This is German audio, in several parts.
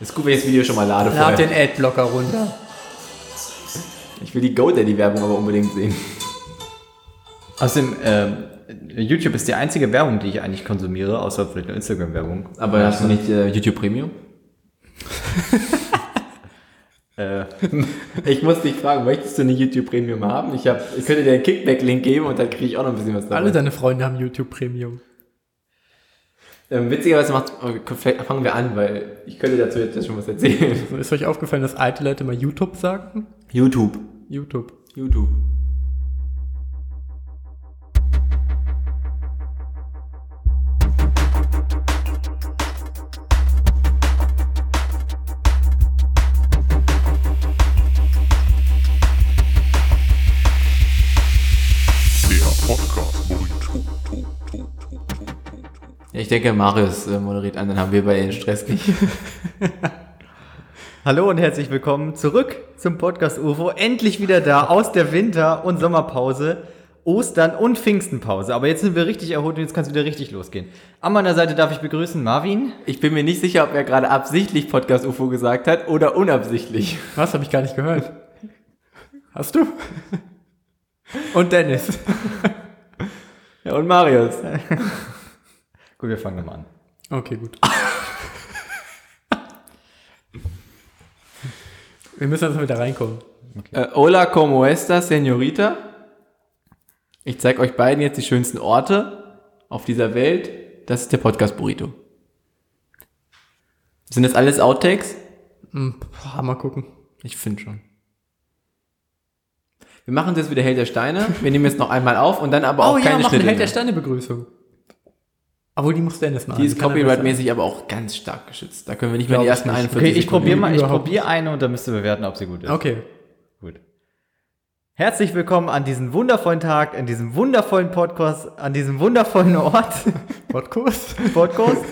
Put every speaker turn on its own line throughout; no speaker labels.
Ist gut, wenn ich das Video schon mal lade
Lad
vorher.
den Adblocker runter.
Ich will die GoDaddy-Werbung aber unbedingt sehen.
Außerdem, äh, YouTube ist die einzige Werbung, die ich eigentlich konsumiere, außer vielleicht nur Instagram-Werbung.
Aber hast du nicht äh, YouTube Premium?
Äh,
Ich muss dich fragen, möchtest du eine YouTube Premium haben? Ich, hab, ich könnte dir einen Kickback-Link geben und dann kriege ich auch noch ein bisschen was dabei.
Alle deine Freunde haben YouTube Premium.
Ähm, witzigerweise macht's, äh, vielleicht fangen wir an, weil ich könnte dazu jetzt schon was erzählen.
So, Ist euch aufgefallen, dass alte Leute mal YouTube sagten?
YouTube.
YouTube.
YouTube.
Der Podcast Burrito.
Ja, ich denke, Marius äh, moderiert an, dann haben wir bei den Stress nicht.
Hallo und herzlich willkommen zurück zum Podcast UFO. Endlich wieder da aus der Winter- und Sommerpause, Ostern- und Pfingstenpause. Aber jetzt sind wir richtig erholt und jetzt kann es wieder richtig losgehen. An meiner Seite darf ich begrüßen Marvin.
Ich bin mir nicht sicher, ob er gerade absichtlich Podcast UFO gesagt hat oder unabsichtlich.
Was? Habe ich gar nicht gehört. Hast du? Und Dennis.
Ja, und Marius.
Gut, wir fangen nochmal an.
Okay, gut. Wir müssen jetzt mal wieder reinkommen.
Äh, hola, como esta, señorita? Ich zeige euch beiden jetzt die schönsten Orte auf dieser Welt. Das ist der Podcast Burrito. Sind das alles Outtakes?
Hm, boah, mal gucken.
Ich finde schon. Wir machen jetzt wieder Held der Steine. Wir nehmen jetzt noch einmal auf und dann aber auch
Oh ja,
keine
mach eine
Schnitte.
Held der Steine Begrüßung. Obwohl, die muss Dennis machen.
Die ist
kann er besser.
copyright-mäßig aber auch ganz stark geschützt. Da können wir nicht mehr die
Glaub ich
ersten
nicht.
41
Okay, ich
Sekunden
probiere mal, ich
Überhaupt.
probiere eine und dann müsst ihr bewerten, ob sie gut ist.
Okay.
Gut. Herzlich willkommen an diesem wundervollen Tag, an diesem wundervollen Podcast, an diesem wundervollen Ort.
Podcast?
Podcast?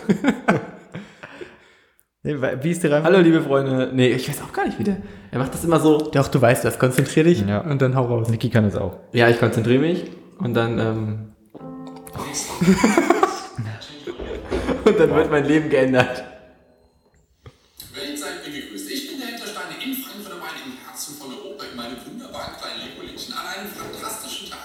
nee, wa- wie ist die Reihenfolge?
Hallo, liebe Freunde. Nee, ich weiß auch gar nicht wieder. Er macht das immer so.
Doch, du weißt das. Konzentrier dich
Ja.
und dann hau raus.
Niki kann das auch.
Ja, ich konzentriere mich und dann. Ähm, und dann wird mein Leben geändert.
Welt seid ihr gegrüßt. Ich bin der Hintersteine in Frankfurt am Main, im Herzen von Europa, in meinem wunderbaren kleinen Legolädchen, an einem fantastischen Tag.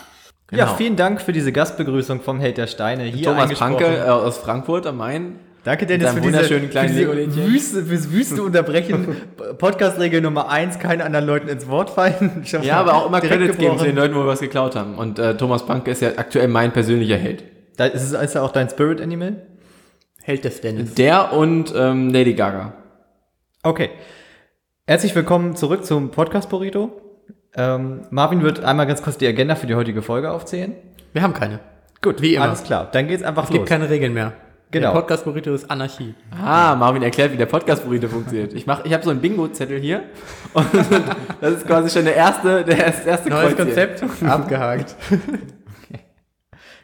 Ja,
Genau.
vielen Dank für diese Gastbegrüßung vom Held der Steine hier
Thomas
eingesprochen.
Panke äh, aus Frankfurt am Main.
Danke Dennis
seinem
für diese,
wunderschönen kleinen
für diese
Legolädchen.
Wüste, fürs wüste Unterbrechen. Podcast-Regel Nummer eins: keine anderen Leuten ins Wort fallen. Schon
Ja, aber auch immer
direkt
Credits geben zu den
gebrochen.
Leuten, wo wir was geklaut haben. Und äh, Thomas Panke ist ja aktuell mein persönlicher Held.
Da ist, es, ist ja auch dein Spirit Animal?
Held des Dennis.
Der und ähm, Lady Gaga.
Okay. Herzlich willkommen zurück zum Podcast Burrito. Ähm, Marvin wird einmal ganz kurz die Agenda für die heutige Folge aufzählen.
Wir haben keine. Gut, wie immer.
Alles klar, dann geht's einfach
Es
los.
gibt keine Regeln mehr.
Genau.
Der Podcast Burrito ist Anarchie.
Ah, Marvin erklärt, wie der Podcast Burrito funktioniert. Ich mach, ich habe so einen Bingo-Zettel hier. Und das ist quasi schon der erste, der, das erste Kreuz
Neues
hier.
Konzept. Abgehakt.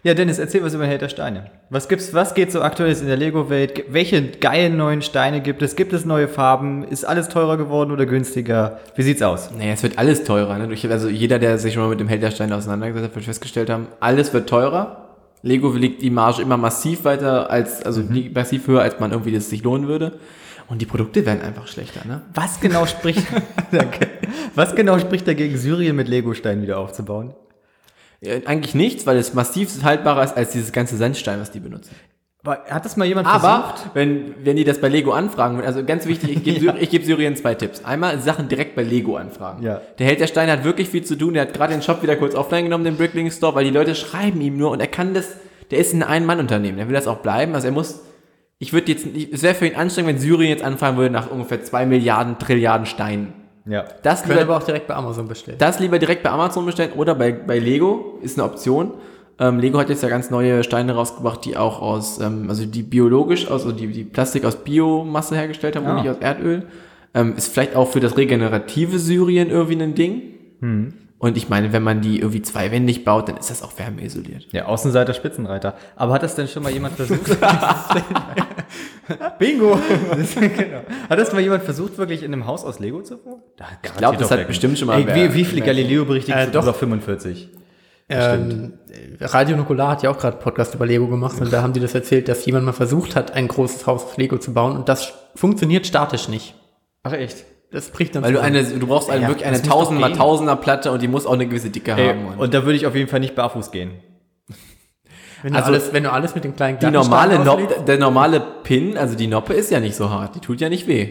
ja, Dennis, erzähl was über Held der Steine. Was gibt's, was geht so aktuelles in der Lego-Welt? Ge- Welche geilen neuen Steine gibt es? Gibt es neue Farben? Ist alles teurer geworden oder günstiger? Wie sieht's aus?
Naja, es wird alles teurer. Ne? Durch- Also jeder, der sich schon mal mit dem Held der Steine auseinandergesetzt hat, wird festgestellt haben, alles wird teurer. Lego legt die Marge immer massiv weiter als, also die- massiv höher, als man irgendwie das sich lohnen würde. Und die Produkte werden einfach schlechter, ne?
Was genau spricht, Danke. was genau spricht dagegen, Syrien mit Lego-Steinen wieder aufzubauen?
Ja, eigentlich nichts, weil es massiv haltbarer ist als dieses ganze Sandstein, was die benutzen.
Aber hat das mal jemand
Aber wenn, wenn die das bei Lego anfragen, also ganz wichtig, ich gebe Syri- ich gebe Syrien zwei Tipps. Einmal Sachen direkt bei Lego anfragen.
Ja.
Der Held der Steine hat wirklich viel zu tun. Der hat gerade den Shop wieder kurz offline genommen, den Brickling Store, weil die Leute schreiben ihm nur und er kann das, der ist ein Ein-Mann-Unternehmen, der will das auch bleiben. Also er muss, ich würde jetzt, ich, es wäre für ihn anstrengend, wenn Syrien jetzt anfragen würde nach ungefähr zwei Milliarden, Trilliarden Steinen.
Ja.
Das
Können
lieber-
aber auch direkt bei Amazon bestellen.
das lieber direkt bei Amazon bestellen oder bei, bei Lego, ist eine Option. Ähm, Lego hat jetzt ja ganz neue Steine rausgebracht, die auch aus, ähm, also die biologisch, aus, also die, die Plastik aus Biomasse hergestellt haben und
Ah.
nicht aus Erdöl. Ähm, ist vielleicht auch für das regenerative Syrien irgendwie ein Ding.
Hm.
Und ich meine, wenn man die irgendwie zweiwändig baut, dann ist das auch wärmeisoliert.
Ja, Außenseiter, Spitzenreiter. Aber hat das denn schon mal jemand versucht? Bingo! genau. Hat das mal jemand versucht, wirklich in einem Haus aus Lego zu bauen? Ich
glaub, das hat bestimmt schon mal
Ey,
wer-
wie, wie viele
wer-
Galileo-Berichte
Äh,
gibt
doch.
es? 45.
Ähm, Radio Nukular hat ja auch gerade einen Podcast über Lego gemacht und da haben die das erzählt, dass jemand mal versucht hat, ein großes Haus auf Lego zu bauen und das Funktioniert statisch nicht.
Ach echt?
Das bricht dann
Weil du
zusammen.
eine, du brauchst eine,
Ja,
wirklich eine
das muss doch
Tausender mal
gehen.
Tausender Platte und die muss auch eine gewisse Dicke
Ey,
haben.
und da würde ich auf jeden Fall nicht barfuß gehen.
wenn, du
also-
alles, wenn du alles mit dem kleinen
die
Gartenstein
normale
auslegst-
Noppe, der normale Pin, also die Noppe ist ja nicht so hart, die tut ja nicht weh.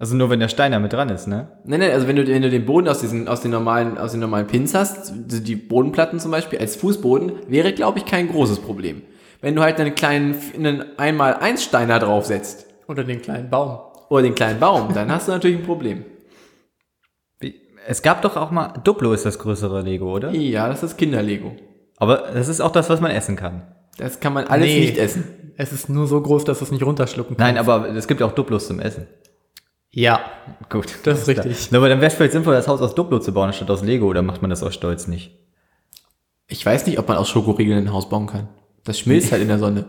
Also nur wenn der Stein da mit dran ist, ne?
Nein, nein, also wenn du, wenn du den Boden aus diesen, aus den normalen, aus den normalen Pins hast, die die Bodenplatten zum Beispiel, als Fußboden, wäre, glaube ich, kein großes Problem. Wenn du halt einen kleinen, einen einmal eins Steiner draufsetzt,
Oder den kleinen Baum.
oder den kleinen Baum, dann hast du natürlich ein Problem.
Wie- Es gab doch auch mal, Duplo ist das größere Lego, oder?
Ja, das ist Kinderlego.
Aber das ist auch das, was man essen kann.
Das kann man alles
Nee.
nicht essen.
Es ist nur so groß, dass du es nicht runterschlucken kannst.
Nein, aber es gibt auch Duplos zum Essen.
Ja.
Gut.
Das ist
alles klar.
richtig.
Na, aber dann wäre es vielleicht sinnvoll, das Haus aus Duplo zu bauen, statt aus Lego, oder macht man das aus Stolz nicht?
Ich weiß nicht, ob man aus Schokoriegeln ein Haus bauen kann. Das schmilzt halt in der Sonne.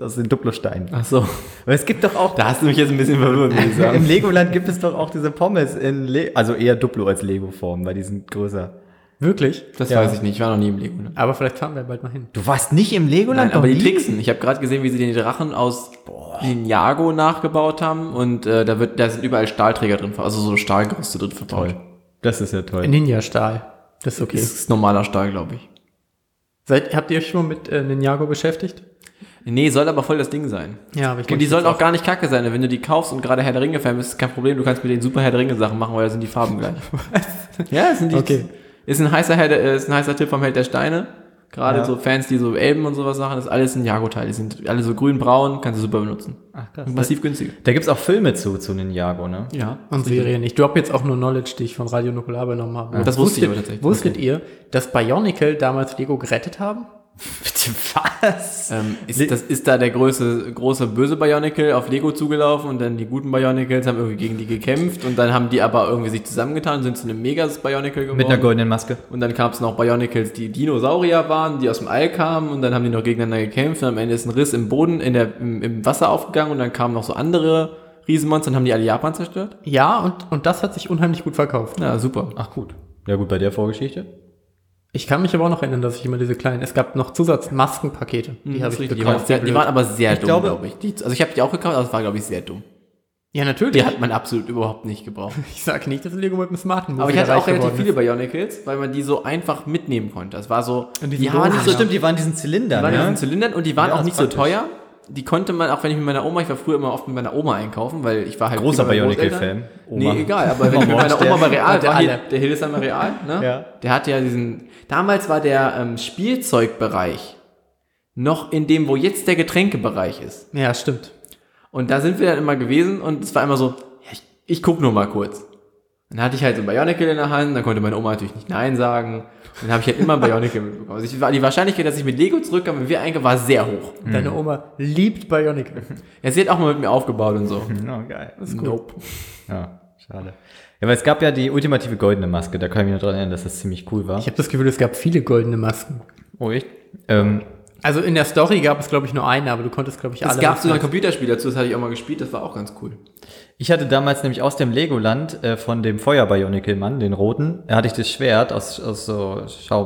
Aus den Duplo-Steinen.
Ach so.
Aber es gibt doch auch
Da hast du mich jetzt ein bisschen verwirrt, muss ich
Im
sagen.
Legoland gibt es doch auch diese Pommes in Le also eher Duplo als Lego-Form, weil die sind größer.
Wirklich?
Das
Ja.
weiß ich nicht, ich war noch nie im Lego. Ne?
Aber vielleicht fahren wir bald mal hin.
Du warst nicht im Legoland,
Nein, aber
noch
die
nie?
tricksen. Ich habe gerade gesehen, wie sie den Drachen aus Ninjago nachgebaut haben und äh, da wird, da sind überall Stahlträger drin, ver- also so Stahlgerüste drin verbaut.
Toll. Das ist ja toll.
Ninja-Stahl. Das ist okay.
Das ist normaler Stahl, glaube ich.
Seid, habt ihr euch schon mal mit äh, Ninjago beschäftigt?
Nee, soll aber voll das Ding sein.
Ja, aber ich
Und die sollen auch gar nicht kacke sein, denn wenn du die kaufst und gerade Herr der Ringe Fan bist, ist kein Problem, du kannst mit den super Herr der Ringe Sachen machen, weil da sind die Farben gleich. Ja, das sind die.
Okay.
Ist ein heißer Herr, der- äh, ist ein heißer Tipp vom Held der Steine. Gerade
Ja.
so Fans, die so Elben und sowas machen, ist alles ein Jago-Teil. Die sind alle so grün-braun, kannst du super benutzen.
Ach, krass.
Massiv günstig.
Da gibt's auch Filme zu, zu Ninjago, ne?
Ja.
Und Serien. Ich droppe jetzt auch nur Knowledge, die ich von Radio Nukular benommen habe.
Das wusste ich aber tatsächlich.
Wusstet ihr, dass Bionicle damals Lego gerettet haben?
Was?
Ähm, ist, das, ist da der große, große böse Bionicle auf Lego zugelaufen und dann die guten Bionicles haben irgendwie gegen die gekämpft und dann haben die aber irgendwie sich zusammengetan, sind zu einem Megas Bionicle geworden.
Mit einer goldenen Maske.
Und dann gab es noch Bionicles, die Dinosaurier waren, die aus dem All kamen und dann haben die noch gegeneinander gekämpft und am Ende ist ein Riss im Boden, in der, im, im Wasser aufgegangen und dann kamen noch so andere Riesenmonster und haben die alle Japan zerstört.
Ja, und, und das hat sich unheimlich gut verkauft.
Ja, super.
Ach gut. Ja gut, bei der Vorgeschichte.
Ich kann mich aber auch noch erinnern, dass ich immer diese kleinen, es gab noch Zusatzmaskenpakete, die
Mhm,
habe
Das ist
ich
richtig. die, waren,
gekauft.
sehr, die waren aber sehr dumm,
glaube-
glaube ich. Die, also ich habe die auch gekauft, aber es war, glaube ich, sehr dumm.
ja, natürlich.
Die hat man absolut überhaupt nicht gebraucht.
ich sage nicht, dass Lego mit dem smarten
Aber ich
Musiker
hatte
reich
auch relativ
geworden
viele
ist.
Bionicles, weil man die so einfach mitnehmen konnte. Das war so,
In
die
diesen
waren nicht
Dosen,
so,
ja.
stimmt,
die waren in diesen Zylindern,
die waren in
ne?
diesen Zylindern und die waren
Ja,
auch
das
nicht
ist
so
praktisch.
teuer. Die konnte man, auch wenn ich mit meiner Oma, ich war früher immer oft mit meiner Oma einkaufen, weil ich war halt
Großer
viel bei meinen
Bionicle-Fan.
Großeltern.
Oma.
Nee, egal, aber wenn ich mit
Oma
meiner Oma bei Real
hatte
war, hier,
alle.
der Hildesheimer Real, ne?
Ja.
Der hatte ja diesen, damals war der ähm, Spielzeugbereich noch in dem, wo jetzt der Getränkebereich ist.
Ja, stimmt.
Und da sind wir dann immer gewesen und es war immer so, ja, ich, ich guck nur mal kurz. Dann hatte ich halt so ein Bionicle in der Hand, dann konnte meine Oma natürlich nicht Nein sagen. Und dann habe ich halt immer ein Bionicle mitbekommen. Also ich, war- die Wahrscheinlichkeit, dass ich mit Lego zurückkam, wenn wir einge, war sehr hoch.
Deine Oma liebt Bionicle.
Ja, sie hat auch mal mit mir aufgebaut und so.
Oh, geil.
Nope.
Ja, schade. Ja, weil es gab ja die ultimative goldene Maske, da kann ich mich noch dran erinnern, dass das ziemlich cool war.
Ich habe das Gefühl, es gab viele goldene Masken.
Oh, echt? Ähm,
Also in der Story gab es, glaube ich, nur eine, aber du konntest, glaube ich, alle.
Es gab
halt
sogar ein
mitnehmen.
Computerspiel dazu, das hatte ich auch mal gespielt, das war auch ganz cool.
Ich hatte damals nämlich aus dem Legoland äh, von dem Feuer-Bionicle-Mann, den roten, da hatte ich das Schwert aus, aus so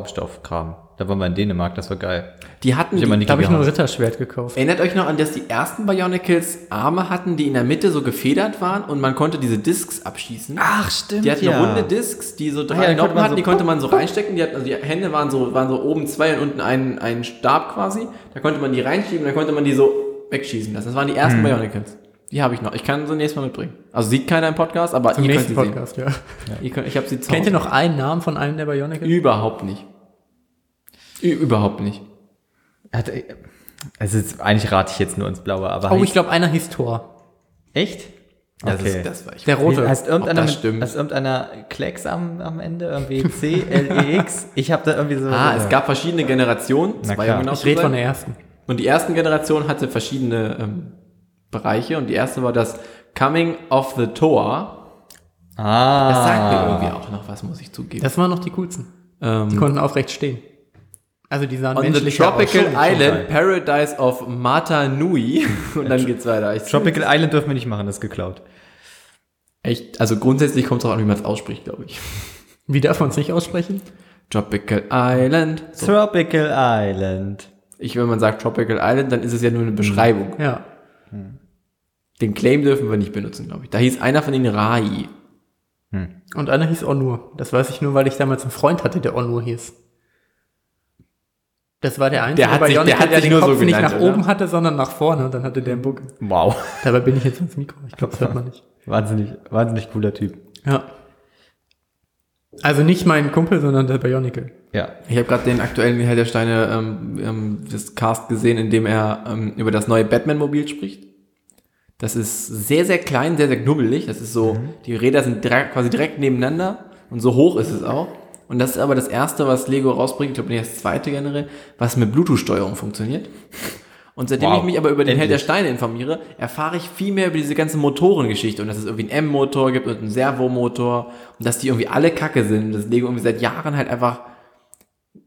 Schaumstoffkram. Da waren wir in Dänemark, das war geil.
Die hatten,
Ich hab
die,
mal eine
Da habe ich nur ein
gehabt.
Ritterschwert gekauft.
erinnert euch noch an, dass die ersten Bionicles Arme hatten, die in der Mitte so gefedert waren und man konnte diese Discs abschießen.
Ach, stimmt.
Die hatten runde Discs, die so
ja,
drei
die konnte
Noppen
man
hatten,
so-
die konnte man so reinstecken. Die, hatten, also die Hände waren so, waren so oben zwei und unten ein, ein Stab quasi. Da konnte man die reinschieben, da konnte man die so wegschießen lassen. Das waren die ersten Bionicles. Die habe ich noch. Ich kann sie nächstes Mal mitbringen. Also sieht keiner im Podcast, aber
Zum
ihr könnt
nächsten
sie
Podcast, ja.
sehen. Ihr könnt, ich habe sie zu
Kennt ihr
Hause.
noch einen Namen von einem der Bionicle?
Überhaupt nicht. Ü überhaupt nicht.
Hat, äh, also jetzt, eigentlich rate ich jetzt nur ins Blaue, aber
Oh,
heißt-
ich glaube, einer hieß Thor.
echt?
Das,
okay.
ist, das war ich.
Der rote.
Heißt irgendeiner,
Ob das
mit,
stimmt?
heißt irgendeiner Klecks am, am Ende? Irgendwie C-L-E-X? ich habe da irgendwie so...
Ah, es gab verschiedene Generationen.
Na
Zwei,
klar.
um genau
ich
zu
rede von
sein.
der ersten.
Und die ersten Generation hatte verschiedene ähm, Bereiche. Und die erste war das Coming of the Toa.
Ah.
Das sagt mir irgendwie auch noch was, muss ich zugeben.
Das waren noch die coolsten. Die
ähm,
konnten aufrecht stehen. Also die sahen
on the
menschlicher
tropical
aus.
island, paradise of Mata Nui. Und dann geht's weiter. Ich,
Tropical Island dürfen wir nicht machen, das ist geklaut.
echt, also grundsätzlich kommt es auch an, wie man es ausspricht, glaube ich.
Wie darf man es nicht aussprechen?
Tropical Island. So.
Tropical Island.
Ich, wenn man sagt Tropical Island, dann ist es ja nur eine Beschreibung.
Ja.
Den Claim dürfen wir nicht benutzen, glaube ich. Da hieß einer von denen Rai.
Und einer hieß Onur. Das weiß ich nur, weil ich damals einen Freund hatte, der Onur hieß. Das war der einzige
Der hat sich- der
Bionicle,
hat sich
den
nur
Kopf
so
nicht
genannt,
nach
oder?
oben hatte, sondern nach vorne. Und dann hatte der einen Bug.
Wow.
Dabei bin ich jetzt ins Mikro. Ich glaube, das hört man nicht.
Wahnsinnig, wahnsinnig cooler Typ.
Ja. Also nicht mein Kumpel, sondern der Bionicle.
Ja.
Ich habe gerade den aktuellen Herr der Steine ähm, ähm, das Cast gesehen, in dem er ähm, über das neue Batman-Mobil spricht. Das ist sehr, sehr klein, sehr, sehr knubbelig. Das ist so,
Mhm.
die Räder sind direkt, quasi direkt nebeneinander und so hoch ist es auch. Und das ist aber das erste, was Lego rausbringt, ich glaube nicht das zweite generell, was mit Bluetooth-Steuerung funktioniert. Und seitdem
Wow.
ich mich aber über den Held der
Endlich.
Steine informiere, erfahre ich viel mehr über diese ganze Motorengeschichte und dass es irgendwie einen M-Motor gibt und einen Servomotor und dass die irgendwie alle kacke sind, dass Lego irgendwie seit Jahren halt einfach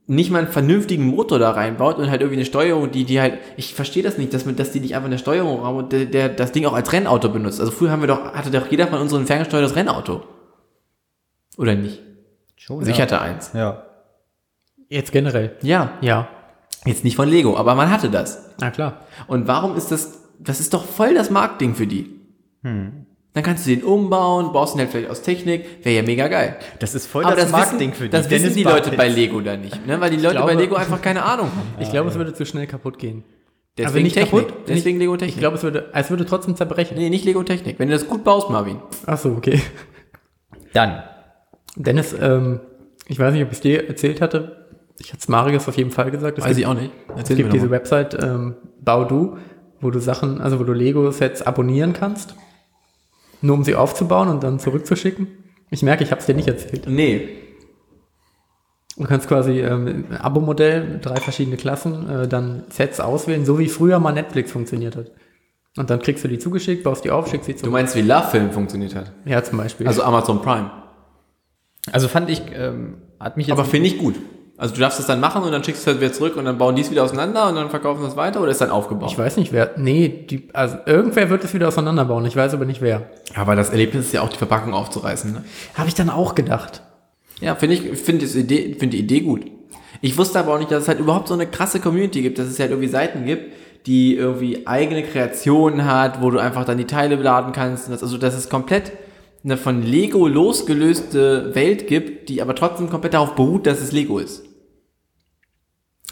nicht mal einen vernünftigen Motor da reinbaut und halt irgendwie eine Steuerung, die die halt, ich verstehe das nicht, dass, man, dass die nicht einfach eine Steuerung haben und der, der das Ding auch als Rennauto benutzt. Also früher haben wir doch, hatte doch jeder von uns so ein ferngesteuertes Rennauto. Oder nicht?
Schon,
Also ich hatte eins.
Ja.
Jetzt generell.
Ja,
Ja.
jetzt nicht von Lego, aber man hatte das.
Na klar.
Und warum ist das, das ist doch voll das Marktding für die.
Hm.
Dann kannst du den umbauen, baust ihn halt vielleicht aus Technik, wäre ja mega geil.
Das ist voll
Aber
das,
das,
Marketing
wissen,
für die.
das wissen
Dennis
die Leute
Bartels.
bei Lego da nicht, ne? weil die Leute bei
glaube-
Lego einfach keine Ahnung haben.
Ich glaube, es würde zu schnell kaputt gehen.
Deswegen
Also nicht
Technik.
kaputt,
Deswegen Lego Technik.
Ich glaube, es würde, es würde trotzdem zerbrechen.
Nee, nicht Lego Technik. Wenn du das gut baust, Marvin.
Ach so, okay.
Dann.
Dennis, ähm, ich weiß nicht, ob ich es dir erzählt hatte. Ich hatte es Marius auf jeden Fall gesagt. Es gibt-
auch nicht.
Es
Erzähl
gibt
mir
diese
diese
Website ähm, Baudu, wo du Sachen, also wo du Lego-Sets abonnieren kannst, nur um sie aufzubauen und dann zurückzuschicken. Ich merke, ich habe es dir nicht erzählt.
Nee.
Du kannst quasi ähm, ein Abo-Modell, drei verschiedene Klassen, äh, dann Sets auswählen, so wie früher mal Netflix funktioniert hat. Und dann kriegst du die zugeschickt, baust die auf, schickst sie
Du
zum
meinst, wie Love Film funktioniert hat.
Ja, zum Beispiel.
Also Amazon Prime.
Also fand ich, ähm, hat mich jetzt.
Aber finde ich gut. Also du darfst es dann machen und dann schickst du es halt wieder zurück und dann bauen die es wieder auseinander und dann verkaufen sie es weiter oder ist dann aufgebaut?
ich weiß nicht, wer. Nee, die, also irgendwer wird es wieder auseinanderbauen, ich weiß aber nicht wer.
Aber das Erlebnis ist ja auch, die Verpackung aufzureißen. Ne?
Habe ich dann auch gedacht.
Ja, finde ich, finde das Idee- finde die Idee gut. Ich wusste aber auch nicht, dass es halt überhaupt so eine krasse Community gibt, dass es halt irgendwie Seiten gibt, die irgendwie eigene Kreationen hat, wo du einfach dann die Teile laden kannst. Und das, also, dass es komplett eine von Lego losgelöste Welt gibt, die aber trotzdem komplett darauf beruht, dass es Lego ist.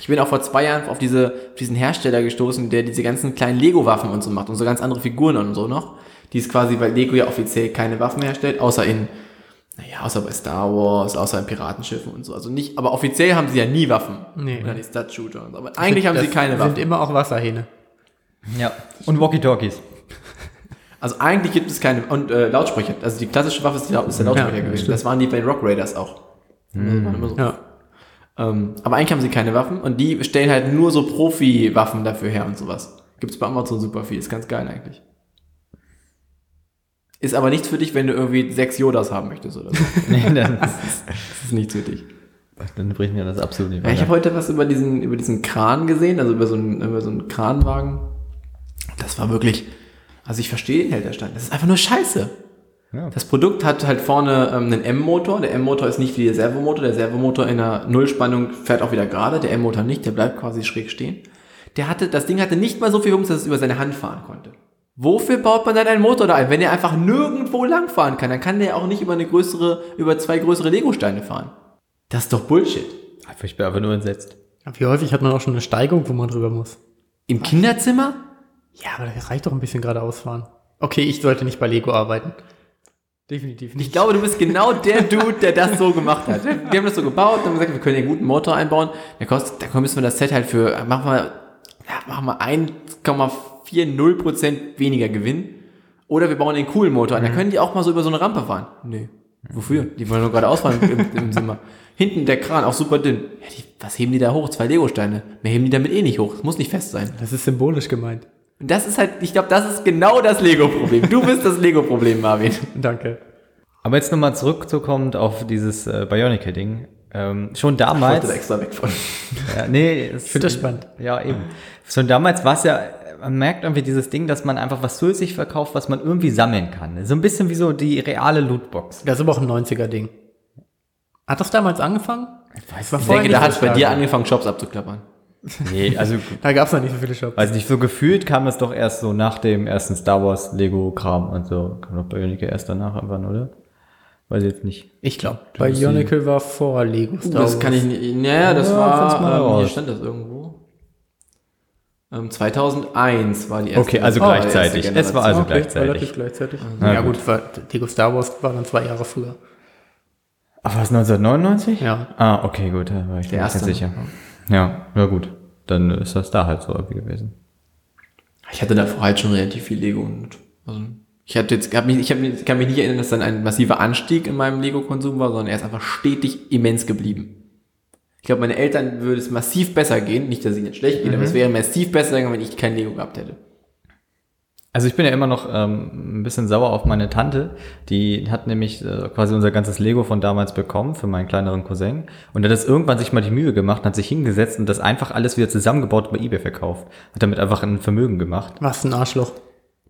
Ich bin auch vor zwei Jahren auf, diese, auf diesen Hersteller gestoßen, der diese ganzen kleinen Lego-Waffen und so macht und so ganz andere Figuren und so noch. Die ist quasi, weil Lego ja offiziell keine Waffen herstellt, außer in naja, außer bei Star Wars, außer in Piratenschiffen und so. Also nicht, aber offiziell haben sie ja nie Waffen.
Nee.
Oder die Stud-Shooter und so. Aber eigentlich haben sie
Das
keine Waffen.
Sind immer auch Wasserhähne.
ja. Und Walkie-Talkies.
Also eigentlich gibt es keine. Und äh, Lautsprecher. Also die klassische Waffe ist, die, Laut- ist der Lautsprecher
Ja,
gewesen.
stimmt. Mhm.
Das waren die bei Rock Raiders auch. Die waren immer so.
Ja.
Ähm, aber eigentlich haben sie keine Waffen und die stellen halt nur so Profi-Waffen dafür her und sowas. Gibt's bei Amazon super viel. Ist ganz geil eigentlich. Ist aber nichts für dich, wenn du irgendwie sechs Yodas haben möchtest oder so.
nee, dann,
Das ist nichts für dich.
dann bricht mir das absolut nicht
Ja, ich
weiter.
habe heute was über diesen, über diesen Kran gesehen, also über so einen, über so einen Kranwagen. Das war wirklich, also ich verstehe den Held der Steine. Das ist einfach nur scheiße.
Ja.
Das Produkt hat halt vorne ähm, einen M-Motor. Der M-Motor ist nicht wie der Servomotor. Der Servomotor in einer Nullspannung fährt auch wieder gerade. Der M-Motor nicht, der bleibt quasi schräg stehen. Der hatte, das Ding hatte nicht mal so viel Wumms, dass es über seine Hand fahren konnte. Wofür baut man dann einen Motor da ein? Wenn er einfach nirgendwo langfahren kann, dann kann der auch nicht über eine größere, über zwei größere Lego-Steine fahren. Das ist doch Bullshit.
Ich bin einfach Ah, nur entsetzt.
Wie häufig hat man auch schon eine Steigung, wo man drüber muss?
Im Kinderzimmer?
Ja, aber das reicht doch ein bisschen geradeaus fahren. Okay, ich sollte nicht bei Lego arbeiten. Definitiv
Ich glaube, du bist genau der Dude, der das so gemacht hat. Wir haben das so gebaut und haben gesagt, wir können hier einen guten Motor einbauen. Der kostet, da müssen wir das Set halt für, äh, machen wir, ja, machen wir 1,40% weniger Gewinn. Oder wir bauen den coolen Motor an. Da können die auch mal so über so eine Rampe fahren. Nee. Wofür? Die wollen nur gerade ausfahren im, im Zimmer. Hinten der Kran, auch super dünn. Ja, die, was heben die da hoch? Zwei Legosteine. Mehr heben die damit eh nicht hoch. Es muss nicht fest sein.
Das ist symbolisch gemeint.
Und das ist halt, ich glaube, das ist genau das Lego-Problem. Du bist das Lego-Problem, Marvin.
Danke.
Aber jetzt nochmal zurückzukommen auf dieses äh, Bionicle-Ding. Ähm, schon damals.
extra weg von.
Ja, nee, ich
find das spannend.
Ja, eben. Schon damals war es ja, man merkt irgendwie dieses Ding, dass man einfach was zusätzlich verkauft, was man irgendwie sammeln kann. So ein bisschen wie so die reale Lootbox.
Das ist aber auch ein 90er-Ding. Hat das damals angefangen?
Ich weiß
Ich denke, da
nicht
hat es bei
so
dir
stark.
angefangen, Shops abzuklappern.
Nee, also
Da gab es noch nicht so viele Shops.
weiß nicht, so gefühlt kam das doch erst so nach dem ersten Star Wars Lego-Kram und so. Kam doch Bionicle erst danach irgendwann, oder? Weiß ich jetzt nicht.
Ich glaube.
Bionicle war vor Lego Star
Das kann ich nicht. Naja, das
Ja, find's mal
war. Ähm, hier
raus.
stand das irgendwo. Ähm, 2001 war die erste.
Okay, also
war die
gleichzeitig.
erste
Es war also- gleichzeitig.
Relativ gleichzeitig.
Na
ja
gut.
gut, weil Lego Star Wars war dann zwei Jahre früher.
Aber Ah, war es 1999?
Ja.
Ah, okay, gut, da war ich
Der
mir nicht ganz
erste.
sicher. Ja, na gut. Dann ist das da halt so irgendwie gewesen.
Generation. Ich hatte davor halt schon relativ viel Lego und. Also, ich hatte jetzt, hab mich, ich hab, mich- kann mich nicht erinnern, dass dann ein massiver Anstieg in meinem Lego-Konsum war, sondern er ist einfach stetig immens geblieben. Ich glaube, meine Eltern würde es massiv besser gehen. Nicht, dass es ihnen schlecht geht, aber
Mhm.
es wäre massiv besser gegangen, wenn ich kein Lego gehabt hätte.
Also ich bin ja immer noch ähm, ein bisschen sauer auf meine Tante. Die hat nämlich äh, quasi unser ganzes Lego von damals bekommen für meinen kleineren Cousin. Und hat das irgendwann sich mal die Mühe gemacht, und hat sich hingesetzt und das einfach alles wieder zusammengebaut und bei Ebay verkauft. Hat damit einfach ein Vermögen gemacht.
Was ein Arschloch.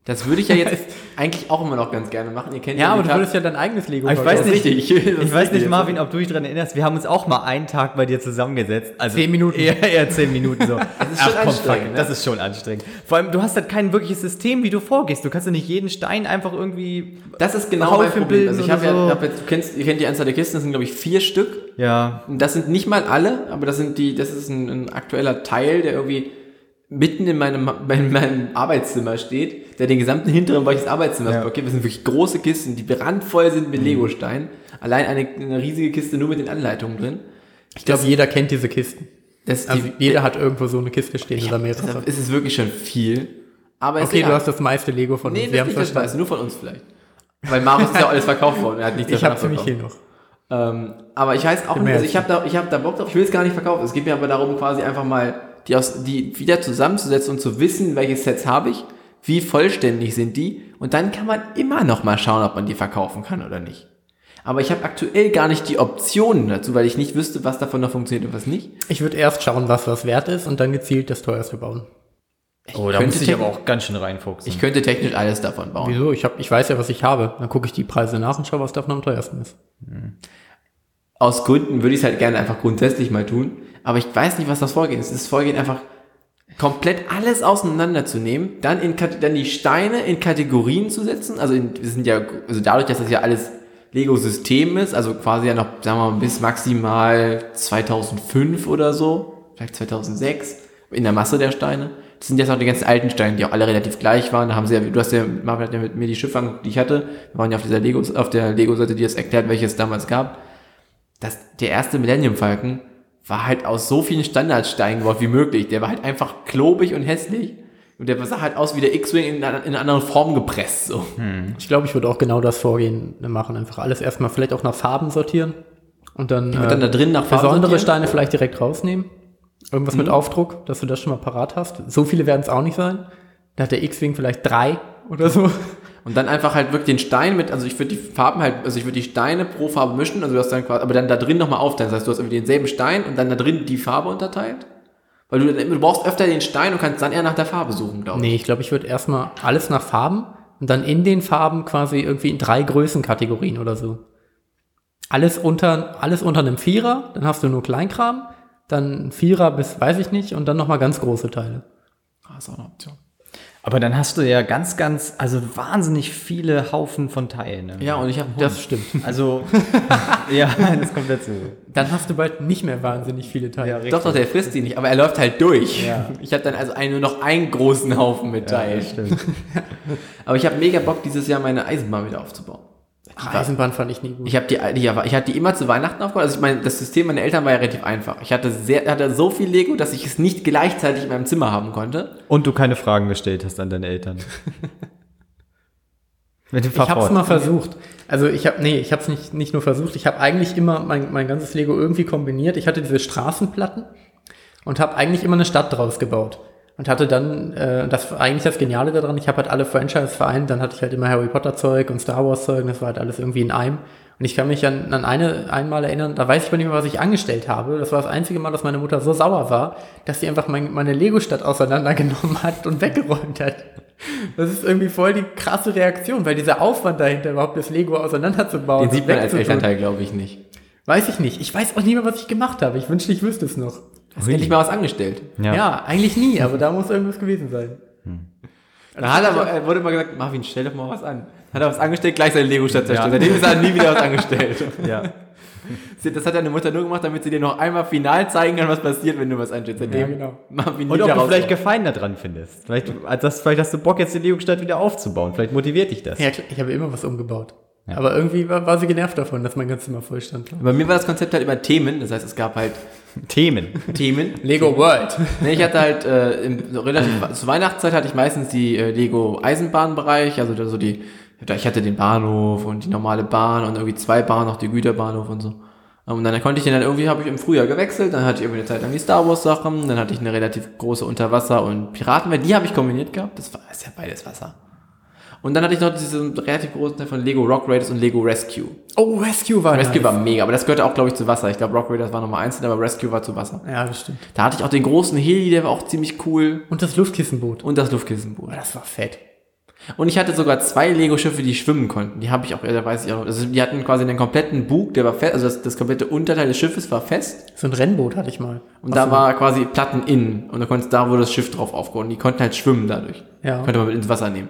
Das würde ich ja jetzt eigentlich auch immer noch ganz gerne machen. Ihr kennt
Ja, aber
die
du
Karte-
würdest ja dein eigenes Lego
Aber ich weiß
Das ist
nicht,
richtig. Das
ich
ist
weiß nicht,
richtig.
Marvin, ob du dich daran erinnerst. Wir haben uns auch mal einen Tag bei dir zusammengesetzt. Also
Zehn Minuten.
Eher, eher zehn Minuten so.
ist schon
fuck it,
anstrengend, ne?
Das ist schon anstrengend. Vor allem, du hast halt kein wirkliches System, wie du vorgehst. Du kannst ja nicht jeden Stein einfach irgendwie.
Das ist genau
Haufen
mein Problem. Also ich
bilden
habe ja,
oder so.
hab jetzt, du kennst, ihr kennt die Anzahl der Kisten, das sind glaube ich vier Stück.
Ja.
Und das sind nicht mal alle, aber das sind die, das ist ein, ein aktueller Teil, der irgendwie mitten in meinem, in meinem Arbeitszimmer steht, der den gesamten hinteren Bereich des Arbeitszimmers
Ja.
blockiert. Das sind wirklich große Kisten, die brandvoll sind mit Legosteinen. Allein eine, eine riesige Kiste nur mit den Anleitungen drin.
Ich glaube, jeder kennt diese Kisten.
Das,
Also
die,
jeder hat irgendwo so eine Kiste stehen oder mehrere.
deshalb ist es wirklich schon viel. Aber
Okay,
ist
du hast das meiste Lego von
Nee,
uns.
das
haben's
nicht, das weiß, nur von uns vielleicht. Weil Marius ist ja alles verkauft worden, er hat nichts
Ich
davon
habe ziemlich
abbekommen.
viel noch.
Ähm, aber ich weiß auch
Im
nicht, also
März.
ich habe da, ich hab da Bock drauf, ich will es gar nicht verkaufen. Es geht mir aber darum, quasi einfach mal die, aus, die wieder zusammenzusetzen und zu wissen, welche Sets habe ich, wie vollständig sind die und dann kann man immer noch mal schauen, ob man die verkaufen kann oder nicht. Aber ich habe aktuell gar nicht die Optionen dazu, weil ich nicht wüsste, was davon noch funktioniert und was nicht.
Ich würde erst schauen, was was wert ist und dann gezielt das teuerste bauen.
Oh, da
könnte
muss ich
checken.
aber auch ganz schön reinfuchsen.
Ich könnte technisch alles davon bauen.
Wieso? Ich, hab, ich weiß ja, was ich habe. Dann gucke ich die Preise nach und schaue, was davon am teuersten ist.
aus Gründen würde ich es halt gerne einfach grundsätzlich mal tun, aber ich weiß nicht, was das Vorgehen ist. Das Vorgehen einfach komplett alles auseinanderzunehmen, dann in Kate- dann die Steine in Kategorien zu setzen, also in, wir sind ja also dadurch, dass das ja alles Lego System ist, also quasi ja noch sagen wir mal bis maximal 2005 oder so, vielleicht 2006 in der Masse der Steine. Das sind jetzt auch die ganzen alten Steine, die auch alle relativ gleich waren. Da haben sie ja, du hast ja, Marvin hat ja mit mir die Schiffe angeguckt, die ich hatte. Wir waren ja auf dieser Lego, auf der Lego-Seite, die das erklärt, welche es damals gab das, der erste Millennium Falcon war halt aus so vielen Standardsteinen gebaut wie möglich. Der war halt einfach klobig und hässlich. Und der sah halt aus wie der X-Wing in, einer- in einer anderen Form gepresst. So.
Ich glaube, ich würde auch genau das Vorgehen machen. Einfach alles erstmal vielleicht auch nach Farben sortieren und dann, äh,
Und dann da drin nach Farben
besondere
sortieren? Mhm.
Steine vielleicht direkt rausnehmen. Irgendwas mit Aufdruck, dass du das schon mal parat hast. So viele werden es auch nicht sein. Da hat der X-Wing vielleicht drei oder so.
Und dann einfach halt wirklich den Stein mit, also ich würde die Farben halt, also ich würde die Steine pro Farbe mischen, also du hast dann quasi, aber dann da drin nochmal aufteilen. Das heißt, du hast irgendwie denselben Stein und dann da drin die Farbe unterteilt. Weil du, du brauchst öfter den Stein und kannst dann eher nach der Farbe suchen, glaube ich.
Nee, ich glaube, ich würde erstmal alles nach Farben und dann in den Farben quasi irgendwie in drei Größenkategorien oder so. Alles unter, alles unter einem Vierer, dann hast du nur Kleinkram, dann ein Vierer bis weiß ich nicht und dann nochmal ganz große Teile.
Ah, ist auch eine Option.
Aber dann hast du ja ganz, ganz, also wahnsinnig viele Haufen von Teilen. ne?
Ja, und ich habe
Das stimmt.
Also, ja, das kommt dazu.
Dann hast du bald nicht mehr wahnsinnig viele Teile.
Doch, doch, der frisst die nicht, aber er läuft halt durch. Ich habe dann also einen, nur noch einen großen Haufen mit Teilen.
stimmt.
aber ich habe mega Bock, dieses Jahr meine Eisenbahn wieder aufzubauen.
Ach, Ah, Eisenbahn fand ich nie gut.
Ich habe die, alte- ja, aber ich hatte die immer zu Weihnachten aufgebaut. Also ich meine, das System meiner Eltern war ja relativ einfach. Ich hatte sehr, hatte so viel Lego, dass ich es nicht gleichzeitig in meinem Zimmer haben konnte.
Und du keine Fragen gestellt hast an deine Eltern. Mit dem
Ich habe es mal versucht. Also ich habe, nee, ich habe es nicht, nicht nur versucht. Ich habe eigentlich immer mein, mein ganzes Lego irgendwie kombiniert. Ich hatte diese Straßenplatten und habe eigentlich immer eine Stadt draus gebaut. Und hatte dann, äh, das war eigentlich das Geniale daran, ich habe halt alle Franchise vereint, dann hatte ich halt immer Harry Potter Zeug und Star Wars Zeug, und das war halt alles irgendwie in einem. Und ich kann mich an, an eine, einmal erinnern, da weiß ich aber nicht mehr, was ich angestellt habe. Das war das einzige Mal, dass meine Mutter so sauer war, dass sie einfach mein, meine Lego-Stadt auseinandergenommen hat und weggeräumt hat. Das ist irgendwie voll die krasse Reaktion, weil dieser Aufwand dahinter, überhaupt das Lego auseinanderzubauen.
Den sieht man als
wegzutun,
Elternteil, glaube ich, nicht.
Weiß ich nicht. Ich weiß auch nicht mehr, was ich gemacht habe. Ich wünschte, ich wüsste es noch.
Hast endlich mal was angestellt.
Ja. eigentlich nie, aber da muss irgendwas gewesen sein.
Da hat er, aber- er wurde mal gesagt, Marvin, stell doch mal was an. Hat er was angestellt, gleich seine Lego-Stadt zerstört. Seitdem ist er nie wieder was angestellt.
Ja.
Sie- Das hat deine Mutter nur gemacht, damit sie dir noch einmal final zeigen kann, was passiert, wenn du was anstellst. Seitdem
genau.
Marvin nie
Und
wieder
ob du vielleicht
rauskommt.
Gefallen daran findest. Vielleicht, also das, vielleicht hast du Bock, jetzt die Lego-Stadt wieder aufzubauen. Vielleicht motiviert dich das.
Ja, klar, ich habe immer was umgebaut. Aber irgendwie war, war sie genervt davon, dass mein ganzes Zimmer voll stand.
Bei mir war das Konzept halt über Themen. Das heißt, es gab halt
Themen.
Themen.
Lego World.
Nee, ich hatte halt äh, im, so relativ zur Weihnachtszeit hatte ich meistens die äh, Lego Eisenbahnbereich, also da so die da- ich hatte den Bahnhof und die normale Bahn und irgendwie zwei Bahnen, noch die Güterbahnhof und so. Und dann konnte ich den dann irgendwie habe ich im Frühjahr gewechselt, dann hatte ich irgendwie eine Zeit lang die Star Wars Sachen, dann hatte ich eine relativ große Unterwasser und Piratenwelt, die habe ich kombiniert gehabt. Das war ist ja beides Wasser. Und dann hatte ich noch diesen relativ großen Teil von Lego Rock Raiders und Lego Rescue.
Oh, Rescue war
Rescue
nice.
war mega, aber das gehörte auch glaube ich zu Wasser. Ich glaube Rock Raiders war nochmal einzeln, aber Rescue war zu Wasser.
Ja, das stimmt.
Da hatte ich auch den großen Heli, der war auch ziemlich cool.
Und das Luftkissenboot. Oh,
Und das Luftkissenboot.
Das war fett.
Und ich hatte sogar zwei Lego-Schiffe, die schwimmen konnten. Die habe ich auch, da weiß ich auch noch. Also die hatten quasi den kompletten Bug, der war fest, also das, das komplette Unterteil des Schiffes war fest.
So ein Rennboot hatte ich mal.
Und da war quasi Platten innen. Und da konntest da wurde das Schiff drauf aufgebaut. Und die konnten halt schwimmen dadurch.
Ja.
Konnte man mit ins Wasser nehmen.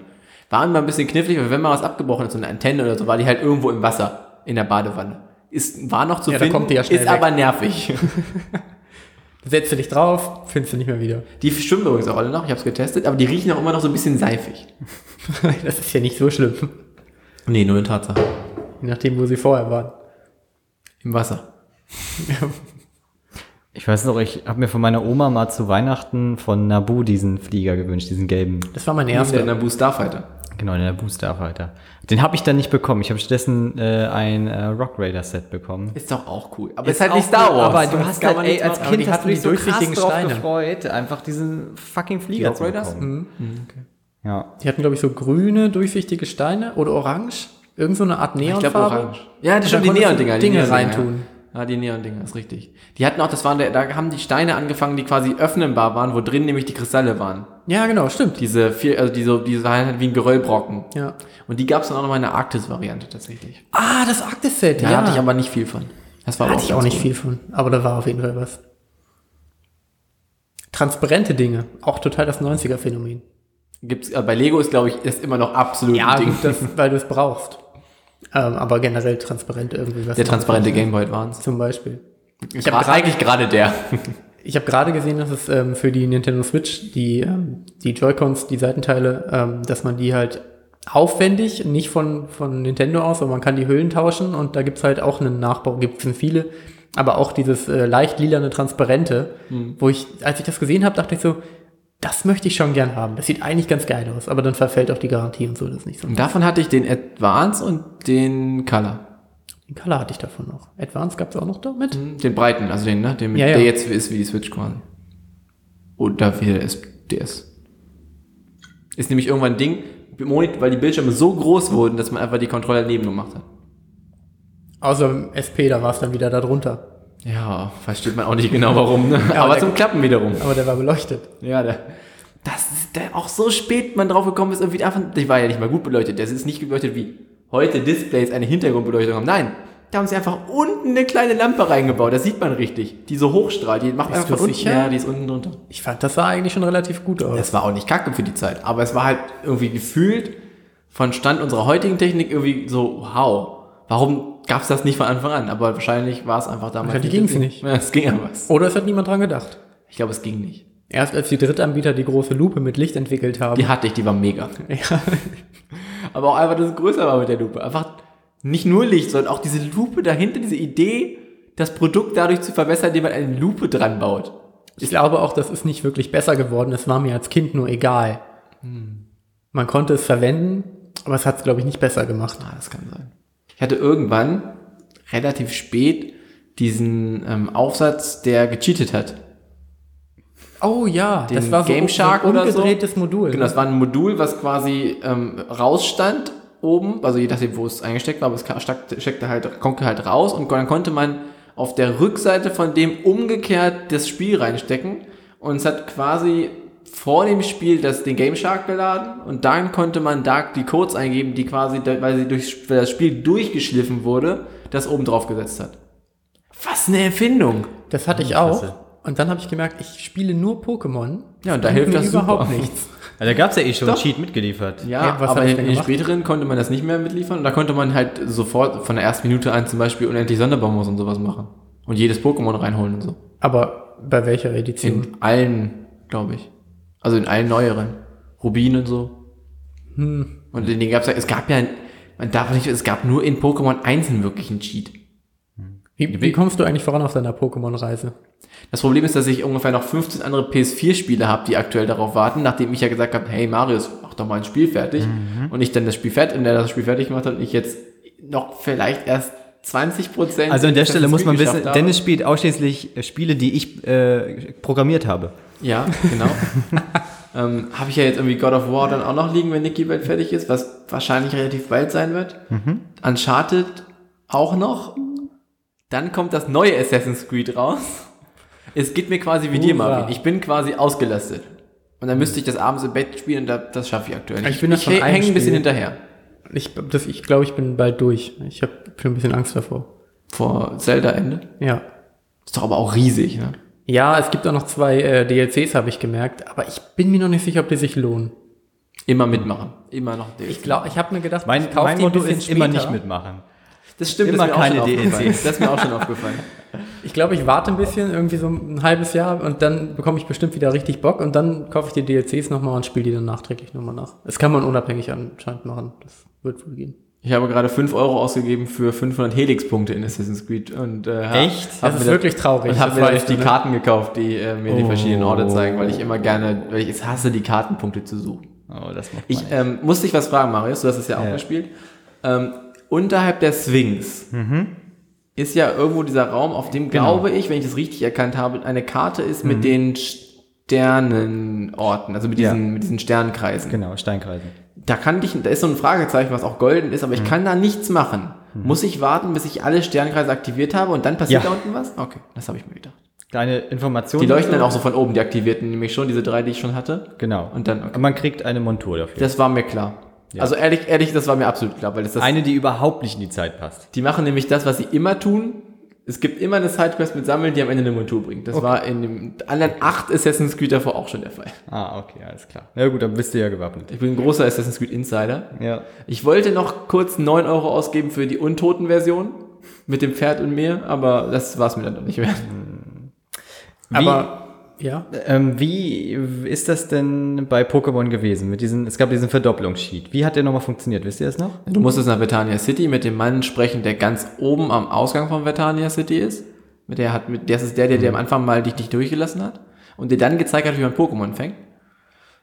War immer ein bisschen knifflig, weil wenn mal was abgebrochen ist, so eine Antenne oder so, war die halt irgendwo im Wasser, in der Badewanne. Ist, war noch zu
Ja, da
finden,
kommt die ja schnell
ist
weg.
aber nervig.
Setzt du dich drauf, findest du nicht mehr wieder.
Die schwimmen übrigens auch alle noch, ich habe es getestet, aber die riechen auch immer noch so ein bisschen seifig.
das ist ja nicht so schlimm.
Nee, nur eine Tatsache.
Je nachdem, wo sie vorher waren.
Im Wasser.
Ich weiß noch, ich habe mir von meiner Oma mal zu Weihnachten von Nabu diesen Flieger gewünscht, diesen gelben.
Das war mein
Erster in
erster.
der Boost Starfighter.
Genau, der Nabu Starfighter. Den habe ich dann nicht bekommen. Ich habe stattdessen äh, ein äh, Rock Raider Set bekommen.
Ist doch auch cool. Aber ist, halt nicht Star Wars.
Aber du hast
kann
halt,
man
ey,
nicht
als
machen.
aber die
Kind hast
hatten
du
die
dich so krass
durchsichtigen
drauf
Steine.
gefreut, einfach diesen fucking Flieger
Rock
zu
Raiders?
bekommen. Ja.
Die hatten, glaube ich, so grüne, durchsichtige Steine oder orange. Irgend so eine Art
Ich glaube
Neonfarbe.
orange. Ja,
Und
die schon
da
die
konntest du
Neon-Dinger. die
Dinge
Neon-Dinger,
reintun.
Ja, Ja, die Neon-Dinger, ist richtig. Die hatten auch, das waren, der, da haben die Steine angefangen, die quasi öffnenbar waren, wo drin nämlich die Kristalle waren.
Ja, genau, stimmt.
Diese vier, also diese, diese sahen halt wie ein Geröllbrocken.
ja.
Und die gab es dann auch noch mal in der Arktis-Variante tatsächlich.
Ah, das Arktis-Set.
Da
ja,
hatte ich aber nicht viel von. Das war aber
hatte ich auch
ganz
nicht
cool.
viel von. Aber da war auf jeden Fall was. Transparente Dinge. Auch total das 90er-Phänomen.
Gibt's, äh, bei Lego ist, glaube ich, ist immer noch absolut
Ja,
ein Ding.
gut, das, weil du es brauchst. Ähm, aber generell transparent irgendwie was.
Der transparente Gameboy Advance.
Zum Beispiel.
Ich
hab grad-
eigentlich gerade der.
Ich habe gerade gesehen, dass es ähm, für die Nintendo Switch die, ähm, die Joy-Cons, die Seitenteile, ähm, dass man die halt aufwendig, nicht von, von Nintendo aus, aber man kann die Hüllen tauschen und da gibt's halt auch einen Nachbau, gibt's es viele, aber auch dieses äh, leicht lilane Transparente, wo ich, als ich das gesehen habe, dachte ich so, das möchte ich schon gern haben. Das sieht eigentlich ganz geil aus, aber dann verfällt auch die Garantie und so, das ist nicht so.
Und davon hatte ich den Advance und den Color.
Den Color hatte ich davon noch. Advance gab's auch noch damit?
Den breiten, also den, ne? Den, mit-
Ja, ja.
der jetzt ist wie die Switch quasi. Oder wie der SDS. Ist nämlich irgendwann ein Ding, Monit- weil die Bildschirme so groß wurden, dass man einfach die Controller daneben gemacht hat.
Außer im SP, da war's dann wieder da drunter.
Ja, versteht man auch nicht genau warum, ne?
Ja,
aber
der-
zum Klappen wiederum.
Aber der war beleuchtet.
Ja, da. Das ist da auch so spät man drauf gekommen ist, irgendwie einfach. Die war ja nicht mal gut beleuchtet. Das ist nicht beleuchtet wie heute Displays eine Hintergrundbeleuchtung haben. Nein. Da haben sie einfach unten eine kleine Lampe reingebaut. Das sieht man richtig. Die so hochstrahlt. Die macht
Bist
einfach
du
von unten.
sicher?
Ja, die ist unten drunter.
Ich fand, das sah eigentlich schon relativ gut aus.
Das war auch nicht kacke für die Zeit. Aber es war halt irgendwie gefühlt von Stand unserer heutigen Technik irgendwie so, wow. Warum gab's das nicht von Anfang an? Aber wahrscheinlich war es einfach damals.
Wahrscheinlich
das
ging's
Ding.
nicht.
Ja, es ging aber. was.
Oder es hat niemand dran gedacht.
Ich glaube, es ging nicht.
Erst als die Drittanbieter die große Lupe mit Licht entwickelt haben.
Die hatte ich, die war mega.
Ja.
Aber auch einfach, dass es größer war mit der Lupe. Einfach nicht nur Licht, sondern auch diese Lupe dahinter, diese Idee, das Produkt dadurch zu verbessern, indem man eine Lupe dran baut.
Ich glaube auch, das ist nicht wirklich besser geworden. Es war mir als Kind nur egal.
Hm.
Man konnte es verwenden, aber es hat es, glaube ich, nicht besser gemacht.
Ah, das kann sein. Ich hatte irgendwann relativ spät diesen ähm, Aufsatz, der gecheatet hat.
Oh ja,
Den
das war so,
Game Shark
so ein
oder so?
umgedrehtes Modul.
Genau, das war ein Modul, was quasi ähm, rausstand oben, also je nachdem, wo es eingesteckt war, aber es ka- steckte, steckte halt, konnte halt raus und dann konnte man auf der Rückseite von dem umgekehrt das Spiel reinstecken und es hat quasi vor dem Spiel das, den Game Shark geladen und dann konnte man da die Codes eingeben, die quasi, da- weil, sie durch, weil das Spiel durchgeschliffen wurde, das oben drauf gesetzt hat. Was eine Erfindung!
Das hatte ich auch. Und dann habe ich gemerkt, ich spiele nur Pokémon.
Ja, und da
bringt
hilft
mir
das
überhaupt
super.
nichts.
Also da gab es ja eh schon
Doch.
einen Cheat mitgeliefert.
Ja,
Ja, was
aber
hab ich
in
denn
den
gemacht?
späteren konnte man das nicht mehr mitliefern und da konnte man halt sofort von der ersten Minute an zum Beispiel unendlich Sonderbonbons und sowas machen. Und jedes Pokémon reinholen und so.
Aber bei welcher
In
Edition?
allen, glaube ich. Also in allen neueren. Rubin und so. Hm. Und in denen gab es ja, es gab ja, man darf nicht, es gab nur in Pokémon einzeln wirklich einen Cheat.
Wie, wie kommst du eigentlich voran auf deiner Pokémon-Reise?
Das Problem ist, dass ich ungefähr noch 15 andere PS4-Spiele habe, die aktuell darauf warten, nachdem ich ja gesagt habe, hey Marius, mach doch mal ein Spiel fertig.
Mhm.
Und ich dann das Spiel fertig, und der das Spiel fertig gemacht hat und ich jetzt noch vielleicht erst 20 Prozent.
Also an der Stelle muss man wissen, Dennis spielt ausschließlich äh, Spiele, die ich äh, programmiert habe.
Ja, genau. ähm, habe ich ja jetzt irgendwie God of War dann auch noch liegen, wenn Nikki bald fertig ist, was wahrscheinlich relativ bald sein wird.
Mhm.
Uncharted auch noch. Dann kommt das neue Assassin's Creed raus. Es geht mir quasi wie dir,
Hurra.
Marvin. Ich bin quasi ausgelastet. Und dann müsste ich das abends im Bett spielen und da, das schaffe ich aktuell nicht.
Ich bin das von einem
hänge ein bisschen
Spiel.
hinterher.
Ich, das- ich glaube, ich bin bald durch. Ich habe ein bisschen Angst davor.
Vor Zelda-Ende.
Ja.
Ist doch aber auch riesig, ne?
Ja, es gibt auch noch zwei äh, DLCs, habe ich gemerkt. Aber ich bin mir noch nicht sicher, ob die sich lohnen.
Immer mitmachen. Immer noch DLC.
Ich glaube, ich habe mir gedacht,
Mein,
ich kauf
mein
die ein
Motto
bisschen
ist immer
später.
nicht mitmachen.
das stimmt, das
immer
ist mir
keine
auch schon
DLCs.
aufgefallen. Das ist mir auch schon aufgefallen.
Ich glaube, ich warte ein bisschen, irgendwie so ein halbes Jahr und dann bekomme ich bestimmt wieder richtig Bock und dann kaufe ich die DLCs nochmal und spiele die dann nachträglich nochmal nach. Das kann man unabhängig anscheinend machen. Das wird wohl gehen.
Ich habe gerade 5 Euro ausgegeben für 500 Helix-Punkte in Assassin's Creed. Und, äh,
Echt?
hab
Das
mir
ist wirklich traurig.
Und habe
das
mir
weißt
natürlich die
du, ne?
Karten gekauft, die äh, mir die
Oh.
verschiedenen Orte zeigen, weil ich immer gerne, weil ich es hasse, die Kartenpunkte zu suchen.
Oh, das macht
Ich
man
ähm, muss dich was fragen, Marius, du hast es ja auch
Ja.
gespielt. Ähm, unterhalb der Sphinx
Mhm.
ist ja irgendwo dieser Raum, auf dem,
Genau.
glaube ich, wenn ich es richtig erkannt habe, eine Karte ist
Mhm.
mit den Sternenorten, also mit
Ja.
diesen, mit diesen Sternkreisen
nicht. genau, Steinkreisen.
da kann ich, da ist so ein Fragezeichen, was auch golden ist, aber ich kann da nichts machen. Muss ich warten, bis ich alle Sternkreise aktiviert habe und dann passiert
Ja.
da unten was? Okay, das habe ich mir gedacht.
Kleine Information.
Die leuchten dann auch so von oben, die aktivierten nämlich schon, diese drei, die ich schon hatte.
Genau.
Und dann, okay.
man kriegt eine Montur dafür.
Das war mir klar. Also ehrlich, ehrlich, das war mir absolut klar, weil das, das
Eine, die überhaupt nicht in die Zeit passt.
die machen nämlich das, was sie immer tun. Es gibt immer eine Sidequest mit Sammeln, die am Ende eine Montur bringt. Das war in dem anderen acht Assassin's Creed davor auch schon der Fall.
Ah, okay, alles klar. Na gut, dann bist du ja gewappnet.
Ich bin ein großer Assassin's Creed Insider.
Ja.
Ich wollte noch kurz 9 Euro ausgeben für die Untoten-Version mit dem Pferd und mir, aber das war es mir dann doch nicht mehr.
Wie,
Aber ja,
ähm, wie ist das denn bei Pokémon gewesen? Mit diesen, es gab diesen Verdopplungssheet. Wie hat der nochmal funktioniert? Wisst ihr das noch?
Du musstest nach Vetania City mit dem Mann sprechen, der ganz oben am Ausgang von Vetania City ist. Mit der hat, mit, das ist der, der dir am Anfang mal dich nicht durchgelassen hat und dir dann gezeigt hat, wie man Pokémon fängt.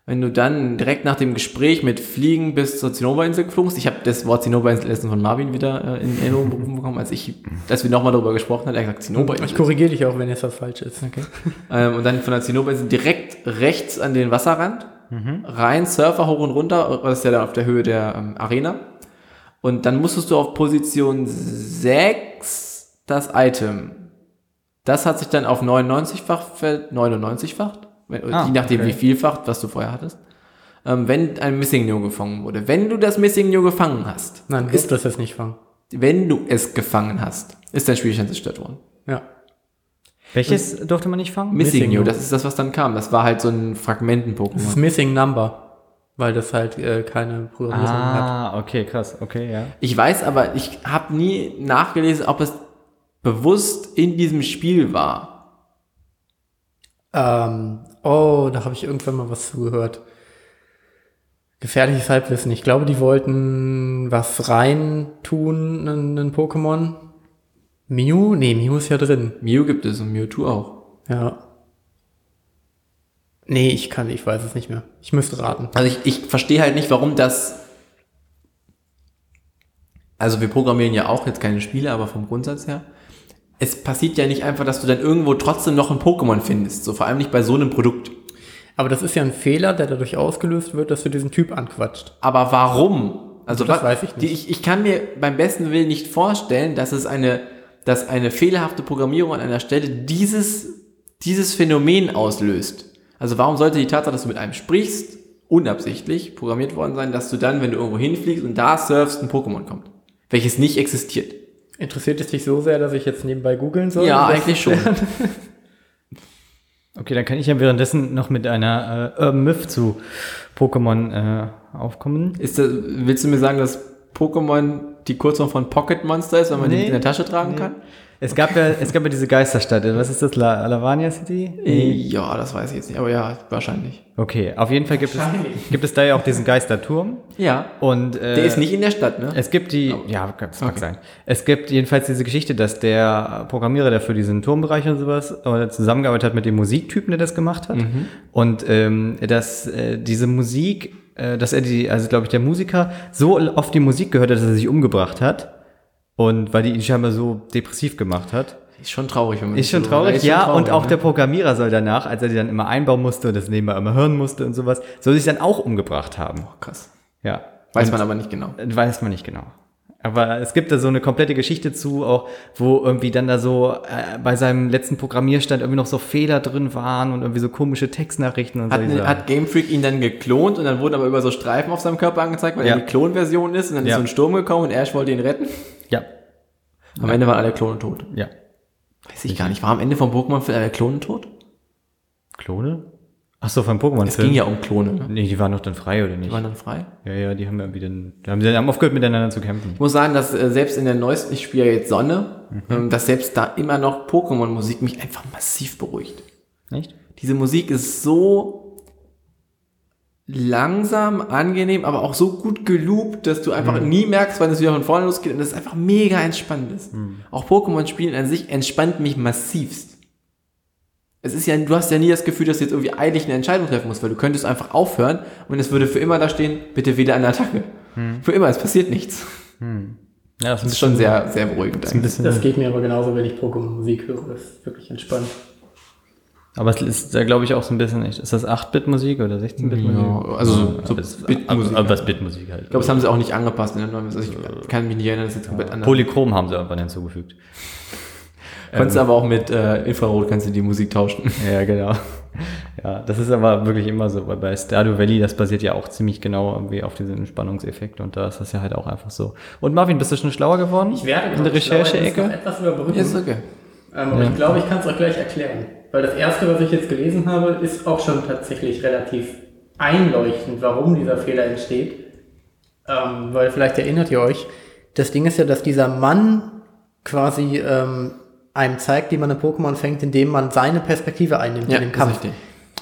Wenn du dann direkt nach dem Gespräch mit Fliegen bis zur Zinnoberinsel geflogen bist, ich habe das Wort Zinnoberinsel letztens von Marvin wieder äh, in Erinnerung berufen bekommen, als ich, als wir nochmal darüber gesprochen haben, er hat gesagt,
ich
Zinnoberinsel.
korrigiere dich auch, wenn jetzt was falsch ist. Okay.
Ähm, und dann von der Zinnoberinsel direkt rechts an den Wasserrand. Rein, Surfer hoch und runter. Das ist ja dann auf der Höhe der ähm, Arena. Und dann musstest du auf Position 6 das Item. Das hat sich dann auf 99-fach, ver- 99-fach, wenn-
Ah,
je nachdem
okay.
wie vielfach, was du vorher hattest, ähm, wenn ein Missing New gefangen wurde. Wenn du das Missing New gefangen hast,
Nein, ist das jetzt nicht fangen.
wenn du es gefangen hast, ist dein Spielstand zerstört worden.
Ja.
Welches durfte man nicht fangen?
Hm. Missing,
Missing
New,
New.
das ist das, was dann kam. Das war halt so ein
Das
Fragmenten-Pokémon.
ist Missing Number, weil das halt äh, keine Programmierung hat.
Ah, okay, krass. Okay, ja.
Ich weiß aber, ich habe nie nachgelesen, ob es bewusst in diesem Spiel war.
Ähm, oh, da habe ich irgendwann mal was zugehört. Gefährliches Halbwissen. Ich glaube, die wollten was rein tun in einen Pokémon. Mew? Nee, Mew ist ja drin.
Mew gibt es und Mewtwo auch.
Ja. Nee, ich kann, ich weiß es nicht mehr. Ich müsste raten.
Also ich, ich verstehe halt nicht, warum das. Also wir programmieren ja auch jetzt keine Spiele, aber vom Grundsatz her. Es passiert ja nicht einfach, dass du dann irgendwo trotzdem noch ein Pokémon findest. So vor allem nicht bei so einem Produkt.
Aber das ist ja ein Fehler, der dadurch ausgelöst wird, dass du diesen Typ anquatscht.
Aber warum? Also
Das
wa-
weiß ich nicht.
Die, ich, ich kann mir beim besten Willen nicht vorstellen, dass es eine, dass eine fehlerhafte Programmierung an einer Stelle dieses, dieses Phänomen auslöst. Also warum sollte die Tatsache, dass du mit einem sprichst, unabsichtlich programmiert worden sein, dass du dann, wenn du irgendwo hinfliegst und da surfst, ein Pokémon kommt, welches nicht existiert?
Interessiert es dich so sehr, dass ich jetzt nebenbei googeln soll?
ja,
Das-
eigentlich schon.
Okay, dann kann ich ja währenddessen noch mit einer äh, Urban Myth zu Pokémon äh, aufkommen.
Ist das, willst du mir sagen, dass Pokémon die Kurzform von Pocket Monster ist, wenn man
Nee.
die in der Tasche tragen
Nee.
kann?
Es gab ja, es gab ja diese Geisterstadt. Was ist das? La Lavania City?
Ja, das weiß ich jetzt nicht, aber ja, wahrscheinlich.
Okay, auf jeden Fall gibt es, gibt es da ja auch diesen Geisterturm.
Ja.
Und, äh,
Der ist nicht in der Stadt, ne?
Es gibt die, Oh, ja, das mag sein. Es gibt jedenfalls diese Geschichte, dass der Programmierer, der für diesen Turmbereich und sowas äh, zusammengearbeitet hat mit dem Musiktypen, der das gemacht hat. Und ähm, dass äh, diese Musik, äh, dass er die, also glaube ich, der Musiker so oft die Musik gehört hat, dass er sich umgebracht hat. Und weil die ihn scheinbar so depressiv gemacht hat.
Ist schon traurig, wenn man
Ist
sich
schon
so-
traurig,
ist schon
ja. und auch
ne?
der Programmierer soll danach, als er die dann immer einbauen musste und das nebenbei immer hören musste und sowas, soll sich dann auch umgebracht haben.
Krass.
Ja.
Weiß
und,
man aber nicht genau.
Weiß man nicht genau. Aber es gibt da so eine komplette Geschichte zu, auch wo irgendwie dann da so äh, bei seinem letzten Programmierstand irgendwie noch so Fehler drin waren und irgendwie so komische Textnachrichten und
Hat,
solche
ne,
Sachen.
hat Game Freak ihn dann geklont und dann wurden aber über so Streifen auf seinem Körper angezeigt, weil
Ja.
er die Klonversion ist und dann
Ja.
ist so ein Sturm gekommen und Ash wollte ihn retten.
Ja,
Am Ende waren alle Klone tot.
ja.
Weiß ich gar nicht. War am Ende von Pokémon für alle Klonen tot?
Klone? Ach so, von Pokémon.
Es ging ja um Klone, ne?
Nee, die waren doch dann frei, oder nicht?
Die waren dann frei.
Ja, ja, die haben irgendwie dann, die haben, die haben aufgehört miteinander zu kämpfen.
Ich muss sagen, dass äh, selbst in der neuesten, ich spiele ja jetzt Sonne,
Mhm.
ähm, dass selbst da immer noch Pokémon-Musik mich einfach massiv beruhigt.
Nicht?
Diese Musik ist so langsam, angenehm, aber auch so gut geloopt, dass du einfach nie merkst, wann es wieder von vorne losgeht und das einfach mega entspannend ist. Auch Pokémon-Spielen an sich entspannt mich massivst. Es ist ja, du hast ja nie das Gefühl, dass du jetzt irgendwie eilig eine Entscheidung treffen musst, weil du könntest einfach aufhören und es würde für immer da stehen, bitte wähle eine Attacke. Für immer, es passiert nichts.
Ja, das
Das ist schon sehr, sehr beruhigend.
ein
eigentlich.
bisschen.
Das geht mir aber genauso, wenn ich Pokémon-Musik höre. Das ist wirklich entspannt.
Aber es ist da, glaube ich, auch so ein bisschen echt. Ist das 8-Bit-Musik oder 16-Bit-Musik?
Ja, also so- so
aber es-
Bit-Musik.
Aber es ist Bit-Musik halt.
Ich glaube, das haben sie auch nicht angepasst. in der neuen- Also ich kann mich nicht erinnern, das ist jetzt komplett anders.
Polychrom haben sie irgendwann hinzugefügt.
Kannst du aber auch mit äh, Infrarot kannst du die Musik tauschen.
Ja, genau. Ja, das ist aber wirklich immer so, weil bei Stardew Valley, das basiert ja auch ziemlich genau irgendwie auf diesem Entspannungseffekt und da ist das ja halt auch einfach so. Und Marvin, bist du schon schlauer geworden? In der Recherche-Ecke?
etwas überbrücken.
Ist okay.
Ähm, aber ich glaube, ich kann es auch gleich erklären. Weil das erste, was ich jetzt gelesen habe, ist auch schon tatsächlich relativ einleuchtend, warum dieser Fehler entsteht. Ähm, weil vielleicht erinnert ihr euch, das Ding ist ja, dass dieser Mann quasi ähm, einem zeigt, wie man ein Pokémon fängt, indem man seine Perspektive einnimmt
Ja,
in dem
das ist
Kampf.
richtig.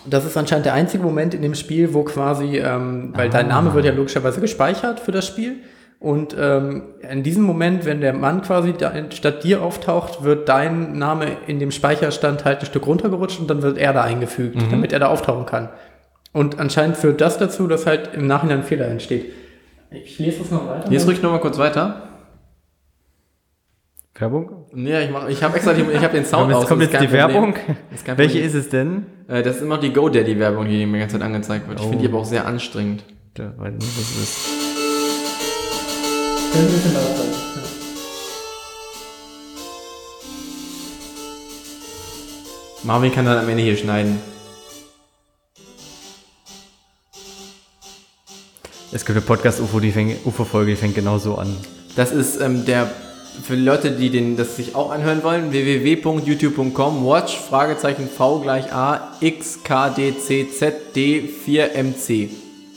Das ist anscheinend der einzige Moment in dem Spiel, wo quasi, ähm, weil dein Name wird ja logischerweise gespeichert für das Spiel. Und ähm, in diesem Moment, wenn der Mann quasi da, statt dir auftaucht, wird dein Name in dem Speicherstand halt ein Stück runtergerutscht und dann wird er da eingefügt, damit er da auftauchen kann. Und anscheinend führt das dazu, dass halt im Nachhinein ein Fehler entsteht. Ich lese das noch weiter.
Jetzt ruhig nochmal kurz weiter.
Werbung?
Nee, ich mach, ich habe extra die, ich habe den Sound
jetzt
aus,
kommt
das ist
jetzt die
kein Problem.
Werbung.
Das ist kein
Welche
Problem.
ist es denn?
Äh, das ist immer noch die GoDaddy-Werbung, die mir die ganze Zeit angezeigt wird. Ich finde die
Oh.
aber auch sehr anstrengend.
Da, weiß nicht, was es ist.
Das ist ein bisschen lauter. Ja.
Marvin kann dann am Ende hier schneiden.
Es gibt eine Podcast-UFO, die fängt, UFO-Folge, die fängt genau so an.
Das ist ähm, der für Leute, die den, das sich auch anhören wollen, www.youtube.com watch Fragezeichen V gleich A X K D C Z D 4 M C.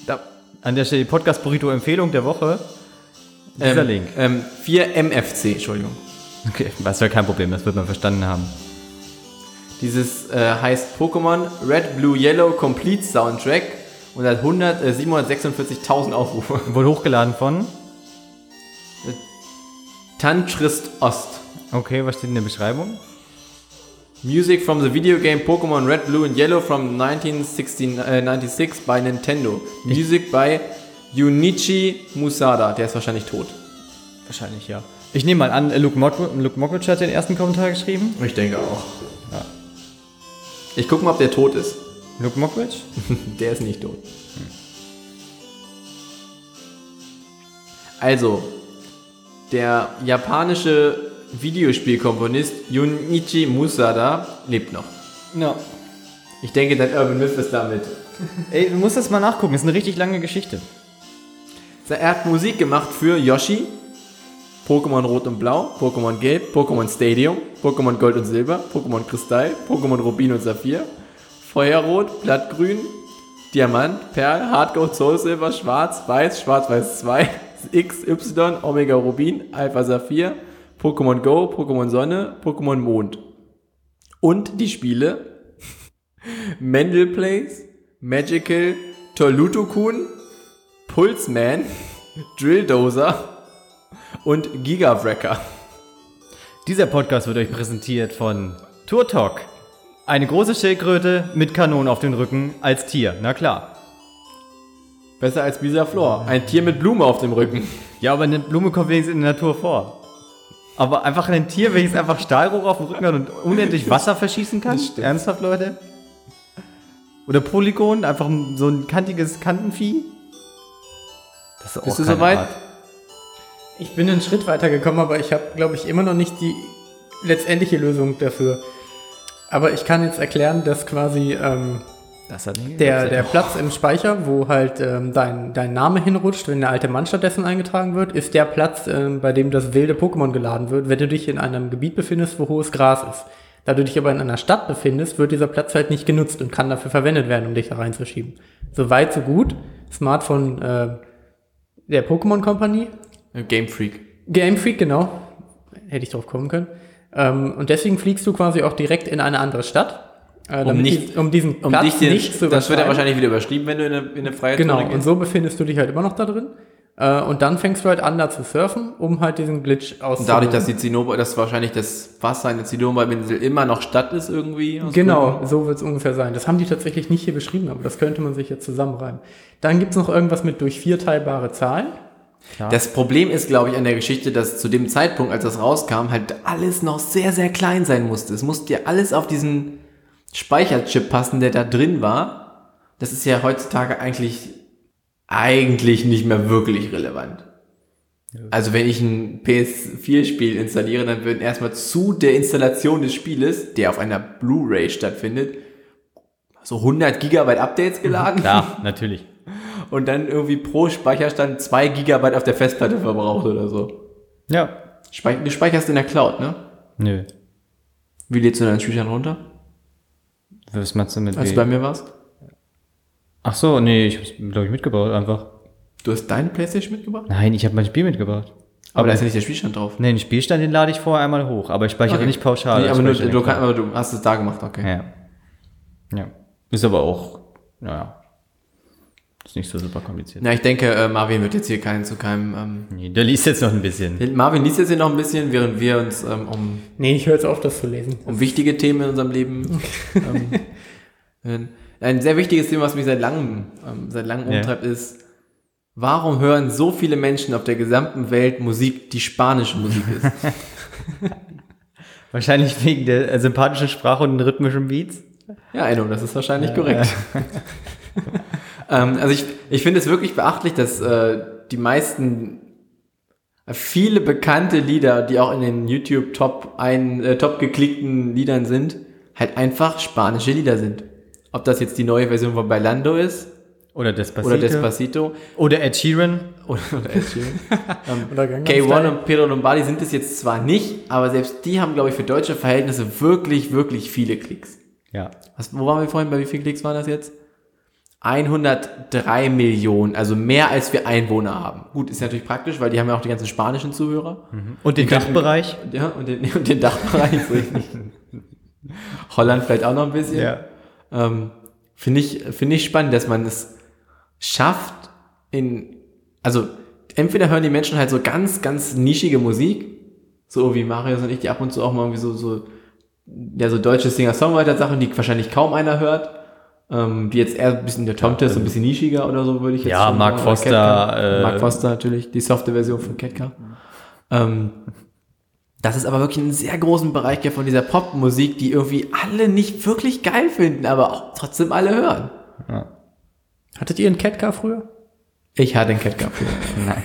Da, an der Stelle die Podcast-Burrito-Empfehlung der Woche. Dieser
ähm,
Link.
Ähm, 4 MFC, Entschuldigung.
Okay, das ist ja kein Problem, das wird man verstanden haben.
Dieses äh, heißt Pokémon Red Blue Yellow Complete Soundtrack und hat 100, äh, 746.000 Aufrufe.
Wurde hochgeladen von.
Tantrist Ost.
Okay, was steht in der Beschreibung?
Music from the video game Pokémon Red, Blue and Yellow from 1996 by Nintendo. Music by Junichi Musada. Der ist wahrscheinlich tot.
Wahrscheinlich ja. Ich nehme mal an, äh, Luke, Mod Luke Mockridge hat den ersten Kommentar geschrieben.
Ich denke auch. Ich guck mal, ob der tot ist.
Luke Mockridge?
Der ist nicht tot. Also, der japanische Videospielkomponist Junichi Musada lebt noch.
Ja.
Ich denke, dein Urban Myth ist damit.
Ey, du musst das mal nachgucken, ist eine richtig lange Geschichte.
Er hat Musik gemacht für Yoshi, Pokémon Rot und Blau, Pokémon Gelb, Pokémon Stadium, Pokémon Gold und Silber, Pokémon Kristall, Pokémon Rubin und Saphir, Feuerrot, Blattgrün, Diamant, Perl, Hardgold, Soul Silver, Schwarz, Weiß, Schwarz-Weiß 2, XY, Omega Rubin, Alpha Saphir, Pokémon Go, Pokémon Sonne, Pokémon Mond. Und die Spiele Mendel Plays, Magical, Tolutokun, Pulseman, Drilldozer und Gigawrecker.
Dieser Podcast wird euch präsentiert von Tour Talk. Eine große Schildkröte mit Kanonen auf dem Rücken als Tier, na klar.
Besser als Bisaflor. Ein Tier mit Blume auf dem Rücken.
Ja, aber eine Blume kommt wenigstens in der Natur vor. Aber einfach ein Tier, welches einfach Stahlrohre auf dem Rücken hat und unendlich Wasser verschießen kann? Ernsthaft, Leute? Oder Polygon, einfach so ein kantiges Kantenvieh? Das ist auch
Bist du
keine
soweit?
Art.
Ich bin einen Schritt weiter gekommen, aber ich habe, glaube ich, immer noch nicht die letztendliche Lösung dafür. Aber ich kann jetzt erklären, dass quasi ähm,
Das hat nicht
der, der Platz im Speicher, wo halt ähm, dein, dein Name hinrutscht, wenn der alte Mann stattdessen eingetragen wird, ist der Platz, ähm, bei dem das wilde Pokémon geladen wird, wenn du dich in einem Gebiet befindest, wo hohes Gras ist. Da du dich aber in einer Stadt befindest, wird dieser Platz halt nicht genutzt und kann dafür verwendet werden, um dich da reinzuschieben. So weit, so gut. Smart von äh, der Pokémon Company,
Game Freak.
Game Freak, genau. Hätte ich drauf kommen können. Ähm, und deswegen fliegst du quasi auch direkt in eine andere Stadt. Äh, damit
nicht-
die, um diesen
Um
Platz
dich den,
nicht, zu
das wird ja
überschreiten.
wahrscheinlich wieder überschrieben, wenn du in eine, in eine freie
Genau,
Zone
und
gehst.
so befindest du dich halt immer noch da drin. Äh, und dann fängst du halt an, da zu surfen, um halt diesen Glitch
Und
auszunutzen.
dadurch, dass die Zinnober, dass wahrscheinlich das Wasser in der Zinnoberinsel immer noch Stadt ist irgendwie. aus
Genau,
Gründen.
so wird es ungefähr sein. Das haben die tatsächlich nicht hier beschrieben, aber das könnte man sich jetzt zusammenreimen. Dann gibt's noch irgendwas mit durch vier teilbare Zahlen.
Das Problem ist, glaube ich, an der Geschichte, dass zu dem Zeitpunkt, als das rauskam, halt alles noch sehr, sehr klein sein musste. Es musste ja alles auf diesen Speicherchip passen, der da drin war. Das ist ja heutzutage eigentlich, eigentlich nicht mehr wirklich relevant. Also wenn ich ein PS4-Spiel installiere, dann würden erstmal zu der Installation des Spieles, der auf einer Blu-ray stattfindet, so 100 Gigabyte Updates geladen.
Ja, natürlich.
Und dann irgendwie pro Speicherstand 2 Gigabyte auf der Festplatte verbraucht oder so.
Ja.
Speich du speicherst in der Cloud, ne?
Nö.
Wie lädst du deinen Speicher runter,
Was meinst du mit
als
wem?
du bei mir warst?
Ach so, nee, ich hab's, glaube ich, mitgebaut einfach.
Du hast deine Playstation mitgebracht?
Nein, ich habe mein Spiel mitgebracht.
Aber, da ist ja nicht der Spielstand drauf.
Nee, den Spielstand, den lade ich vorher einmal hoch, aber ich speichere
Okay.
nicht pauschal.
Nee,
ich
aber, nur,
speichere
du,
nicht.
kann, aber du hast es da gemacht, okay.
Ja. Ja. Ist aber auch, naja. Ist nicht so super kompliziert.
Na, ich denke, äh, Marvin wird jetzt hier keinen zu keinem...
Nee, der liest jetzt noch ein bisschen.
Ähm, Marvin liest jetzt hier noch ein bisschen, während wir uns ähm, um,
Nee, ich höre jetzt auf, das zu lesen.
um wichtige Themen in unserem Leben... ähm, hören. ein sehr wichtiges Thema, was mich seit langem, ähm, seit langem
Ja.
umtreibt, ist... Warum hören so viele Menschen auf der gesamten Welt Musik, die spanische Musik ist?
Wahrscheinlich wegen der äh, sympathischen Sprache und den rhythmischen Beats.
Ja, Enno, das ist wahrscheinlich korrekt. ähm, also ich, ich finde es wirklich beachtlich, dass äh, die meisten äh, viele bekannte Lieder, die auch in den YouTube Top ein äh, Top geklickten Liedern sind, halt einfach spanische Lieder sind. Ob das jetzt die neue Version von Bailando ist
Oder Despacito.
oder Despacito
Oder Ed Sheeran.
oder, oder Ed Sheeran.
Oder Gangnam
K1
Style.
und Pedro Lombardi sind es jetzt zwar nicht, aber selbst die haben, glaube ich, für deutsche Verhältnisse wirklich, wirklich viele Klicks.
Ja.
Was, wo waren wir vorhin? Bei wie vielen Klicks waren das jetzt? 103 Millionen, also mehr als wir Einwohner haben. Gut, ist natürlich praktisch, weil die haben ja auch die ganzen spanischen Zuhörer.
Und den Dachbereich.
Ja, und den, und den Dachbereich, so richtig. Holland vielleicht auch noch ein bisschen. Ähm, Finde ich, finde ich spannend, dass man es schafft, in, also entweder hören die Menschen halt so ganz, ganz nischige Musik, so wie Marius und ich, die ab und zu auch mal irgendwie so, so, ja, so deutsche Singer-Songwriter-Sachen, die wahrscheinlich kaum einer hört, ähm, die jetzt eher ein bisschen, der Tomte ist so ein bisschen nischiger oder so, würde ich jetzt
Ja,
schon
Mark
sagen, oder
Foster,
Ketka.
äh,
Mark Foster natürlich, die softe Version von Ketka. Ähm, das ist aber wirklich einen sehr großen Bereich gibt von dieser Popmusik, die irgendwie alle nicht wirklich geil finden, aber auch trotzdem alle hören.
Hattet ihr einen Catcar früher?
Ich hatte einen Cat Cup.
Nein.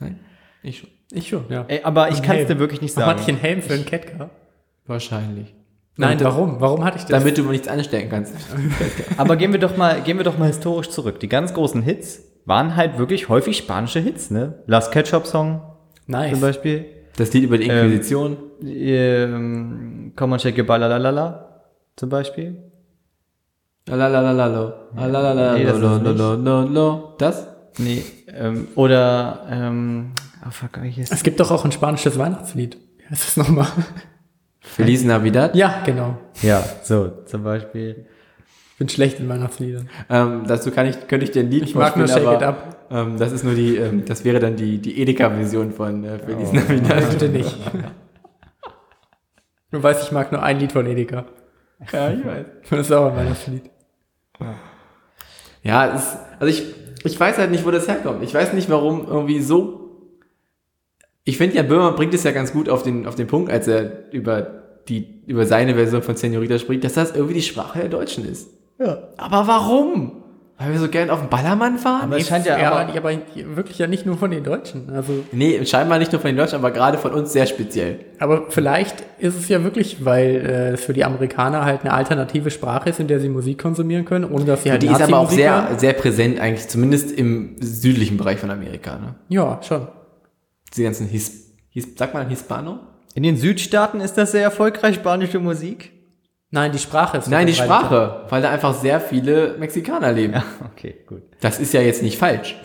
Nein? Ich schon.
Ich schon, ja.
Ey, aber ich kann es
Helm.
dir wirklich nicht
Warum
sagen.
hatte ich einen Helm für einen Catcar?
Wahrscheinlich.
Nein,
Damit du-
warum? Warum hatte ich das?
Damit du mir nichts anstecken kannst.
Aber gehen wir doch mal, gehen wir doch mal historisch zurück. Die ganz großen Hits waren halt wirklich häufig spanische Hits, ne? Last Ketchup Song
nice.
zum Beispiel.
Das Lied über die Inquisition.
Ähm, come on, shake your balalala. zum Beispiel.
Alalalalo.
Nee, das ist es nicht.
Alalalalo. Das?
Nee, ähm, oder, ähm, oh fuck, hier ist
Es gibt doch auch ein spanisches Weihnachtslied. Wie heißt das nochmal?
Feliz Navidad.
Ja, genau.
Ja, so, zum Beispiel.
Ich bin schlecht in Weihnachtsliedern.
Ähm, dazu kann ich, könnte ich dir ein Lied
Ich mag nur
vorspielen,
Shake It
aber,
Up.
Ähm, das ist nur die, ähm, das wäre dann die, die Edeka-Version von äh, Feliz
Oh.
Navidad.
Also Bitte nicht. Du weißt, ich mag nur ein Lied von Edeka.
Ja, ich weiß.
Das ist auch ein Weihnachtslied.
Ja, es, ist- also ich, ich weiß halt nicht, wo das herkommt. Ich weiß nicht, warum irgendwie so. Ich finde ja, Böhmer bringt es ja ganz gut auf den, auf den Punkt, als er über die, über seine Version von Senorita spricht, dass das irgendwie die Sprache der Deutschen ist.
Ja.
Aber warum? Weil wir so gern auf den Ballermann fahren?
Aber es scheint ja,
Ja,
aber,
aber, aber wirklich ja nicht nur von den Deutschen. Also,
nee, scheinbar nicht nur von den Deutschen, aber gerade von uns sehr speziell.
aber vielleicht ist es ja wirklich, weil äh, es für die Amerikaner halt eine alternative Sprache ist, in der sie Musik konsumieren können, ohne dass sie halt
Die ist aber auch
Nazi-Musik
sehr,
hören.
sehr präsent eigentlich, zumindest im südlichen Bereich von Amerika. Ne?
Ja, schon.
Die ganzen His, His, sag mal Hispano?
in den Südstaaten ist das sehr erfolgreich, spanische Musik.
Nein, die Sprache ist
Nein, die
verbreiteter.
Sprache, weil da einfach sehr viele Mexikaner leben.
Okay, gut.
Das ist ja jetzt nicht falsch.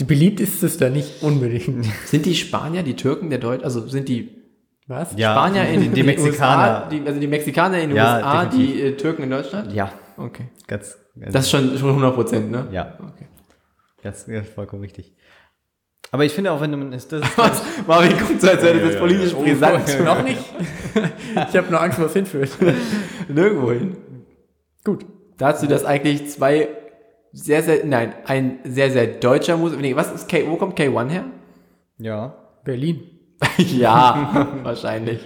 Die beliebt ist es da nicht unbedingt.
Sind die Spanier, die Türken der Deutschen, also sind die
Was?
Ja.
Spanier in
die Mexikaner.
USA, die, also die Mexikaner in den
Ja,
USA,
definitiv.
die äh, Türken in Deutschland?
Ja,
Okay.
ganz, ganz
Das ist schon, schon 100 Prozent, ne?
ja,
Okay.
ganz, ganz vollkommen richtig. Aber ich finde auch, wenn du das ist,
Marvin guckt so, als wäre das jetzt politisch
Oh.
brisant.
Noch nicht. Ich habe nur Angst, was hinführt.
Nirgendwo hin.
Gut.
Dazu, dass eigentlich zwei sehr, sehr, nein, ein sehr, sehr deutscher Musiker, nee, was ist K, wo kommt K1 her?
ja,
Berlin.
ja, wahrscheinlich.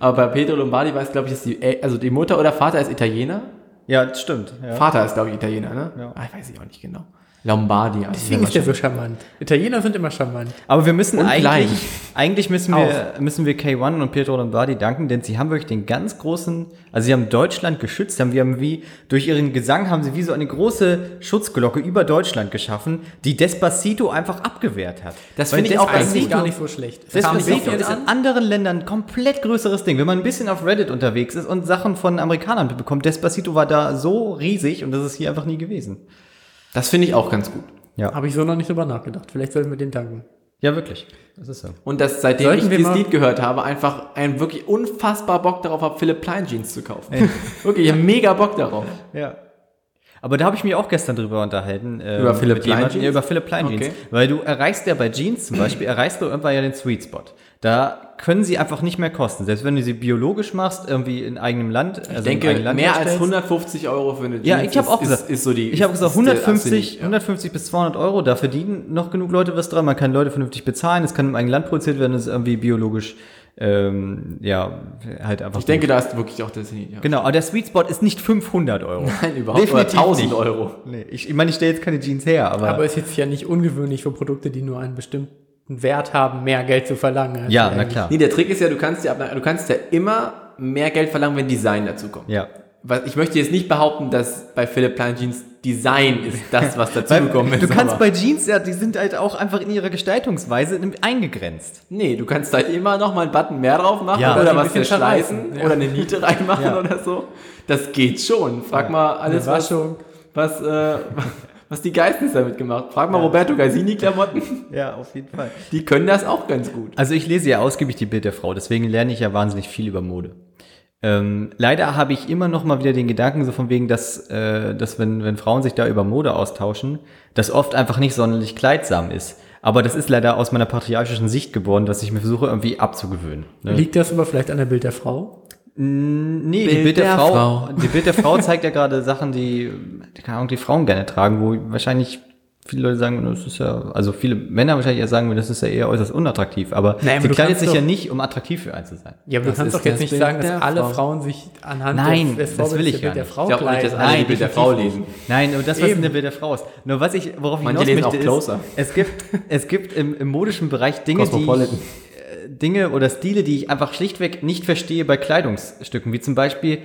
Aber bei Pedro Lombardi weiß, glaube ich, dass die, El- also die Mutter oder Vater ist Italiener.
ja, das stimmt. Ja.
Vater ist, glaube ich, Italiener, ne?
Ja.
Ah, ich weiß ich auch nicht genau. Lombardi. Also
Deswegen ist der so charmant. Italiener sind immer charmant.
Aber wir müssen eigentlich,
gleich.
eigentlich müssen wir, müssen wir K1 und Pietro Lombardi danken, denn sie haben wirklich den ganz großen, also sie haben Deutschland geschützt, haben, wir haben wie, durch ihren Gesang haben sie wie so eine große Schutzglocke über Deutschland geschaffen, die Despacito einfach abgewehrt hat.
Das
Weil
finde ich auch
Despacito-
eigentlich
gar nicht so schlecht. Es kam nicht
Despacito
auf-
ist in anderen Ländern ein komplett größeres Ding. Wenn man ein bisschen auf Reddit unterwegs ist und Sachen von Amerikanern bekommt, Despacito war da so riesig und das ist hier einfach nie gewesen.
Das finde ich auch ganz gut.
Ja,
Habe ich so noch nicht drüber nachgedacht. Vielleicht sollten wir den danken.
ja wirklich. Das ist so.
Und dass seitdem
Sollten
ich
wir
dieses
mal-
Lied gehört habe, einfach einen wirklich unfassbar Bock darauf habe, Philipp Plein Jeans zu kaufen. wirklich, ich habe mega Bock darauf.
Ja. Aber da habe ich mich auch gestern drüber unterhalten. ähm,
Über Philipp
mit jemandem-
Plein-Jeans?
Ja, über Philipp Plein Jeans.
Okay.
Weil du erreichst ja bei Jeans zum Beispiel, erreichst du irgendwann ja den Sweet Spot. Da können sie einfach nicht mehr kosten. Selbst wenn du sie biologisch machst, irgendwie in eigenem Land. Also
Ich denke,
in eigenem Land
mehr als
herstellst.
150 Euro für eine Jeans
Ja, ich habe auch
ist,
gesagt,
ist, ist so die.
ich habe
ist- ist
gesagt,
der
150,
absolute-
150 bis 200 Euro, da verdienen noch genug Leute was dran. Man kann Leute vernünftig bezahlen, es kann im eigenen Land produziert werden, es ist irgendwie biologisch, ähm, ja, halt einfach.
Ich denke, da ist wirklich auch das Lied. Ja.
Genau, aber der Sweet Spot ist nicht 500 Euro.
Nein, überhaupt
Definitiv
Definitiv 1000
nicht.
Euro.
Nee, ich, ich meine, ich stelle jetzt keine Jeans her, aber.
Aber ist jetzt ja nicht ungewöhnlich für Produkte, die nur einen bestimmten Wert haben, mehr Geld zu verlangen. als
ja,
sie
na
eigentlich-
klar.
Nee, der Trick ist ja, du kannst ja, ab- du kannst ja immer mehr Geld verlangen, wenn Design dazu kommt.
Ja.
Was- Ich möchte jetzt nicht behaupten, dass bei Philipp Plein Jeans Design ist das, was
Weil,
dazugekommen ist.
du kannst
aber-
bei Jeans, ja, die sind halt auch einfach in ihrer Gestaltungsweise eingegrenzt.
Nee, du kannst halt immer noch mal einen Button mehr drauf machen
Ja.
oder
Oder ein
was
bisschen
verschleißen
verreißen, ja.
oder eine Niete reinmachen
Ja.
oder so. Das geht schon. Frag mal alles,
Eine
was,
Waschung.
was, äh, was die Geistens damit gemacht. Frag mal Roberto Gazzini-Klamotten.
Ja, auf jeden Fall.
Die können das auch ganz gut.
Also ich lese ja ausgiebig die Bild der Frau, deswegen lerne ich ja wahnsinnig viel über Mode. Ähm, leider habe ich immer noch mal wieder den Gedanken, so von wegen, dass, äh, dass wenn, wenn Frauen sich da über Mode austauschen, das oft einfach nicht sonderlich kleidsam ist. Aber das ist leider aus meiner patriarchischen Sicht geboren, dass ich mir versuche, irgendwie abzugewöhnen. ne?
Liegt das aber vielleicht an der Bild der Frau?
Nee, die Bild der, Frau, Die Bild der Frau zeigt ja gerade Sachen, die, keine Ahnung, die Frauen gerne tragen, wo wahrscheinlich viele Leute sagen, das ist ja, also viele Männer wahrscheinlich eher sagen, das ist ja eher äußerst unattraktiv, aber
Naja, aber
sie
du
kleidet
kannst
sich
doch-
ja nicht, um attraktiv für einen zu sein.
Ja, aber
Das
du kannst
ist
doch jetzt
das
nicht
Bild
sagen, dass
der
alle
Frau.
Frauen sich anhand
Nein,
des
das
Vorbilds
will
der
ich gar
Bild der
nicht.
Frau
Ist ja auch nicht, dass
kleiden.
alle die
Nein,
Bild der
definitiv
Frau lesen.
Nein, und das, was in
Eben.
der Bild der Frau ist. Nur was ich, worauf ich
Manche lesen
hinaus möchte,
auch Closer.
ist, es gibt, es gibt im, im modischen Bereich Dinge, die ich,
Cosmopolitan.
äh, Dinge oder Stile, die ich einfach schlichtweg nicht verstehe bei Kleidungsstücken, wie zum Beispiel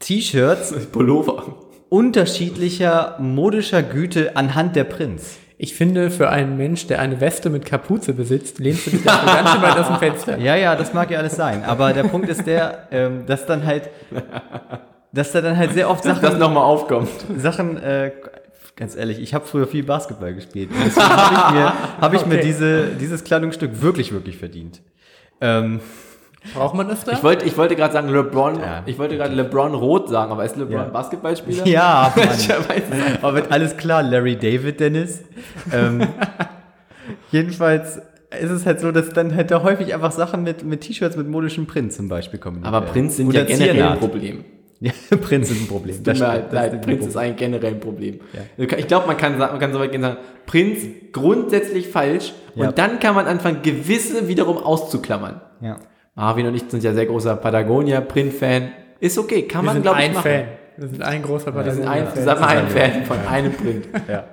T-Shirts
Pullover.
unterschiedlicher modischer Güte anhand der Prints.
Ich finde, für einen Mensch, der eine Weste mit Kapuze besitzt, lehnst du dich dafür ganz schön weit aus dem Fenster.
Ja, ja, das mag ja alles sein. Aber der Punkt ist der, ähm, dass dann halt, dass da dann halt sehr oft Sachen,
das nochmal aufkommt.
Sachen, äh, ganz ehrlich, ich habe früher viel Basketball gespielt. Deswegen habe ich mir, hab ich mir diese, dieses Kleidungsstück wirklich, wirklich verdient. Ähm,
Braucht man das da?
Ich wollte, ich wollte gerade sagen LeBron,
Ja.
ich wollte gerade LeBron Rot sagen, aber ist LeBron
Ja.
Basketballspieler?
ja, Mann.
Ich weiß es.
Aber wird alles klar, Larry David, Dennis. Ähm, jedenfalls ist es halt so, dass dann halt da häufig einfach Sachen mit, mit T-Shirts mit modischem Print zum Beispiel kommen.
Aber Prinz sind ja generell ein Problem.
Ja, Prinz ist ein Problem.
Tut mir
stimmt,
halt leid,
ein
Prinz
Problem.
ist eigentlich generell ein Problem. Ich glaube, man kann, sagen- man kann so weit gehen und sagen, Prinz grundsätzlich falsch
Ja.
und dann kann man anfangen, gewisse wiederum auszuklammern.
Ja.
Marvin und ich sind ja sehr großer Patagonia-Print-Fan. Ist okay, kann
wir
man,
sind
glaube ich,
ein
machen.
Fan. Wir sind ein großer
Wir sind ein,
Patagonia-Fan.
zusammen ein Fan von einem Print.
Ja.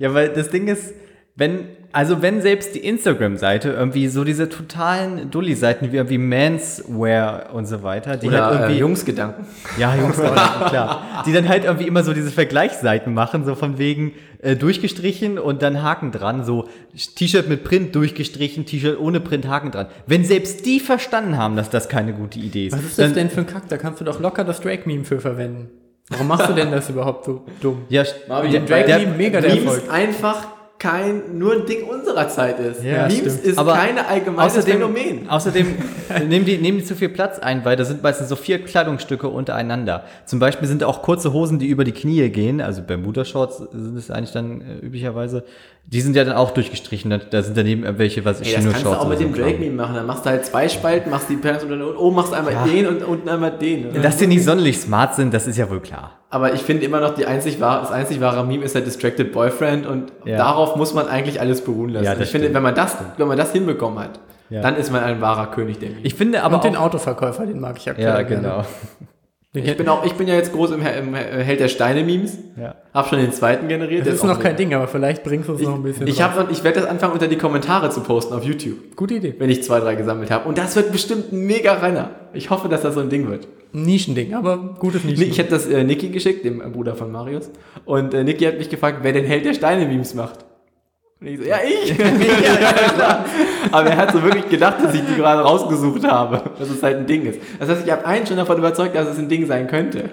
ja, weil das Ding ist, wenn, also wenn selbst die Instagram-Seite irgendwie so diese totalen Dulli-Seiten wie irgendwie Manswear und so weiter, die
Oder
halt irgendwie.
äh, Jungsgedanken.
Ja, Jungs, klar. Die dann halt irgendwie immer so diese Vergleichsseiten machen, so von wegen äh, durchgestrichen und dann Haken dran, so T-Shirt mit Print durchgestrichen, T-Shirt ohne Print, Haken dran. Wenn selbst die verstanden haben, dass das keine gute Idee ist.
Was ist das
dann-
denn für ein Kack? Da kannst du doch locker das Drake-Meme für verwenden. Warum machst du denn das überhaupt so dumm?
Ja,
Marvin,
der,
Drake
der,
Meme mega der
Memes
Erfolg.
einfach kein, nur ein Ding unserer Zeit ist.
Ja,
Memes
stimmt.
ist
Aber
keine allgemeines
Außerdem,
Phänomen.
außerdem nehmen, die, nehmen die zu viel Platz ein, weil das sind meistens so vier Kleidungsstücke untereinander. Zum Beispiel sind auch kurze Hosen, die über die Knie gehen, also Bermuda-Shorts sind es eigentlich dann äh, üblicherweise, die sind ja dann auch durchgestrichen. Da, da sind daneben irgendwelche, was
Ey, das kannst du auch
oder
mit
so
dem
drauf.
Drake-Meme machen. Dann machst du halt zwei Spalten, machst die Pants unten und oben machst du einmal den und unten einmal den. ne?
Dass die nicht sonderlich smart sind, das ist ja wohl klar.
Aber ich finde immer noch, die einzig wahre, das einzig wahre Meme ist der Distracted Boyfriend und
Ja.
darauf muss man eigentlich alles beruhen lassen.
Ja, das
ich finde,
stimmt.
wenn man das, wenn man das hinbekommen hat,
Ja.
dann ist man ein wahrer König der Meme.
Ich finde aber
Und den
auch,
Autoverkäufer, den mag ich aktuell
ja,
gerne.
genau.
Den
Ich bin, auch, ich bin ja jetzt groß im, He- im He- Held der Steine-Memes.
Ja.
Hab schon den zweiten generiert.
das
der
ist
auch
noch
mega.
kein Ding, aber vielleicht bringst du es noch ein bisschen
Ich,
drauf.
hab, noch- ich werde das anfangen, unter die Kommentare zu posten auf YouTube,
Gute Idee.
wenn ich zwei, drei gesammelt habe. Und das wird bestimmt ein mega reiner. Ich hoffe, dass das so ein Ding wird.
Ein Nischending, aber gutes
Nee,
Nischending.
Ich habe das äh, Niki geschickt, dem äh, Bruder von Marius. Und äh, Niki hat mich gefragt, wer den Held der Steine-Memes macht. Und ich so, ja, ich. Aber er hat so wirklich gedacht, dass ich die gerade rausgesucht habe, dass es halt ein Ding ist. Das heißt, ich habe einen schon davon überzeugt, dass es ein Ding sein könnte.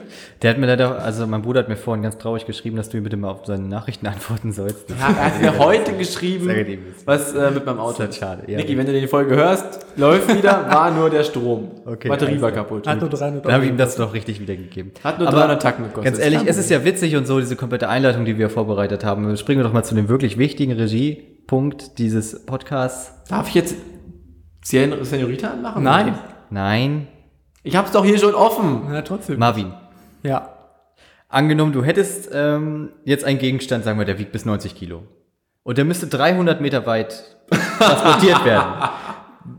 Der hat mir leider, also mein Bruder hat mir vorhin ganz traurig geschrieben, dass du ihm bitte mal auf seine Nachrichten antworten sollst.
Ja, er hat mir heute geschrieben,
Sehr gut, Emil.
was äh, mit meinem Auto.
halt schade, ja.
Niki, wenn du die Folge hörst, läuft wieder, war nur der Strom.
Okay,
Batterie
alles
war
klar.
kaputt.
Hat nur 300
Dann habe ich ihm das doch richtig wiedergegeben.
Hat nur
Aber
300 Tacken gekostet.
Ganz ehrlich, es ist ja witzig und so, diese komplette Einleitung, die wir vorbereitet haben. Springen wir doch mal zu dem wirklich wichtigen Regiepunkt dieses Podcasts.
Darf ich jetzt Sen- Senorita anmachen?
Nein.
Nein,
Ich hab's doch hier schon offen.
Na, trotzdem.
Marvin.
ja.
Angenommen, du hättest ähm, jetzt einen Gegenstand, sagen wir, der wiegt bis 90 Kilo. Und der müsste 300 Meter weit transportiert werden.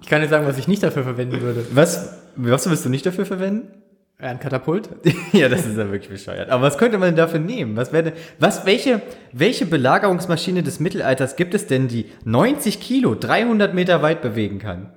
Ich kann dir sagen, was ich nicht dafür verwenden würde.
Was, was willst du nicht dafür verwenden?
Ein Katapult?
ja, das ist ja wirklich bescheuert. Aber was könnte man denn dafür nehmen? Was wäre denn, was, welche, welche Belagerungsmaschine des Mittelalters gibt es denn, die 90 Kilo 300 Meter weit bewegen kann?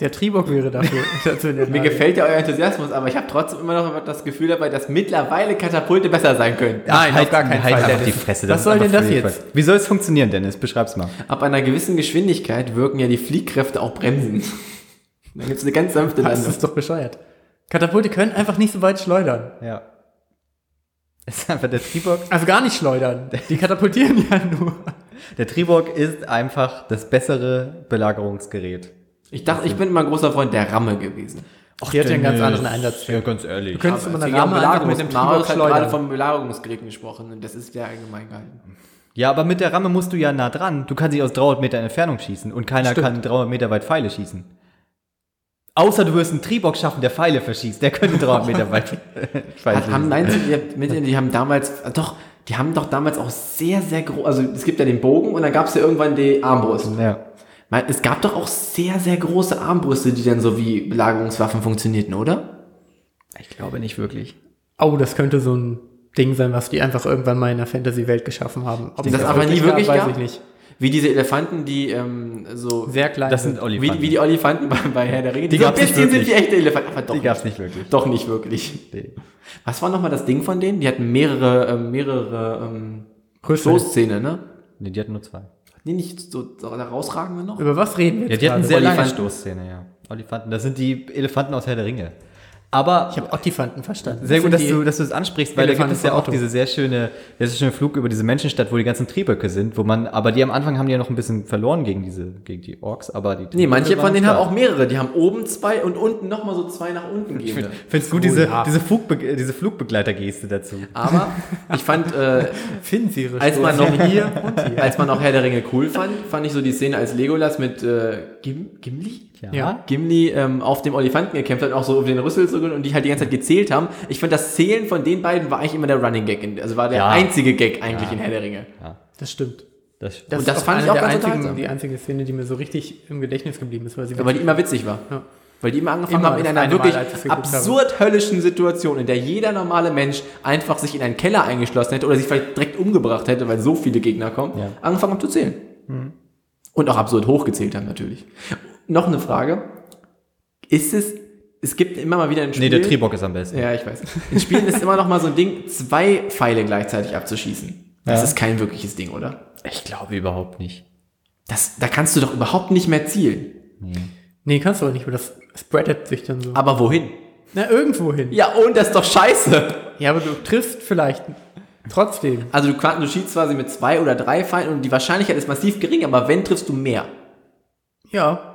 Der Triebock wäre dafür. dazu in der
Mir
Lage.
gefällt ja euer Enthusiasmus, aber ich habe trotzdem immer noch das Gefühl dabei, dass mittlerweile Katapulte besser sein können.
Nein,
halt,
auf gar keinen
halt
Fall,
einfach
Dennis.
die Fresse.
Was soll
ist
denn
einfach
das
völlig
jetzt?
falsch. Wie soll es funktionieren, Dennis? Beschreib's mal.
Ab einer gewissen Geschwindigkeit wirken ja die Fliehkräfte auch Bremsen. Dann gibt's eine ganz sanfte
Das
Landung.
ist doch bescheuert. Katapulte können einfach nicht so weit schleudern.
Ja. Das ist einfach der Triebock.
Also gar nicht schleudern. Die katapultieren ja nur.
Der Triebock ist einfach das bessere Belagerungsgerät.
Ich dachte, ich bin immer ein großer Freund der Ramme gewesen.
Ach,
Die hat ja einen ganz anderen Einsatz.
Ja, ganz ehrlich.
Du könntest
Aber
mit einer
deswegen
Ramme
haben
einfach mit dem
Belagerungs- Marius hat
Triebock
gerade
schleudern.
von Belagerungsgeräten gesprochen und das ist sehr allgemein gehalten.
Ja, aber mit der Ramme musst du ja nah dran. Du kannst dich aus 300 Meter Entfernung schießen und keiner
Stimmt.
kann 300 Meter weit Pfeile schießen. Außer du wirst einen Triebock schaffen, der Pfeile verschießt. Der könnte 300 Meter weit Pfeile
Hat, haben,
schießen.
nein, die, mit, die haben damals, äh, doch, die haben doch damals auch sehr, sehr groß, also es gibt ja den Bogen und dann gab's ja irgendwann die Armbrust.
Ja.
Mein, es gab doch auch sehr, sehr große Armbrüste, die dann so wie Belagerungswaffen funktionierten, oder?
Ich glaube nicht wirklich.
Oh, das könnte so ein Ding sein, was die einfach irgendwann mal in der Fantasy-Welt geschaffen haben. Ob
Die das
es
aber nie wirklich
gab,
gab?
weiß ich nicht.
Wie diese Elefanten, die ähm, so...
Sehr klein.
Das sind
wie,
Olifanten.
wie die Olifanten bei, bei Herr der Ringe.
Die
so ein
gab's nicht
bisschen sind
wirklich.
wie echte Elefanten. Aber doch,
die gab's nicht wirklich.
doch nicht wirklich.
Nee.
Was war nochmal das Ding von denen? Die hatten mehrere, ähm, mehrere ähm,
Rüssel.
Kloßzähne, ne?
Nee, die hatten nur zwei.
Nee, nicht so, so herausragende
Äh,
noch.
Über was reden wir
Ja,
jetzt
die hatten
gerade?
sehr lange
Olifanten.
Stoßszene, ja. Olifanten, das sind die Elefanten aus Herr der Ringe. Aber
Ich habe Ottifanten verstanden.
sehr
Das
gut, dass
sind
du,
die-
dass du es ansprichst, weil da gibt
Elefanten
es ja
von
auch
Otto.
diese sehr schöne, sehr schöne Flug über diese Menschenstadt, wo die ganzen Trieböcke sind, wo man, aber die am Anfang haben die ja noch ein bisschen verloren gegen diese, gegen die Orks, aber die
Nee, manche
Trieböcke
von
waren
denen haben
stark.
auch mehrere. Die haben oben zwei und unten nochmal so zwei nach unten gehende.
Find's gut, diese, diese, Flugbe diese Flugbegleitergeste dazu.
Aber ich fand, äh,
finden sie ihre
als man
Stoße.
noch hier, als man noch Herr der Ringe cool fand, fand ich so die Szene, als Legolas mit äh, Gim, Gimli?
Ja.
Gimli ähm, auf dem Olifanten gekämpft hat, auch so um den Rüssel zu gehen und die halt die ganze Zeit gezählt haben. Ich fand, das Zählen von den beiden war eigentlich immer der Running Gag, in, also war der
Ja.
einzige Gag eigentlich in Herr der Ringe.
Das stimmt.
Das,
Und das
ist
fand ich
eine
auch
der
ganz
einzigen,
unterhaltsam.
die einzige Szene, die mir so richtig im Gedächtnis geblieben ist, weil sie
Weil die immer witzig war.
Ja.
Weil die immer angefangen
Immer
haben in
das
einer
eine Mal,
wirklich
als ich es geguckt habe.
absurd höllischen Situation, in der jeder normale Mensch einfach sich in einen Keller eingeschlossen hätte oder sich vielleicht direkt umgebracht hätte, weil so viele Gegner kommen,
Ja.
angefangen haben zu zählen.
Mhm.
Und auch absurd hochgezählt haben natürlich. Noch eine Frage. Ist es, es gibt immer mal wieder ein
nee,
Spiel.
der Triebock ist am besten.
Ja, ich weiß. In Spielen ist immer noch mal so ein Ding, zwei Pfeile gleichzeitig abzuschießen. Das
Ja.
ist kein wirkliches Ding, oder?
Ich glaube überhaupt nicht.
Das, da kannst du doch überhaupt nicht mehr zielen.
Nee, kannst du aber nicht, weil das spreadet sich dann so.
Aber wohin?
Na, irgendwo hin.
Ja, und das ist doch scheiße.
Ja, aber du triffst vielleicht trotzdem.
Also du, kann- du schießt quasi mit zwei oder drei Pfeilen und die Wahrscheinlichkeit ist massiv gering, aber wenn triffst du mehr.
Ja.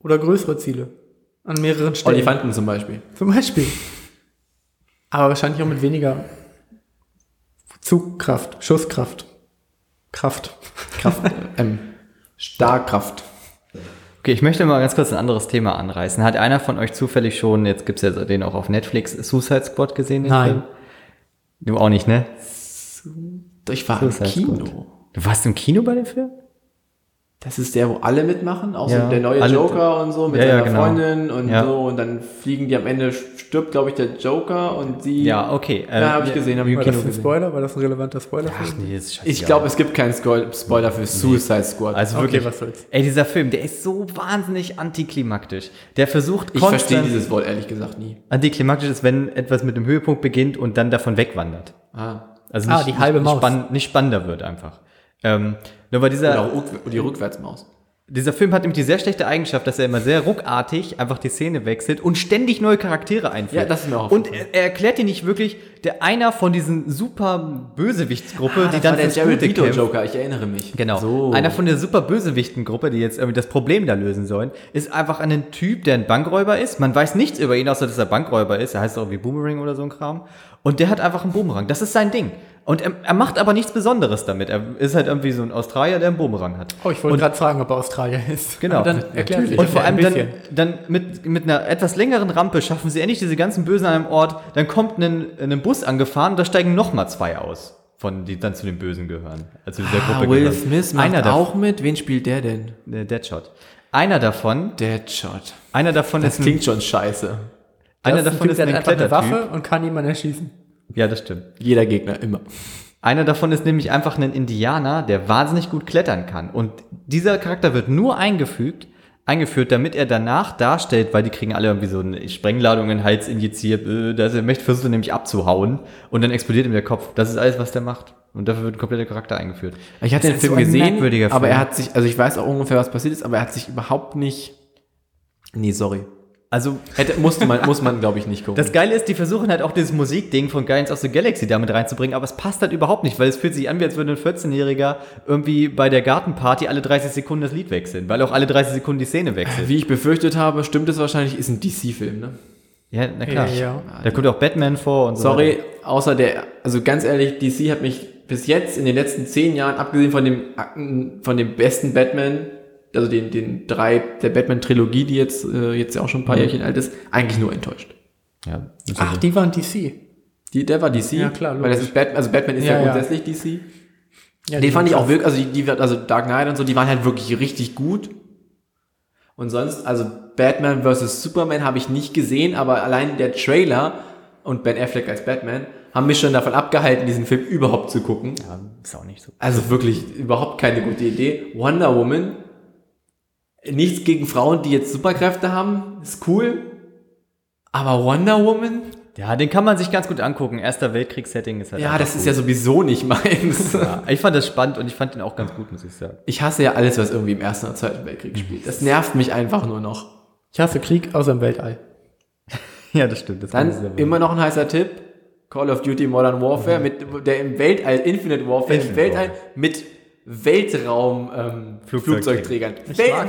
Oder größere Ziele. An mehreren Stellen.
Olifanten zum Beispiel.
Zum Beispiel. Aber wahrscheinlich auch mit weniger Zugkraft, Schusskraft. Kraft.
Kraft, ähm, Starkraft.
Okay, ich möchte mal ganz kurz ein anderes Thema anreißen. Hat einer von euch zufällig schon, jetzt gibt's ja den auch auf Netflix, Suicide Squad gesehen? den
Nein.
Film? Du auch nicht, ne?
Ich war im
Suicide
Kino.
Squad. Du warst im Kino bei dem Film?
Das ist der, wo alle mitmachen, auch
Ja,
so der neue
alle-
Joker und so mit
Ja, ja,
seiner
genau.
Freundin und
Ja.
so und dann fliegen die am Ende, stirbt glaube ich der Joker und sie...
Ja, okay.
Ja, habe ich gesehen, habe ich im
War
Kino
das ein
gesehen.
Spoiler? War das ein relevanter Spoiler?
Ach nee, ist scheiße.
Ich glaube, es gibt keinen Sco- Spoiler für Suicide Squad.
Also
Okay,
wirklich,
was soll's.
ey, dieser Film, der ist so wahnsinnig antiklimaktisch. Der versucht
ich verstehe dieses Wort ehrlich gesagt nie.
Antiklimaktisch ist, wenn etwas mit einem Höhepunkt beginnt und dann davon wegwandert.
Ah.
Also
Ah, die halbe
nicht,
Maus.
Nicht, spann- nicht spannender wird einfach. Ähm, nur weil dieser,
Oder auch rück- die Rückwärtsmaus.
dieser Film hat nämlich die sehr schlechte Eigenschaft, dass er immer sehr ruckartig einfach die Szene wechselt und ständig neue Charaktere einführt.
Ja, das ist mir auch
Und
aufgefallen.
er, er erklärt dir nicht wirklich, der einer von diesen super Bösewichtsgruppe, die
Ah, das
dann
war der
fürs
Jared
Gute
Leto
kämpft.
Joker, ich erinnere mich.
Genau.
So.
Einer von der super Bösewichtengruppe, die jetzt irgendwie das Problem da lösen sollen, ist einfach ein Typ, der ein Bankräuber ist. Man weiß nichts über ihn, außer dass er Bankräuber ist. Er heißt irgendwie Boomerang oder so ein Kram. Und der hat einfach einen Boomerang. Das ist sein Ding. Und er, er macht aber nichts Besonderes damit. Er ist halt irgendwie so ein Australier, der einen Boomerang hat.
Oh, ich wollte gerade fragen, ob er Australier ist.
Genau.
Aber dann erklär
Natürlich.
sich
Und
das
vor
ja ein
allem dann,
bisschen.
dann mit, mit einer etwas längeren Rampe schaffen sie endlich diese ganzen Bösen an einem Ort. Dann kommt ein, ein Bus angefahren, da steigen nochmal zwei aus, von die dann zu den Bösen gehören. Also dieser
Ah,
Gruppe
Will
gehören.
Smith macht
Einer davon-
auch mit. Wen spielt der denn?
Ne, Deadshot. Einer davon,
Deadshot.
einer davon
Das
ist ein,
klingt halt schon scheiße.
einer
Das
davon
ein
ist
Typ,
ein
der hat einfach eine
Klettertyp.
Waffe und kann jemanden erschießen.
Ja, das stimmt.
Jeder Gegner immer.
Einer davon ist nämlich einfach ein Indianer, der wahnsinnig gut klettern kann. Und dieser Charakter wird nur eingefügt, eingeführt, damit er danach darstellt, weil die kriegen alle irgendwie so eine Sprengladung in den Hals injiziert, äh, dass er möchte versucht, er nämlich abzuhauen und dann explodiert ihm der Kopf. Das ist alles, was der macht. Und dafür wird ein kompletter Charakter eingeführt.
Ich hatte
Das
den
ist
Film
so ein
gesehen,
merkwürdiger
aber
Film.
er hat sich, also ich weiß auch ungefähr, was passiert ist, aber er hat sich überhaupt nicht. Nee, sorry.
Also
Hätte, musste man, muss man, glaube ich, nicht gucken.
Das Geile ist, die versuchen halt auch dieses Musikding von Guardians of the Galaxy damit reinzubringen, aber es passt halt überhaupt nicht, weil es fühlt sich an, wie als würde ein 14-Jähriger irgendwie bei der Gartenparty alle 30 Sekunden das Lied wechseln, weil auch alle 30 Sekunden die Szene wechselt.
Wie ich befürchtet habe, stimmt es wahrscheinlich, ist ein DC-Film, ne?
Ja, na klar.
Ja, ja.
Da kommt auch Batman vor
Oh,
und so.
Sorry,
weiter.
außer der, also ganz ehrlich, DC hat mich bis jetzt in den letzten zehn Jahren, abgesehen von dem, Akten- von dem besten Batman, also den, den drei, der Batman-Trilogie, die jetzt, äh, jetzt ja auch schon
Mhm.
ein paar Jährchen alt ist, eigentlich nur enttäuscht.
Ja, das ist
Ach,
so.
die waren DC.
Die, der war DC.
Ja, klar,
Weil das
logisch.
ist Batman, also Batman ist ja,
Ja, ja.
grundsätzlich DC.
Ja,
den
die
fand ich
waren
auch wirklich, also die, die, also Dark Knight und so, die waren halt wirklich richtig gut. Und sonst, also Batman vs. Superman habe ich nicht gesehen, aber allein der Trailer und Ben Affleck als Batman haben mich schon davon abgehalten, diesen Film überhaupt zu gucken.
Ja, ist auch nicht so.
Also wirklich überhaupt keine gute Idee. Wonder Woman. Nichts gegen Frauen, die jetzt Superkräfte haben. Ist cool. Aber Wonder Woman?
Ja, den kann man sich ganz gut angucken. Erster Weltkriegssetting ist halt.
Ja,
einfach
das ist
gut.
ja sowieso nicht meins.
Ja, ich fand das spannend und ich fand ihn auch ganz gut, muss ich sagen.
Ich hasse ja alles, was irgendwie im Ersten oder Zweiten Weltkrieg spielt. Das nervt mich einfach nur noch.
Ich hasse Krieg außer im Weltall.
Ja, das stimmt. Das kann ich sehr
Dann
wohl.
immer noch ein heißer Tipp. Call of Duty Modern Warfare mit der im Weltall, Infinite Warfare, im
Mhm. Infinite
Weltall
Warfare.
mit Weltraum ähm, Flugzeugträgern.
Flugzeugträgern.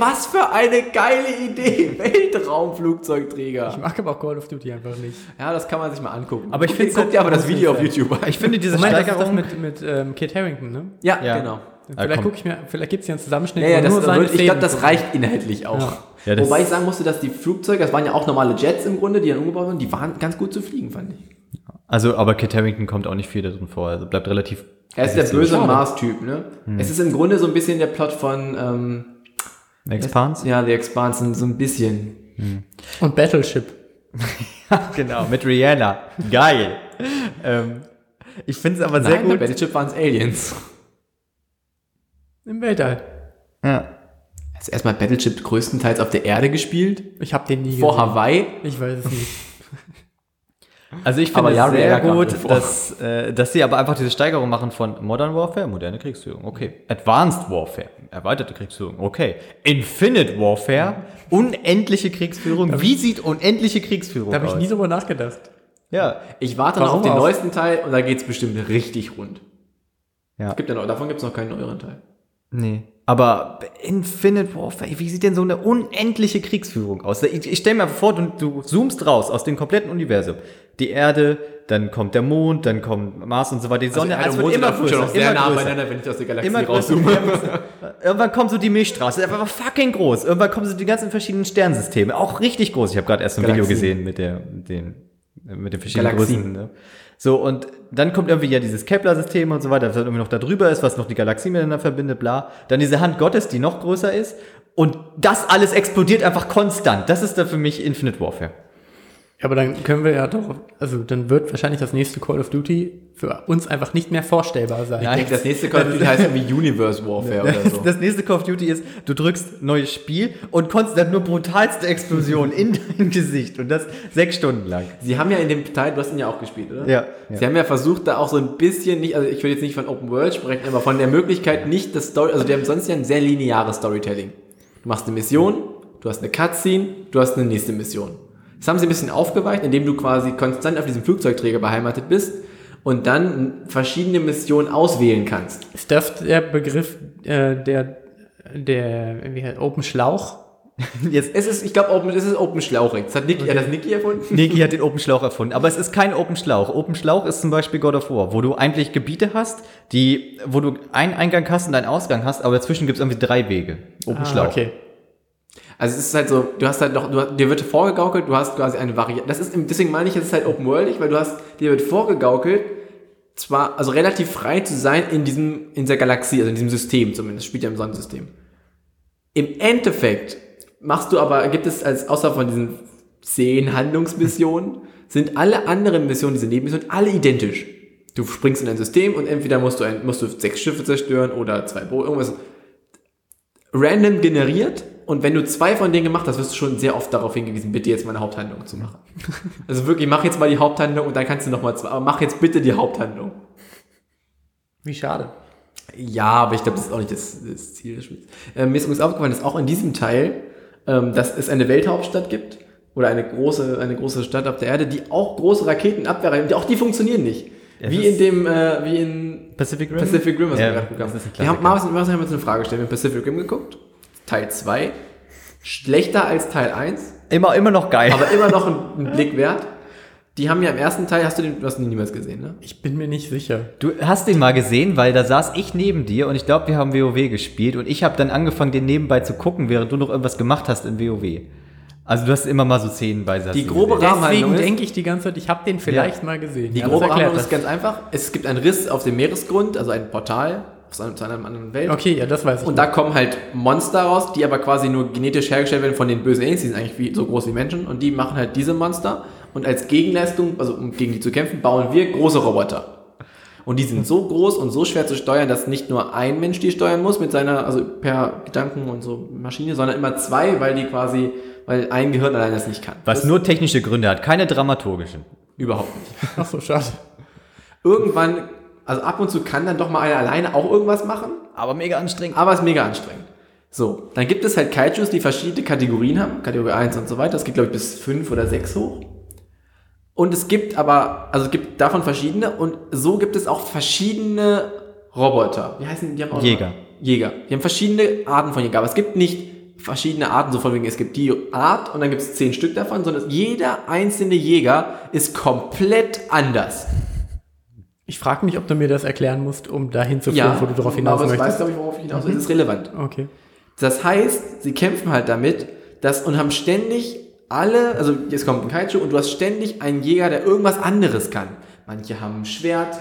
Wel was für eine geile Idee!
Ich
Weltraumflugzeugträger.
mag aber auch Call of Duty einfach nicht.
Ja, das kann man sich mal angucken.
Aber ich
Guck-
find's
guck
halt-
dir aber das Video auf YouTube an.
Ich finde diese
Moment, das ist doch
Steigerung
mit, mit ähm, Kit Harrington, ne?
ja,
Ja.
genau.
Ah,
Vielleicht
komm.
gucke ich mir, vielleicht gibt es ja einen Zusammenschnitt.
Ja, ja,
wo
das
nur seine
wird, ich
Szenen
glaube, das
sind.
reicht inhaltlich auch.
Ja.
Ja, das-
Wobei ich sagen musste, dass die Flugzeuge, das waren ja auch normale Jets im Grunde, die dann umgebaut wurden, die waren ganz gut zu fliegen, fand ich.
Also, aber Kit Harington kommt auch nicht viel darin vor. Also bleibt relativ.
Er ist der
Bisschen
böse
schade. Hm.
Mars-Typ, ne? Es ist im Grunde so ein bisschen der Plot von ähm,
Expanse?
Ja, The Expanse, so ein bisschen.
Und Battleship.
genau, mit Rihanna. Geil. ähm, ich finde es aber sehr
bei
gut.
Battleship waren es Aliens.
Im Weltall.
Ja.
Also erstmal Battleship größtenteils auf der Erde gespielt,
Ich habe den nie
vor
gesehen.
Hawaii.
Ich weiß es nicht.
Also ich
Aber
finde
ja,
es sehr
Rihanna kam
gut,
drin vor.
dass, äh, dass sie aber einfach diese Steigerung machen von Modern Warfare, moderne Kriegsführung, okay. Advanced Warfare, erweiterte Kriegsführung, okay. Infinite Warfare, unendliche Kriegsführung. Wie sieht unendliche Kriegsführung
Da habe ich
aus?
nie drüber nachgedacht.
ja.
Ich warte noch
Warum
auf den
auch?
neuesten Teil und da geht's bestimmt richtig rund.
Ja.
Es Gibt ja noch, davon gibt's noch keinen neueren Teil.
Nee. Aber Infinite Warfare, wie sieht denn so eine unendliche Kriegsführung aus? Ich, ich stelle mir vor, du, du zoomst raus aus dem kompletten Universum. Die Erde, dann kommt der Mond, dann kommt Mars und so weiter. Die Sonne,
Erde
also
und Mond
wird
sind
immer
auf jeden Fall
größer,
noch sehr
immer
nah
größer.
beieinander, wenn ich aus der Galaxie
Immer größer.
rauszoome.
Irgendwann kommt so die Milchstraße, einfach mal fucking groß. Irgendwann kommen so die ganzen verschiedenen Sternsysteme, auch richtig groß. Ich habe gerade erst ein Video
Galaxien.
gesehen mit der, mit den, mit den verschiedenen
Galaxien.
Größen. Ne? So und dann kommt irgendwie ja dieses Kepler-System und so weiter, was dann irgendwie noch da drüber ist, was noch die Galaxien miteinander verbindet, bla. Dann diese Hand Gottes, die noch größer ist. Und das alles explodiert einfach konstant. Das ist da für mich Infinite Warfare.
Ja, aber dann können wir ja doch, also dann wird wahrscheinlich das nächste Call of Duty für uns einfach nicht mehr vorstellbar sein.
Ich denke, das nächste Call of Duty heißt irgendwie Universe Warfare oder so.
Das nächste Call of Duty ist, du drückst neues Spiel und konstant nur brutalste Explosionen in dein Gesicht. Und das sechs Stunden lang.
Sie haben ja in dem Teil, du hast ihn ja auch gespielt, oder?
Ja,
Sie
ja.
haben ja versucht, da auch so ein bisschen nicht, also ich will jetzt nicht von Open World sprechen, aber von der Möglichkeit nicht das Story, also die haben sonst ja ein sehr lineares Storytelling. Du machst eine Mission, du hast eine Cutscene, du hast eine nächste Mission. Das haben sie ein bisschen aufgeweicht, indem du quasi konstant auf diesem Flugzeugträger beheimatet bist und dann verschiedene Missionen auswählen kannst.
Ist das der Begriff äh, der, der wie heißt, Open Schlauch?
Jetzt
Es ist, ich glaube, Open, es ist Open Schlauchig. Das hat Nick, hat das Nicky erfunden.
Niki hat den Open Schlauch erfunden, aber es ist kein Open Schlauch. Open Schlauch ist zum Beispiel God of War, wo du eigentlich Gebiete hast, die, wo du einen Eingang hast und einen Ausgang hast, aber dazwischen gibt es irgendwie drei Wege.
Ah,
Open Schlauch.
Ah, okay.
Also es ist halt so, du hast halt noch, du, dir wird vorgegaukelt, du hast quasi eine Variante. Das ist, im- deswegen meine ich, es ist halt open worldig, weil du hast, dir wird vorgegaukelt, zwar, also relativ frei zu sein in diesem, in der Galaxie, also in diesem System zumindest, spielt ja im Sonnensystem. Im Endeffekt machst du aber, gibt es als, außer von diesen zehn Handlungsmissionen, sind alle anderen Missionen, diese Nebenmissionen, alle identisch. Du springst in ein System und entweder musst du, ein, musst du sechs Schiffe zerstören oder zwei Boote, irgendwas random generiert und wenn du zwei von denen gemacht hast, wirst du schon sehr oft darauf hingewiesen, bitte jetzt meine Haupthandlung zu machen. Also wirklich, mach jetzt mal die Haupthandlung und dann kannst du nochmal zwei, aber mach jetzt bitte die Haupthandlung.
Wie schade.
Ja, aber ich glaube, das ist auch nicht das, das Ziel des Spiels. Ähm, mir ist übrigens aufgefallen, dass auch in diesem Teil, ähm, dass es eine Welthauptstadt gibt oder eine große, eine große Stadt auf der Erde, die auch große Raketenabwehr hat. Auch die funktionieren nicht.
Es
wie
ist-
in dem, äh, wie in
Pacific Rim?
Pacific Rim, was
ja,
wir gerade geguckt
das
haben.
ist ein
Wir haben
Klassiker.
Marvin und Marvin haben uns eine Frage gestellt. Wir haben Pacific Rim geguckt. Teil 2. Schlechter als Teil 1,
Immer, immer noch geil.
aber immer noch ein, ein Blick wert. Die haben ja im ersten Teil, hast du den, du hast ihn niemals gesehen, ne?
Ich bin mir nicht sicher.
Du hast den mal gesehen, weil da saß ich neben dir und ich glaube, wir haben WoW gespielt und ich habe dann angefangen, den nebenbei zu gucken, während du noch irgendwas gemacht hast in WoW. Also du hast immer mal so Szenen bei saß
Die
du
grobe
gesehen.
Rahmenhandlung
Deswegen
ist-
denke ich die ganze Zeit, ich habe den vielleicht
Ja.
mal gesehen.
Die
Ja,
grobe
das erklärt
Rahmenhandlung
das.
ist ganz einfach. Es gibt einen Riss auf dem Meeresgrund, also ein Portal aus einem, zu einer anderen Welt.
Okay, ja, das weiß ich.
Und da kommen halt Monster raus, die aber quasi nur genetisch hergestellt werden von den bösen Aliens, die sind eigentlich wie, so groß wie Menschen und die machen halt diese Monster und als Gegenleistung, also um gegen die zu kämpfen, bauen wir große Roboter. Und die sind so groß und so schwer zu steuern, dass nicht nur ein Mensch die steuern muss mit seiner, also per Gedanken und so Maschine, sondern immer zwei, weil die quasi, weil ein Gehirn allein das nicht kann.
Was
das,
nur technische Gründe hat, keine dramaturgischen.
Überhaupt nicht.
Ach so, schade.
Irgendwann, also ab und zu kann dann doch mal einer alleine auch irgendwas machen,
Aber mega anstrengend.
aber ist mega anstrengend. So, dann gibt es halt Kaijus, die verschiedene Kategorien haben, Kategorie 1 und so weiter. Es geht, glaube ich, bis 5 oder 6 hoch. Und es gibt aber, also es gibt davon verschiedene und so gibt es auch verschiedene Roboter. Wie heißen die? die haben auch
Jäger.
Jäger. Die haben verschiedene Arten von Jäger, aber es gibt nicht verschiedene Arten, so von wegen, es gibt die Art und dann gibt es zehn Stück davon, sondern jeder einzelne Jäger ist komplett anders.
Ich frage mich, ob du mir das erklären musst, um dahin zu führen, wo du darauf hinaus
aber ich weiß,
möchtest. Mhm.
glaube ich, worauf ich hinaus will. Es ist relevant.
Okay.
Das heißt, sie kämpfen halt damit, dass und haben ständig alle, also jetzt kommt ein Kaiju und du hast ständig einen Jäger, der irgendwas anderes kann. Manche haben ein Schwert,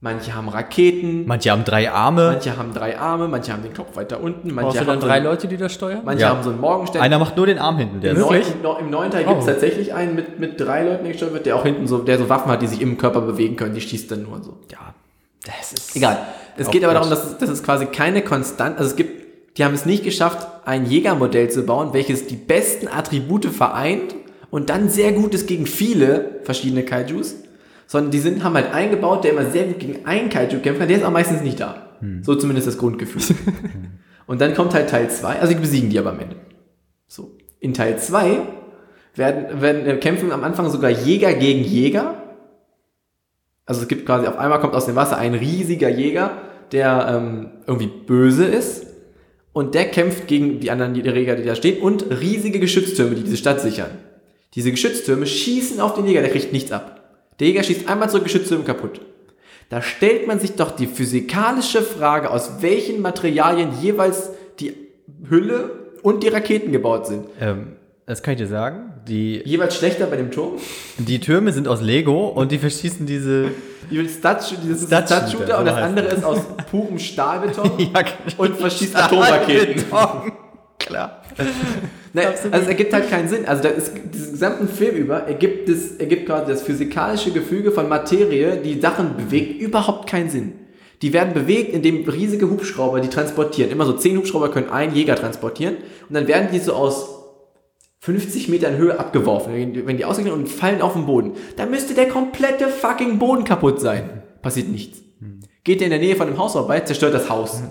manche haben Raketen,
Manche haben drei Arme,
manche haben drei Arme, manche haben den Kopf weiter unten, manche
Brauchst du
haben
dann
so
drei
einen-
Leute, die das steuern?
Manche
Ja.
haben so einen Morgenstern.
einer macht nur den Arm hinten. Der
Im
ist
Wirklich?
neunten- no- Im neuen Teil gibt es
Oh.
tatsächlich einen mit, mit drei Leuten, der gesteuert wird, der auch hinten so, der so Waffen hat, die sich im Körper bewegen können, die schießt dann nur und so.
ja, das ist
Egal. Es
Auch
geht aber
Quatsch.
darum, dass, dass es quasi keine Konstant, also es gibt, die haben es nicht geschafft, ein Jägermodell zu bauen, welches die besten Attribute vereint und dann sehr gut ist gegen viele verschiedene Kaijus, sondern die sind, haben halt eingebaut, der immer sehr gut gegen einen Kaiju kämpfen kann, der ist auch meistens nicht da. So zumindest das Grundgefühl. und dann kommt halt Teil 2, also die besiegen die aber am Ende. So. In Teil 2 werden, werden, äh, kämpfen am Anfang sogar Jäger gegen Jäger. Also es gibt quasi, auf einmal kommt aus dem Wasser ein riesiger Jäger, der ähm, irgendwie böse ist. Und der kämpft gegen die anderen Jäger, die da stehen. Und riesige Geschütztürme, die diese Stadt sichern. Diese Geschütztürme schießen auf den Jäger, der kriegt nichts ab. Der Jäger schießt einmal zurück, Geschütztürme kaputt. Da stellt man sich doch die physikalische Frage, aus welchen Materialien jeweils die Hülle und die Raketen gebaut sind.
Ähm, das kann ich dir sagen. Die,
Jeweils schlechter bei dem Turm.
die Türme sind aus Lego und die verschießen diese.
Dieses
Stud Shooter,
Stud-Shooter und
so
das
heißt
andere ist aus purem Stahlbeton.
und
und verschießt Atomraketen.
genau. Klar.
Nein, also
Absolut.
es ergibt halt keinen Sinn. Also da ist, diesen gesamten Film über ergibt, es, ergibt quasi das physikalische Gefüge von Materie, die Sachen bewegt, überhaupt keinen Sinn. Die werden bewegt, indem riesige Hubschrauber die transportieren. Immer so zehn Hubschrauber können einen Jäger transportieren und dann werden die so aus 50 Metern Höhe abgeworfen, wenn die- wenn die ausgehen und fallen auf den Boden. Dann müsste der komplette fucking Boden kaputt sein. Passiert nichts. Geht der in der Nähe von einem Haus vorbei, zerstört das Haus.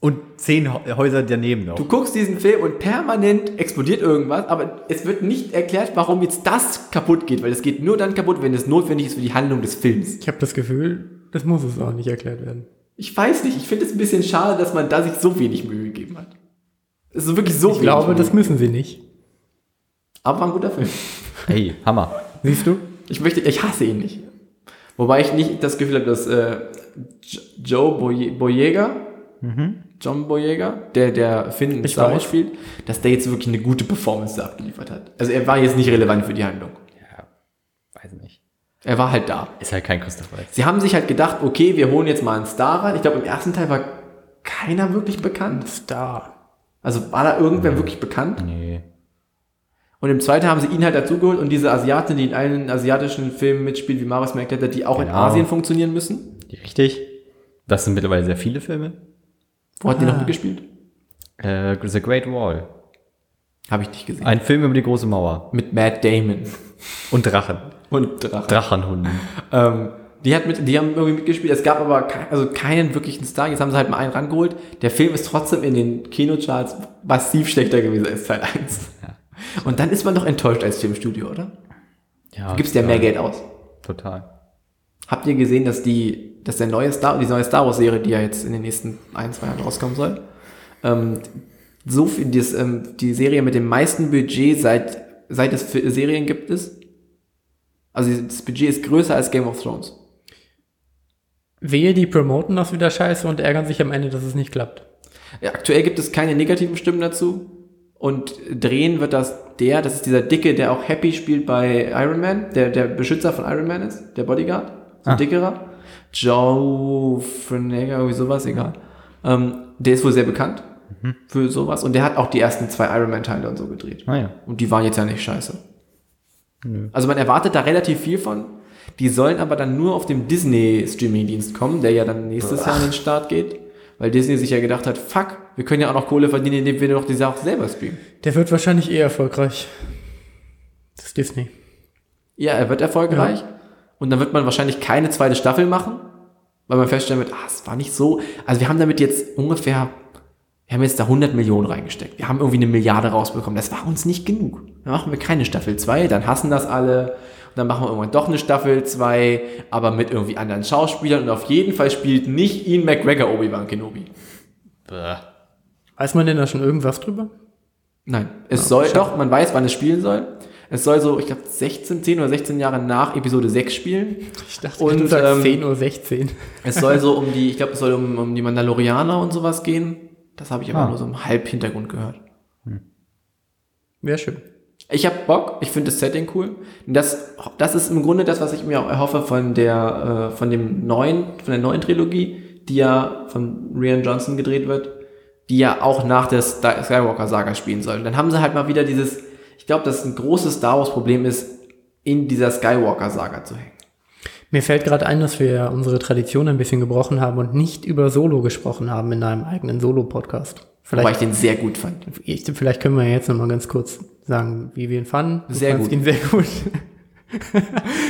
Und zehn Hau- Häuser daneben noch.
Du guckst diesen Film und permanent explodiert irgendwas, aber es wird nicht erklärt, warum jetzt das kaputt geht, weil es geht nur dann kaputt, wenn es notwendig ist für die Handlung des Films.
Ich habe das Gefühl, das muss es auch nicht erklärt werden.
Ich weiß nicht, ich finde es ein bisschen schade, dass man da sich so wenig Mühe gegeben hat. Es ist wirklich so
Ich glaube, das müssen sie nicht.
aber war ein guter Film.
Hey, Hammer.
Siehst du?
Ich möchte, ich hasse ihn nicht. Wobei ich nicht das Gefühl habe, dass äh, J- Joe Boye Boyega, John Boyega, der der Finn in
Mhm. Ich
Star Wars
weiß.
spielt, dass der jetzt wirklich eine gute Performance da abgeliefert hat. Also er war jetzt nicht relevant für die Handlung.
Weiß nicht.
Er war halt da.
Ist halt kein Christoph Waltz.
Sie haben sich halt gedacht, okay, wir holen jetzt mal einen Star rein. Ich glaube, im ersten Teil war keiner wirklich bekannt.
Star.
Also war da irgendwer wirklich bekannt?
Nee.
Und im zweiten haben sie ihn halt dazugeholt und diese Asiaten, die in allen asiatischen Filmen mitspielt, wie Maris mir erklärt hat, die auch in
Genau.
Asien funktionieren müssen.
Richtig. Das sind mittlerweile sehr viele Filme.
Wo hat die noch mitgespielt?
Äh, The Great Wall.
Habe ich nicht gesehen.
Ein Film über die große Mauer.
Mit Matt Damon
Und Drachen.
und Drachen.
Drachenhunden.
Ähm, die, hat mit, die haben irgendwie mitgespielt. Es gab aber ke also keinen wirklichen Star. Jetzt haben sie halt mal einen rangeholt. Der Film ist trotzdem in den Kinocharts massiv schlechter gewesen als Teil 1. Und dann ist man doch enttäuscht als Filmstudio, oder?
Ja,
Du gibst ja mehr Geld aus.
Total.
Habt ihr gesehen, dass die, dass der neue Star, die neue Star Wars Serie, die ja jetzt in den nächsten ein, zwei Jahren rauskommen soll, ähm, so viel, die, ähm, die Serie mit dem meisten Budget seit, seit es Fi- Serien gibt ist? Also das Budget ist größer als Game of Thrones.
Wehe, die promoten das wieder scheiße und ärgern sich am Ende, dass es nicht klappt.
Ja, aktuell gibt es keine negativen Stimmen dazu. Und drehen wird das der, das ist dieser Dicke, der auch Happy spielt bei Iron Man, der der Beschützer von Iron Man ist, der Bodyguard, so ein
Ah.
dickerer. Joe Frenega, irgendwie sowas, egal. Ähm, der ist wohl sehr bekannt für sowas und der hat auch die ersten zwei Iron Man-Teile und so gedreht.
Naja.
Und die waren jetzt ja nicht scheiße. Also man erwartet da relativ viel von. Die sollen aber dann nur auf dem Disney-Streaming-Dienst kommen, der ja dann nächstes Jahr an den Start geht. Weil Disney sich ja gedacht hat, fuck, wir können ja auch noch Kohle verdienen, indem wir noch die Sache selber streamen.
Der wird wahrscheinlich eh erfolgreich. Das ist Disney.
Ja, er wird erfolgreich. Und dann wird man wahrscheinlich keine zweite Staffel machen, weil man feststellen wird, ah, es war nicht so. Also wir haben damit jetzt ungefähr, wir haben jetzt da 100 Millionen reingesteckt. Wir haben irgendwie eine Milliarde rausbekommen. Das war uns nicht genug. Dann machen wir keine Staffel 2, dann hassen das alle. Und dann machen wir irgendwann doch eine Staffel 2, aber mit irgendwie anderen Schauspielern. Und auf jeden Fall spielt nicht Ian McGregor Obi-Wan Kenobi.
Weiß man denn da schon irgendwas drüber?
Nein, es soll doch, man weiß, wann es spielen soll. Es soll so, ich glaube, 16, 10 oder 16 Jahre nach Episode 6 spielen.
Ich dachte,
Und,
du sagst
ähm,
10 Uhr 16.
Es soll so um die, ich glaube, es soll um, um die Mandalorianer und sowas gehen. Das habe ich aber
Ah.
nur so im Halbhintergrund gehört.
Wäre schön.
Ich habe Bock, ich finde das Setting cool. Und das, das ist im Grunde das, was ich mir auch erhoffe von der, äh, von dem neuen, von der neuen Trilogie, die ja von Rian Johnson gedreht wird, die ja auch nach der Star- Skywalker-Saga spielen soll. Und dann haben sie halt mal wieder dieses, ich glaube, dass ein großes Star Wars-Problem ist, in dieser Skywalker-Saga zu hängen.
Mir fällt gerade ein, dass wir ja unsere Tradition ein bisschen gebrochen haben und nicht über Solo gesprochen haben in einem eigenen Solo-Podcast.
Wobei ich
Vielleicht,
den sehr gut fand.
ich, vielleicht können wir jetzt nochmal ganz kurz sagen, wie wir ihn fanden. Du
Sehr
fandst
gut.
Ihn sehr gut.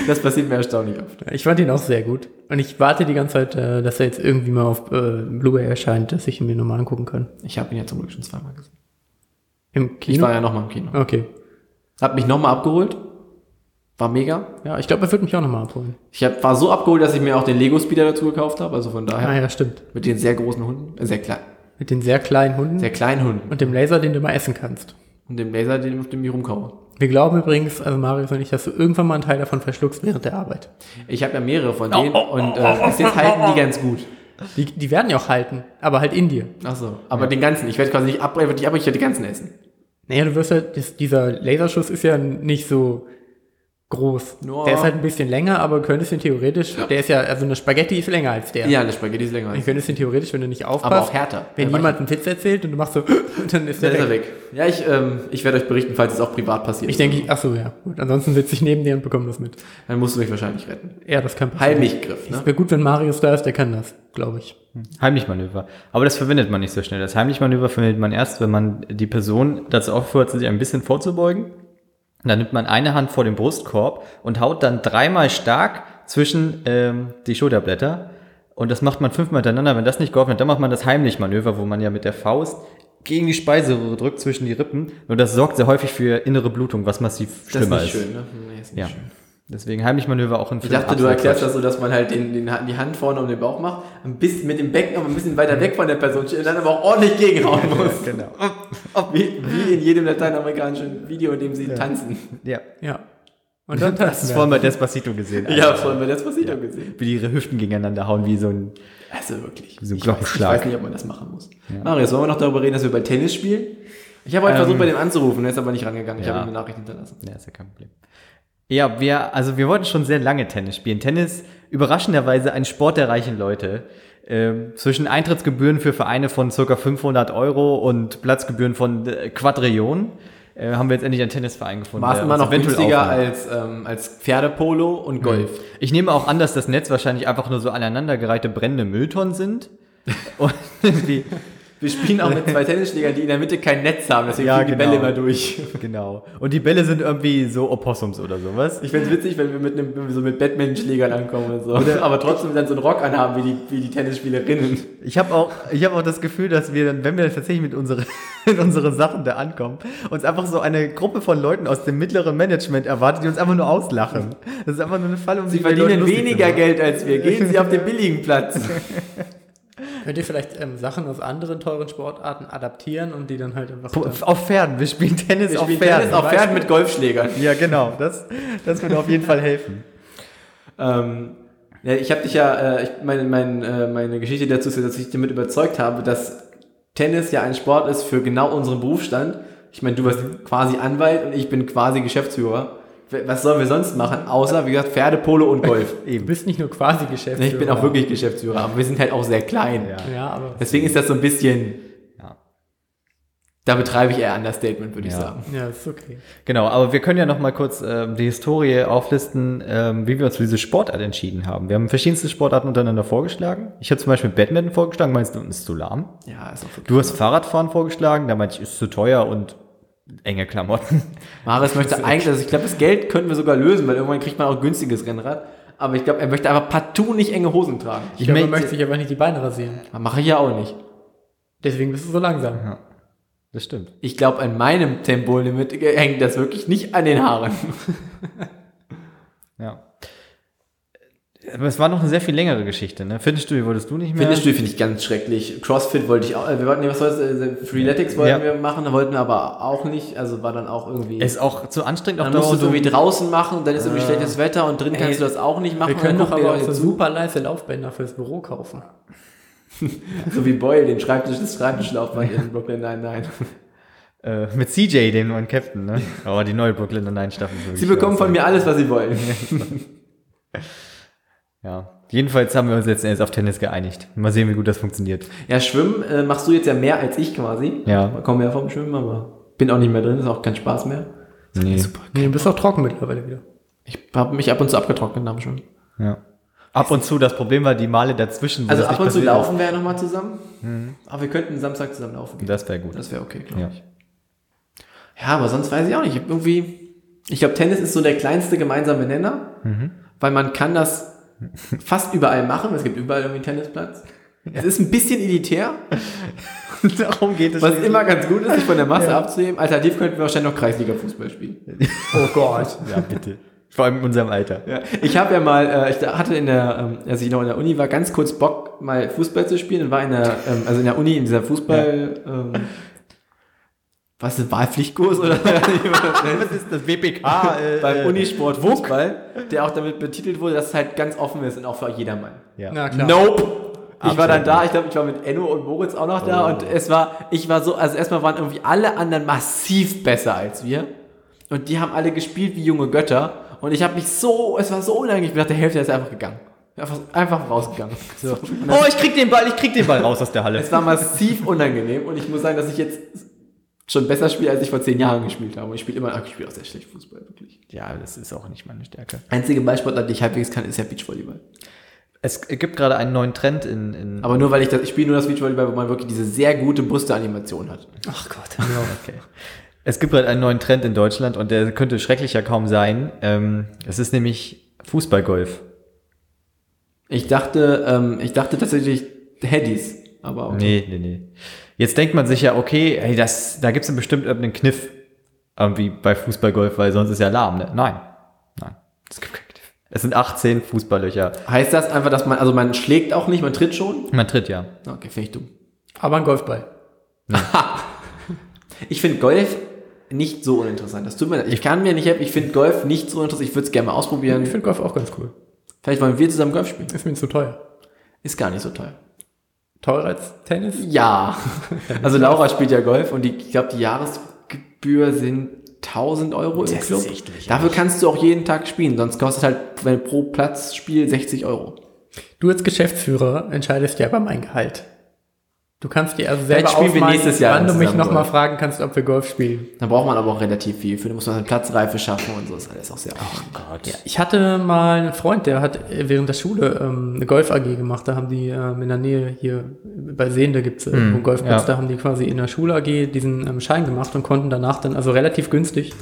Das passiert mir erstaunlich oft.
Ich fand ihn auch sehr gut. Und ich warte die ganze Zeit, äh, dass er jetzt irgendwie mal auf äh, Blu-ray erscheint, dass ich ihn mir nochmal angucken kann.
Ich habe ihn ja zum Glück schon zweimal gesehen.
Im
Ich
Kino?
war ja nochmal im Kino.
Okay.
Hab mich nochmal abgeholt. War mega.
Ja, ich glaube, er würde mich auch nochmal abholen.
Ich hab, war so abgeholt, dass ich mir auch den Lego Speeder dazu gekauft habe. Also von daher
Ah ja, stimmt.
mit den sehr großen Hunden, äh, sehr klein,
Mit den sehr kleinen Hunden
sehr kleinen Hunden
und dem Laser, den du mal essen kannst.
und dem Laser, den auf dem ich rumkaue.
Wir glauben übrigens, also Marius und ich, dass du irgendwann mal einen Teil davon verschluckst während der Arbeit.
Ich habe ja mehrere von denen und äh, bis jetzt halten die ganz gut.
Die, die werden ja auch halten, aber halt in dir.
Ach so. aber den ganzen, ich werde quasi nicht ab, ich werd nicht ab, ich werde die ganzen essen.
Naja, du wirst halt, das, dieser Laserschuss ist ja nicht so groß.
Ja.
Der ist halt ein bisschen länger, aber könntest ihn theoretisch, der ist ja, also eine Spaghetti ist länger als der.
Ja, das Spaghetti ist länger.
Du
Als
könntest ihn theoretisch, wenn du nicht aufpasst.
Aber auch härter.
Wenn
Ja,
jemand einen Witz erzählt und du machst so, und dann ist der
dann ist er
weg.
weg. Ja, ich, ähm, ich werde euch berichten, falls es auch privat passiert. Also,
Ich denke, ich- ach so, ja. Gut, ansonsten sitze ich neben dir und bekomme das mit.
dann musst du mich wahrscheinlich retten.
Ja, das kann passieren.
Heimlichgriff, ne?
Es wäre gut, wenn Marius da ist, der kann das, glaube ich.
Heimlichmanöver. Aber das verwendet man nicht so schnell. Das Heimlichmanöver verwendet man erst, wenn man die Person dazu auffordert, sich ein bisschen vorzubeugen. Und dann nimmt man eine Hand vor den Brustkorb und haut dann dreimal stark zwischen ähm, die Schulterblätter. Und das macht man fünfmal hintereinander. Wenn das nicht geholfen hat, dann macht man das Heimlichmanöver, wo man ja mit der Faust gegen die Speiseröhre drückt zwischen die Rippen. Und das sorgt sehr häufig für innere Blutung, was massiv
Das ist
schlimmer
nicht
ist.
schön, ne? Nee, ist nicht
Ja.
schön.
Deswegen Heimlichmanöver auch in
Ich dachte, du erklärst das so, dass man halt den, den, die Hand vorne um den Bauch macht, ein bisschen mit dem Becken aber ein bisschen weiter weg von der Person steht, dann aber auch ordentlich gegenhauen muss.
Genau.
Wie, wie in jedem lateinamerikanischen Video, in dem sie tanzen.
Ja.
Ja. Und dann
Das
tanzen
ist
wir.
vorhin bei Despacito gesehen.
Ich habe vorhin bei Despacito gesehen.
wie die ihre Hüften gegeneinander hauen, wie so ein,
Also wirklich.
wie so ein
Ich weiß
Glockenschlag.
nicht, ob man das machen muss. Marius, wollen wir noch darüber reden, dass wir bei Tennis spielen? Ich habe heute versucht, bei dem anzurufen, er ist aber nicht rangegangen. Ich
Ähm, Ja.
habe ihm eine Nachricht hinterlassen.
Ja, ist ja kein Problem. Ja, wir, also wir wollten schon sehr lange Tennis spielen. Tennis, überraschenderweise ein Sport der reichen Leute. Ähm, zwischen Eintrittsgebühren für Vereine von ca. 500 Euro und Platzgebühren von äh, Quadrillionen äh, haben wir jetzt endlich einen Tennisverein gefunden.
War es
der
immer
uns
noch
eventuell Mhm.
günstiger
aufnimmt.
als, ähm, als Pferdepolo und Golf.
Ich nehme auch an, dass das Netz wahrscheinlich einfach nur so aneinandergereihte brennende Mülltonnen sind. Und irgendwie
Wir spielen auch mit zwei Tennisschlägern, die in der Mitte kein Netz haben, deswegen
Ja,
fliegen die
genau.
Bälle immer durch.
Genau. Und die Bälle sind irgendwie so Opossums oder sowas.
Ich find's witzig, wenn wir mit einem, wenn wir so mit Batman-Schlägern ankommen und so. Aber trotzdem dann so einen Rock anhaben wie die, wie die Tennisspielerinnen.
Ich habe auch, ich habe auch das Gefühl, dass wir, dann, wenn wir tatsächlich mit unseren, mit unseren Sachen da ankommen, uns einfach so eine Gruppe von Leuten aus dem mittleren Management erwartet, die uns einfach nur auslachen. Das ist einfach nur eine Falle, um
Sie
die
verdienen
Leute lustig zu
weniger
machen.
Geld als wir. Gehen Sie auf den billigen Platz.
Könnt ihr vielleicht ähm, Sachen aus anderen teuren Sportarten adaptieren und die dann halt einfach. dann-
Po- Auf Pferden. Wir spielen Tennis
Wir
auf
spielen
Pferden.
Tennis auf Pferden mit Golfschlägern.
Ja, genau. Das, das würde auf jeden Fall helfen.
Ähm, ja, ich habe dich ja, äh, ich, meine, mein, äh, meine Geschichte dazu ist ja, dass ich dich damit überzeugt habe, dass Tennis ja ein Sport ist für genau unseren Berufsstand. Ich meine, du warst quasi Anwalt und ich bin quasi Geschäftsführer. W- Was sollen wir sonst machen, außer, wie gesagt, Pferde, Polo und Golf?
Du bist nicht nur quasi Geschäftsführer.
Ich bin auch wirklich Geschäftsführer, aber wir sind halt auch sehr klein.
Ja.
Ja, aber.
Deswegen ist das so ein bisschen,
Ja.
da betreibe ich eher Understatement, würde ich
Ja.
sagen.
Ja, ist okay.
Genau, aber wir können ja noch mal kurz ähm, die Historie auflisten, ähm, wie wir uns für diese Sportart entschieden haben. Wir haben verschiedenste Sportarten untereinander vorgeschlagen. Ich habe zum Beispiel Badminton vorgeschlagen, meinst du, uns zu lahm?
Ja, ist auch wirklich.
Du hast Fahrradfahren vorgeschlagen, da meinte ich, ist zu teuer und enge Klamotten.
Maris möchte eigentlich, also ich glaube, das Geld könnten wir sogar lösen, weil irgendwann kriegt man auch günstiges Rennrad. Aber ich glaube, er möchte einfach partout nicht enge Hosen tragen.
Ich glaube, man
möchte-
möchte sich einfach nicht die Beine rasieren.
Mache ich ja auch nicht.
Deswegen bist du so langsam.
Das stimmt.
Ich glaube, an meinem Tempolimit hängt das wirklich nicht an den Haaren.
Ja. Aber es war noch eine sehr viel längere Geschichte, ne? Fitnessstudio wolltest du nicht mehr.
Fitnessstudio finde ich ganz schrecklich. Crossfit wollte ich auch, äh, wir wollten, nee, was soll's, äh, Freeletics wollten
Ja.
wir machen, wollten wir aber auch nicht, also war dann auch irgendwie.
Ist auch zu anstrengend auf
dann musst du
Dauer.
so
so-
wie Ah. draußen machen und dann ist irgendwie schlechtes Wetter und drin kannst du das auch nicht machen.
Wir können
Dann
doch
gucken die
aber auch
Leute
so
zu.
super leise Laufbänder fürs Büro kaufen.
So wie Boyle, den Schreibtisch, das Schreibtischlaufband in Brooklyn, nein, nein.
äh, mit CJ, dem neuen Captain, ne? Oh, die neue Brooklyn Nine Staffel. ist wirklich
Sie bekommen von
klasse.
mir alles, was sie wollen.
Ja. Jedenfalls haben wir uns letzten Endes auf Tennis geeinigt. Mal sehen, wie gut das funktioniert.
Ja, Schwimmen äh, machst du jetzt ja mehr als ich quasi.
Ja.
Wir kommen ja vom Schwimmen, aber bin auch nicht mehr drin, ist auch kein Spaß mehr.
Nee.
Nee, du bist auch trocken mittlerweile wieder.
Ich habe mich ab und zu abgetrocknet am Schwimmen.
Ja. Ab und zu, das Problem war die Male dazwischen. wo
Also
das
ab
nicht
und zu
passiert ist.
laufen wir ja nochmal zusammen. Aber wir könnten Samstag zusammen laufen gehen.
Das wäre gut.
Mhm. Das wäre okay, glaube
ja.
ich. Ja, aber sonst weiß ich auch nicht. Ich hab Irgendwie, ich glaube, Tennis ist so der kleinste gemeinsame Nenner, weil man kann das fast überall machen. Es gibt überall irgendwie einen Tennisplatz. Es ist ein bisschen elitär,
Darum geht es.
was immer ganz gut ist, sich von der Masse abzuheben. Alternativ könnten wir wahrscheinlich noch Kreisliga-Fußball spielen.
Oh Gott.
Ja, bitte. Vor allem in unserem Alter.
Ja. Ich habe ja mal, äh, ich da- hatte in der, ähm, als ich noch in der Uni war, ganz kurz Bock, mal Fußball zu spielen und war in der, ähm, also in der Uni in dieser Fußball, ähm, was ist ein Wahlpflichtkurs oder wie man das nennt?
Was ist das WPK? Äh,
beim
äh,
Unisport Fußball, der auch damit betitelt wurde, dass es halt ganz offen ist und auch für jedermann.
Ja.
Na klar.
Nope! Ich war
Absolut
dann da, ich glaube, ich war mit Enno und Moritz auch noch da
Oh.
und es war, ich war so, also erstmal waren irgendwie alle anderen massiv besser als wir und die haben alle gespielt wie junge Götter und ich habe mich so, es war so unangenehm, ich bin nach der Hälfte ist einfach gegangen. Einfach, einfach rausgegangen. So.
Oh, ich krieg den Ball, ich krieg den Ball raus aus der Halle.
Es war massiv unangenehm und ich muss sagen, dass ich jetzt schon besser spiele, als ich vor zehn Jahren gespielt habe. Und ich spiele immer, ich spiele auch sehr schlecht Fußball, wirklich.
Ja, das ist auch nicht meine Stärke.
Einzige Ballsportart, die ich halbwegs kann, ist ja Beachvolleyball.
Es gibt gerade einen neuen Trend in. in
Aber nur weil ich das, ich spiele nur das Beachvolleyball, wo man wirklich diese sehr gute Brüste-Animation hat.
Ach Gott.
okay. Es gibt gerade einen neuen Trend in Deutschland und der könnte schrecklicher kaum sein. Ähm, es ist nämlich Fußballgolf.
Ich dachte, ähm, ich dachte tatsächlich Headies, aber okay.
Nee, nee, nee. Jetzt denkt man sich ja, okay, ey, das, da gibt's ja bestimmt irgendeinen Kniff. Irgendwie bei Fußballgolf, weil sonst ist ja lahm, ne? Nein. Nein. Es gibt keinen Kniff. Es sind 18 Fußballlöcher.
heißt das einfach, dass man, also man schlägt auch nicht, man tritt schon?
Man tritt ja.
Okay, finde ich dumm.
Aber ein Golfball.
Ich finde Golf nicht so uninteressant. Das tut mir leid. Ich kann mir nicht helfen. Ich finde Golf nicht so interessant. Ich würde es gerne mal
Ich
ausprobieren.
finde Golf auch ganz cool.
Vielleicht wollen wir zusammen Golf spielen.
Ist mir zu teuer.
Ist gar nicht so teuer.
Teurer als Tennis?
Ja. Also Laura spielt ja Golf und die, ich glaube, die Jahresgebühr sind 1000 Euro im
Das
Club.
ist echt lächerlich.
Dafür kannst du auch jeden Tag spielen, sonst kostet halt wenn pro Platz Spiel 60 Euro.
Du als Geschäftsführer entscheidest ja über mein Gehalt. Du kannst dir also selber
Vielleicht spielen wir
aufmalen,
nächstes Jahr
wann du
dann
mich
zusammen
nochmal
Golf.
fragen kannst, ob wir Golf spielen.
Da braucht man aber auch relativ viel. Für den muss man eine Platzreife schaffen und so. Ist alles auch sehr aufwendig.
Ja.
Ich hatte mal einen Freund, der hat äh, während der Schule ähm, eine Golf AG gemacht. Da haben die ähm, in der Nähe hier bei Sehende gibt's
Hm,
äh, einen Golfplatz.
ja.
Da haben die quasi in der Schule AG diesen ähm, Schein gemacht und konnten danach dann also relativ günstig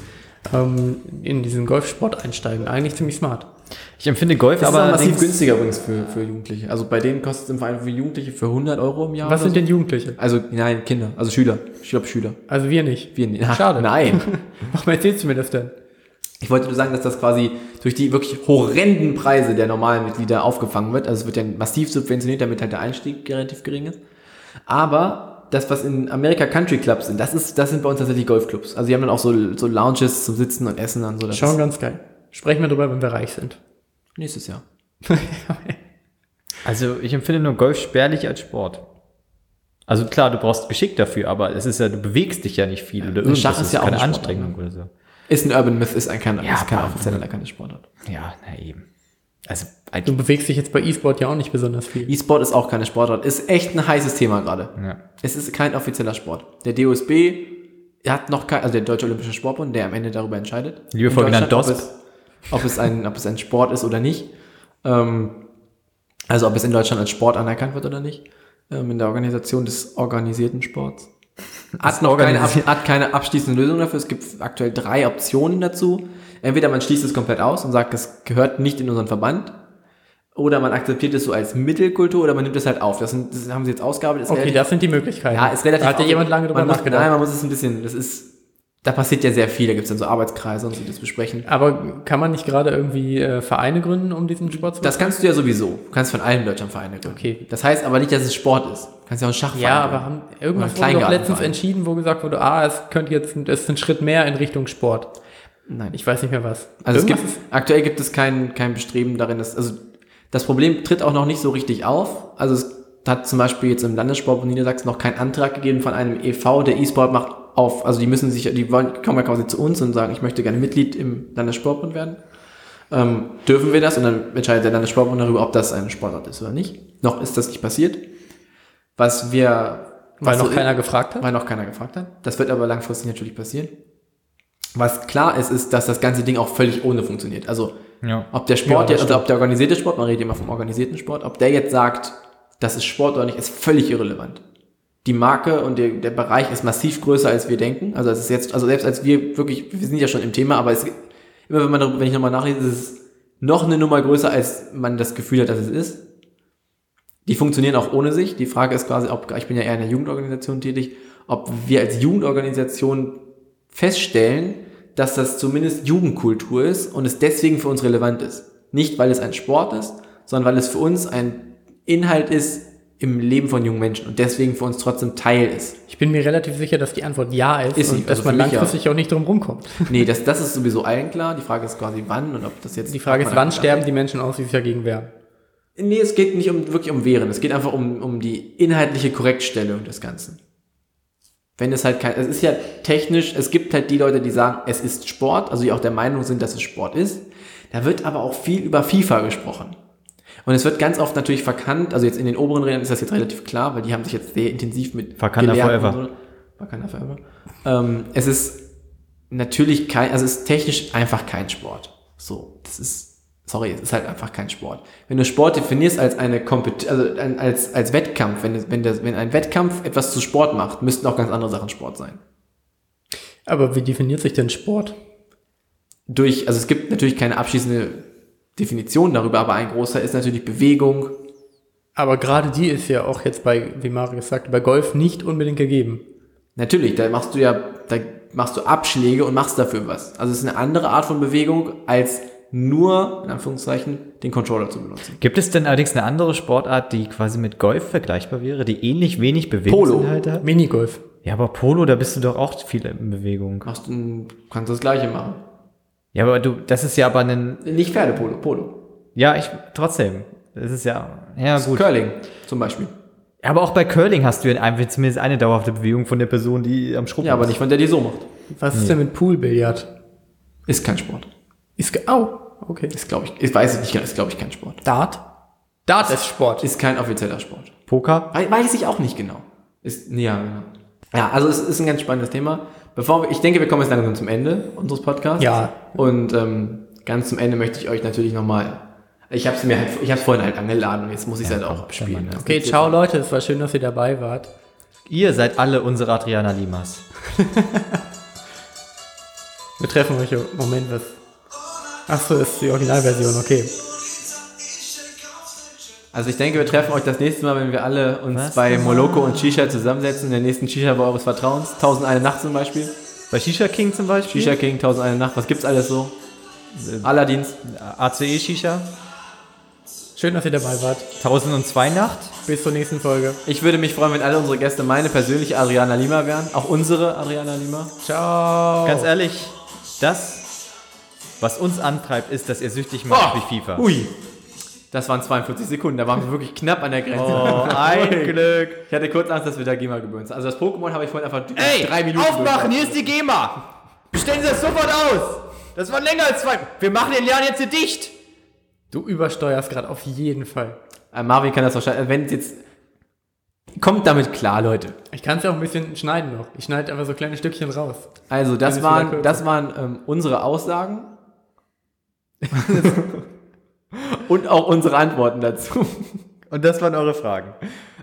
ähm, in diesen Golfsport einsteigen. Eigentlich ziemlich smart.
Ich empfinde Golf
Das
aber
aber ist auch massiv
allerdings-
günstiger übrigens für, für Jugendliche. Also bei denen kostet es im Verein für Jugendliche für 100 Euro im Jahr.
Was
oder
sind denn Jugendliche?
so. Also nein, Kinder, also Schüler. Ich glaube Schüler.
Also wir nicht.
Wir nicht.
Schade.
Nein.
Warum erzählst du mir das denn?
Ich wollte nur sagen, dass das quasi durch die wirklich horrenden Preise der normalen Mitglieder aufgefangen wird. Also es wird ja massiv subventioniert, damit halt der Einstieg relativ gering ist. Aber das, was in Amerika Country Clubs sind, das ist, das sind bei uns tatsächlich Golfclubs. Also die haben dann auch so, so Lounges zum Sitzen und Essen und so. Das
Schon
ist
ganz geil. Sprechen wir drüber, wenn wir reich sind.
nächstes Jahr.
Also ich empfinde nur Golf spärlich als Sport. Also klar, du brauchst Geschick dafür, aber es ist ja, du bewegst dich ja nicht viel oder irgendwas.
Schach ist ja auch
keine
ein Sport, ne?
Anstrengung oder so.
Ist ein Urban Myth, ist ein kein,
Ja,
ist kein
aber-
offizieller anerkannter Sportart.
Ja, na eben. Also
Du
eigentlich,
bewegst dich jetzt bei E-Sport ja auch nicht besonders viel.
E-Sport ist auch keine Sportart. Ist echt ein heißes Thema gerade.
ja.
Es ist kein offizieller Sport. Der DOSB hat noch kein, also der Deutsche Olympische Sportbund, der am Ende darüber entscheidet.
Liebevoll
In Deutschland,
genannt
Ob es, ob, es ein, ob es ein Sport ist oder nicht. Ähm, also ob es in Deutschland als Sport anerkannt wird oder nicht. Ähm, in der Organisation des organisierten Sports. Hat noch keine,
organisieren.
ab- hat keine abschließende Lösung dafür. Es gibt aktuell drei Optionen dazu. Entweder man schließt es komplett aus und sagt, es gehört nicht in unseren Verband. Oder man akzeptiert es so als Mittelkultur oder man nimmt es halt auf. Das, sind, das haben sie jetzt ausgearbeitet. Ist
Okay,
relativ-
das sind die Möglichkeiten.
ja, ist relativ.
da hat ja
auch-
jemand lange drüber
man muss,
nachgedacht.
Nein, man muss es ein bisschen. Das ist. Da passiert ja sehr viel. Da gibt es dann so Arbeitskreise und so, die das besprechen.
Aber kann man nicht gerade irgendwie äh, Vereine gründen, um diesen Sport zu
Das kannst du ja sowieso. Du kannst von allen Deutschland Vereine gründen.
Okay.
Das heißt aber nicht, dass es Sport ist. Du kannst ja auch einen Schachverein
Ja,
gründen.
aber haben, irgendwas
Oder ein
wurde doch letztens
Kleingartenverein.
entschieden, wo gesagt wurde, ah, es könnte jetzt, ein- es ist ein Schritt mehr in Richtung Sport.
Nein.
Ich weiß nicht mehr was.
Also es gibt,
Irgendwas
aktuell gibt es kein, kein Bestreben darin, dass, also das Problem tritt auch noch nicht so richtig auf. Also es hat zum Beispiel jetzt im Landessportbund Niedersachsen noch keinen Antrag gegeben von einem EV, der E-Sport macht auf. Also die müssen sich, die wollen, kommen ja quasi zu uns und sagen, ich möchte gerne Mitglied im Landessportbund werden. Ähm, dürfen wir das? Und dann entscheidet der Landessportbund darüber, ob das ein Sportart ist oder nicht. Noch ist das nicht passiert. Was wir,
weil
was
noch
so-
keiner gefragt hat.
weil noch keiner gefragt hat. Das wird aber langfristig natürlich passieren. Was klar ist, ist, dass das ganze Ding auch völlig ohne funktioniert. Also,
Ja.
ob der Sport,
Ja, das
jetzt, also ob der organisierte Sport, man redet immer vom organisierten Sport, ob der jetzt sagt, das ist Sport oder nicht, ist völlig irrelevant. Die Marke und der, der Bereich ist massiv größer, als wir denken. Also, es ist jetzt, also selbst als wir wirklich, wir sind ja schon im Thema, aber es, immer wenn man, darüber- wenn ich nochmal nachlese, ist es noch eine Nummer größer, als man das Gefühl hat, dass es ist. Die funktionieren auch ohne sich. Die Frage ist quasi, ob, ich bin ja eher in der Jugendorganisation tätig, ob wir als Jugendorganisation feststellen, dass das zumindest Jugendkultur ist und es deswegen für uns relevant ist. Nicht, weil es ein Sport ist, sondern weil es für uns ein Inhalt ist im Leben von jungen Menschen und deswegen für uns trotzdem Teil ist.
Ich bin mir relativ sicher, dass die Antwort ja ist,
Ist sie,
und dass
also
man
für mich ja.
langfristig auch nicht drum rumkommt.
Nee, das, das ist sowieso allen klar. Die Frage ist quasi wann und ob das jetzt...
Die Frage
ob
ist,
man-
wann sterben die Menschen aus, die sich dagegen wehren?
Nee, es geht nicht um, wirklich um Wehren. Es geht einfach um, um die inhaltliche Korrektstellung des Ganzen. Wenn es halt kein, es ist ja technisch, es gibt halt die Leute, die sagen, es ist Sport, also die auch der Meinung sind, dass es Sport ist. Da wird aber auch viel über FIFA gesprochen. Und es wird ganz oft natürlich verkannt, also jetzt in den oberen Rädern ist das jetzt relativ klar, weil die haben sich jetzt sehr intensiv mit
Verkannter
Gelehrten
forever.
und so- Verkannter forever. Ähm, es ist natürlich kein, also es ist technisch einfach kein Sport. So, das ist, sorry, es ist halt einfach kein Sport. Wenn du Sport definierst als eine Kompet also ein- als, als Wettkampf, wenn, es- wenn, das, wenn ein Wettkampf etwas zu Sport macht, müssten auch ganz andere Sachen Sport sein.
Aber wie definiert sich denn Sport?
Durch, also es gibt natürlich keine abschließende Definition darüber, aber ein großer ist natürlich Bewegung.
Aber gerade die ist ja auch jetzt bei, wie Marius sagte, bei Golf nicht unbedingt gegeben.
Natürlich, da machst du ja, da machst du Abschläge und machst dafür was. Also es ist eine andere Art von Bewegung, als nur, in Anführungszeichen, den Controller zu benutzen.
Gibt es denn allerdings eine andere Sportart, die quasi mit Golf vergleichbar wäre, die ähnlich wenig Bewegungsinhalte hat?
Minigolf.
Ja, aber Polo, da bist du doch auch viel in Bewegung.
Machst du, kannst das Gleiche machen.
Ja, aber du, das ist ja aber ein,
Nicht Pferdepolo, Polo.
ja, ich, trotzdem. Das ist ja, ja, gut.
Curling zum Beispiel.
Ja, Aber auch bei Curling hast du ja ein- zumindest eine dauerhafte Bewegung von der Person, die am Schrumpf
Ja, aber
ist.
nicht von der, die so macht.
Was ist denn mit Poolbillard?
Ist kein Sport.
Ist ge Au, okay.
Ist, glaube ich, ich weiß es nicht, genau, ist, glaube ich, kein Sport.
Dart? Dart ist Sport.
Ist kein offizieller Sport.
Poker?
Wei- Weiß ich auch nicht genau. Ist, nee, ja, genau. Ja, also es ist ein ganz spannendes Thema. Bevor wir, ich denke, wir kommen jetzt langsam zum Ende unseres Podcasts.
Ja.
Und ähm, ganz zum Ende möchte ich euch natürlich nochmal. Ich habe es mir halt, ich habe vorhin halt angeladen und jetzt muss ich es halt auch abspielen. Das
Okay,
geht
ciao Leute, es war schön, dass ihr dabei wart.
Ihr seid alle unsere Adriana Limas.
Wir treffen euch im Moment was. Achso, ist die Originalversion, okay.
jetzt. Also ich denke, wir treffen euch das nächste Mal, wenn wir alle uns
Was?
bei Moloko und Shisha zusammensetzen, in der nächsten Shisha bei eures Vertrauens. 1001 Nacht zum Beispiel.
Bei Shisha King zum Beispiel?
Shisha King, 1001 Nacht, was gibt's alles so? Allerdings.
ACE E Shisha?
Schön, dass ihr dabei wart.
1002 Nacht?
Bis zur nächsten Folge.
Ich würde mich freuen, wenn alle unsere Gäste meine persönliche Adriana Lima wären. Auch unsere Adriana Lima.
Ciao.
Ganz ehrlich, das, was uns antreibt, ist, dass ihr süchtig macht wie FIFA.
Ui. Das waren 42 Sekunden, da waren wir wirklich knapp an der Grenze.
Oh, ein Glück.
Ich hatte kurz Angst, dass wir da GEMA gebühren. Also das Pokémon habe ich vorhin einfach
Ey,
drei Minuten
aufmachen,
gebühren.
hier ist die GEMA. Bestellen Sie das sofort aus. Das war länger als zwei. Wir machen den Laden jetzt hier dicht.
Du übersteuerst gerade auf jeden Fall.
Äh, Marvin kann das wahrscheinlich, wenn es jetzt... Kommt damit klar, Leute.
Ich kann es ja auch ein bisschen schneiden noch. Ich schneide einfach so kleine Stückchen raus.
Also das
Alles wieder
waren,
kürzer.
das waren ähm, unsere Aussagen. Und auch unsere Antworten dazu.
Und das waren eure Fragen.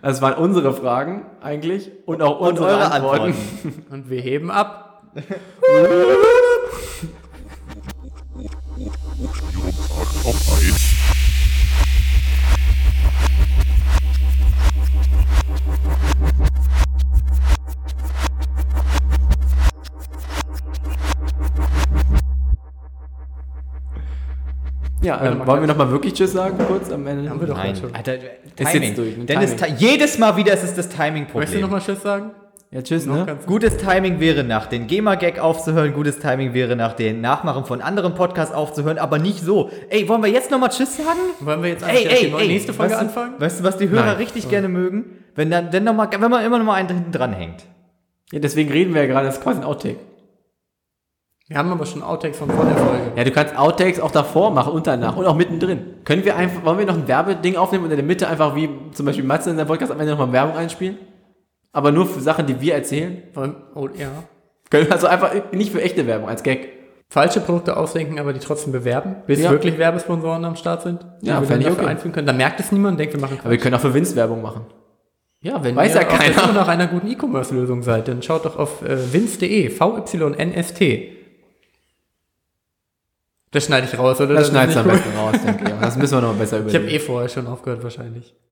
Das waren unsere Fragen eigentlich und auch unsere
eure
Antworten.
Antworten.
Und wir heben ab.
Tag auf Eis.
Ja, ähm, wollen wir nochmal wirklich Tschüss sagen kurz am Ende?
Haben wir doch
Nein,
heute schon.
Alter,
jetzt
Timing.
durch, ne?
Dennis,
Timing.
Ti- jedes Mal wieder ist es das Timing-Problem.
Möchtest du nochmal Tschüss sagen?
Ja, Tschüss,
Noch
ne?
ganz-
Gutes Timing wäre nach den GEMA-Gag aufzuhören, gutes Timing wäre nach den Nachmachen von anderen Podcasts aufzuhören, aber nicht so. Ey, wollen wir jetzt nochmal Tschüss sagen?
Wollen wir jetzt eigentlich erst die neue- nächste Folge
weißt du,
anfangen?
Weißt du, was die Hörer
Nein.
richtig gerne mögen? Wenn, dann, dann noch mal, wenn man immer noch mal einen hinten dranhängt.
Ja, deswegen reden wir ja gerade, das ist quasi ein Outtake.
Wir haben aber schon Outtakes von vor der Folge.
Ja, du kannst Outtakes auch davor machen und danach und auch mittendrin. Können wir einfach, wollen wir noch ein Werbeding aufnehmen und in der Mitte einfach wie zum Beispiel Matze in seinem Podcast am Ende nochmal Werbung einspielen? Aber nur für Sachen, die wir erzählen?
Wollen, oh, ja.
Können wir also einfach nicht für echte Werbung, als Gag.
Falsche Produkte ausdenken, aber die trotzdem bewerben, bis
Ja.
wirklich Werbesponsoren am Start sind, die
Ja,
wir
fänd
dann
ich
dafür
okay.
einführen können. Dann merkt es niemand und denkt, wir machen
Aber wir können auch für Vince Werbung machen.
Ja, wenn
Weiß
ihr
ja
auf der
keiner.
Suche nach einer guten E-Commerce-Lösung seid, dann schaut doch auf äh, vince.de, V-Y-N-S-T. Das schneide ich raus, oder?
Das
ist
schneidest du am
nicht
besten raus, denke ich. Das müssen wir noch besser
cool. Ich habe
überlegen.
eh vorher schon aufgehört wahrscheinlich.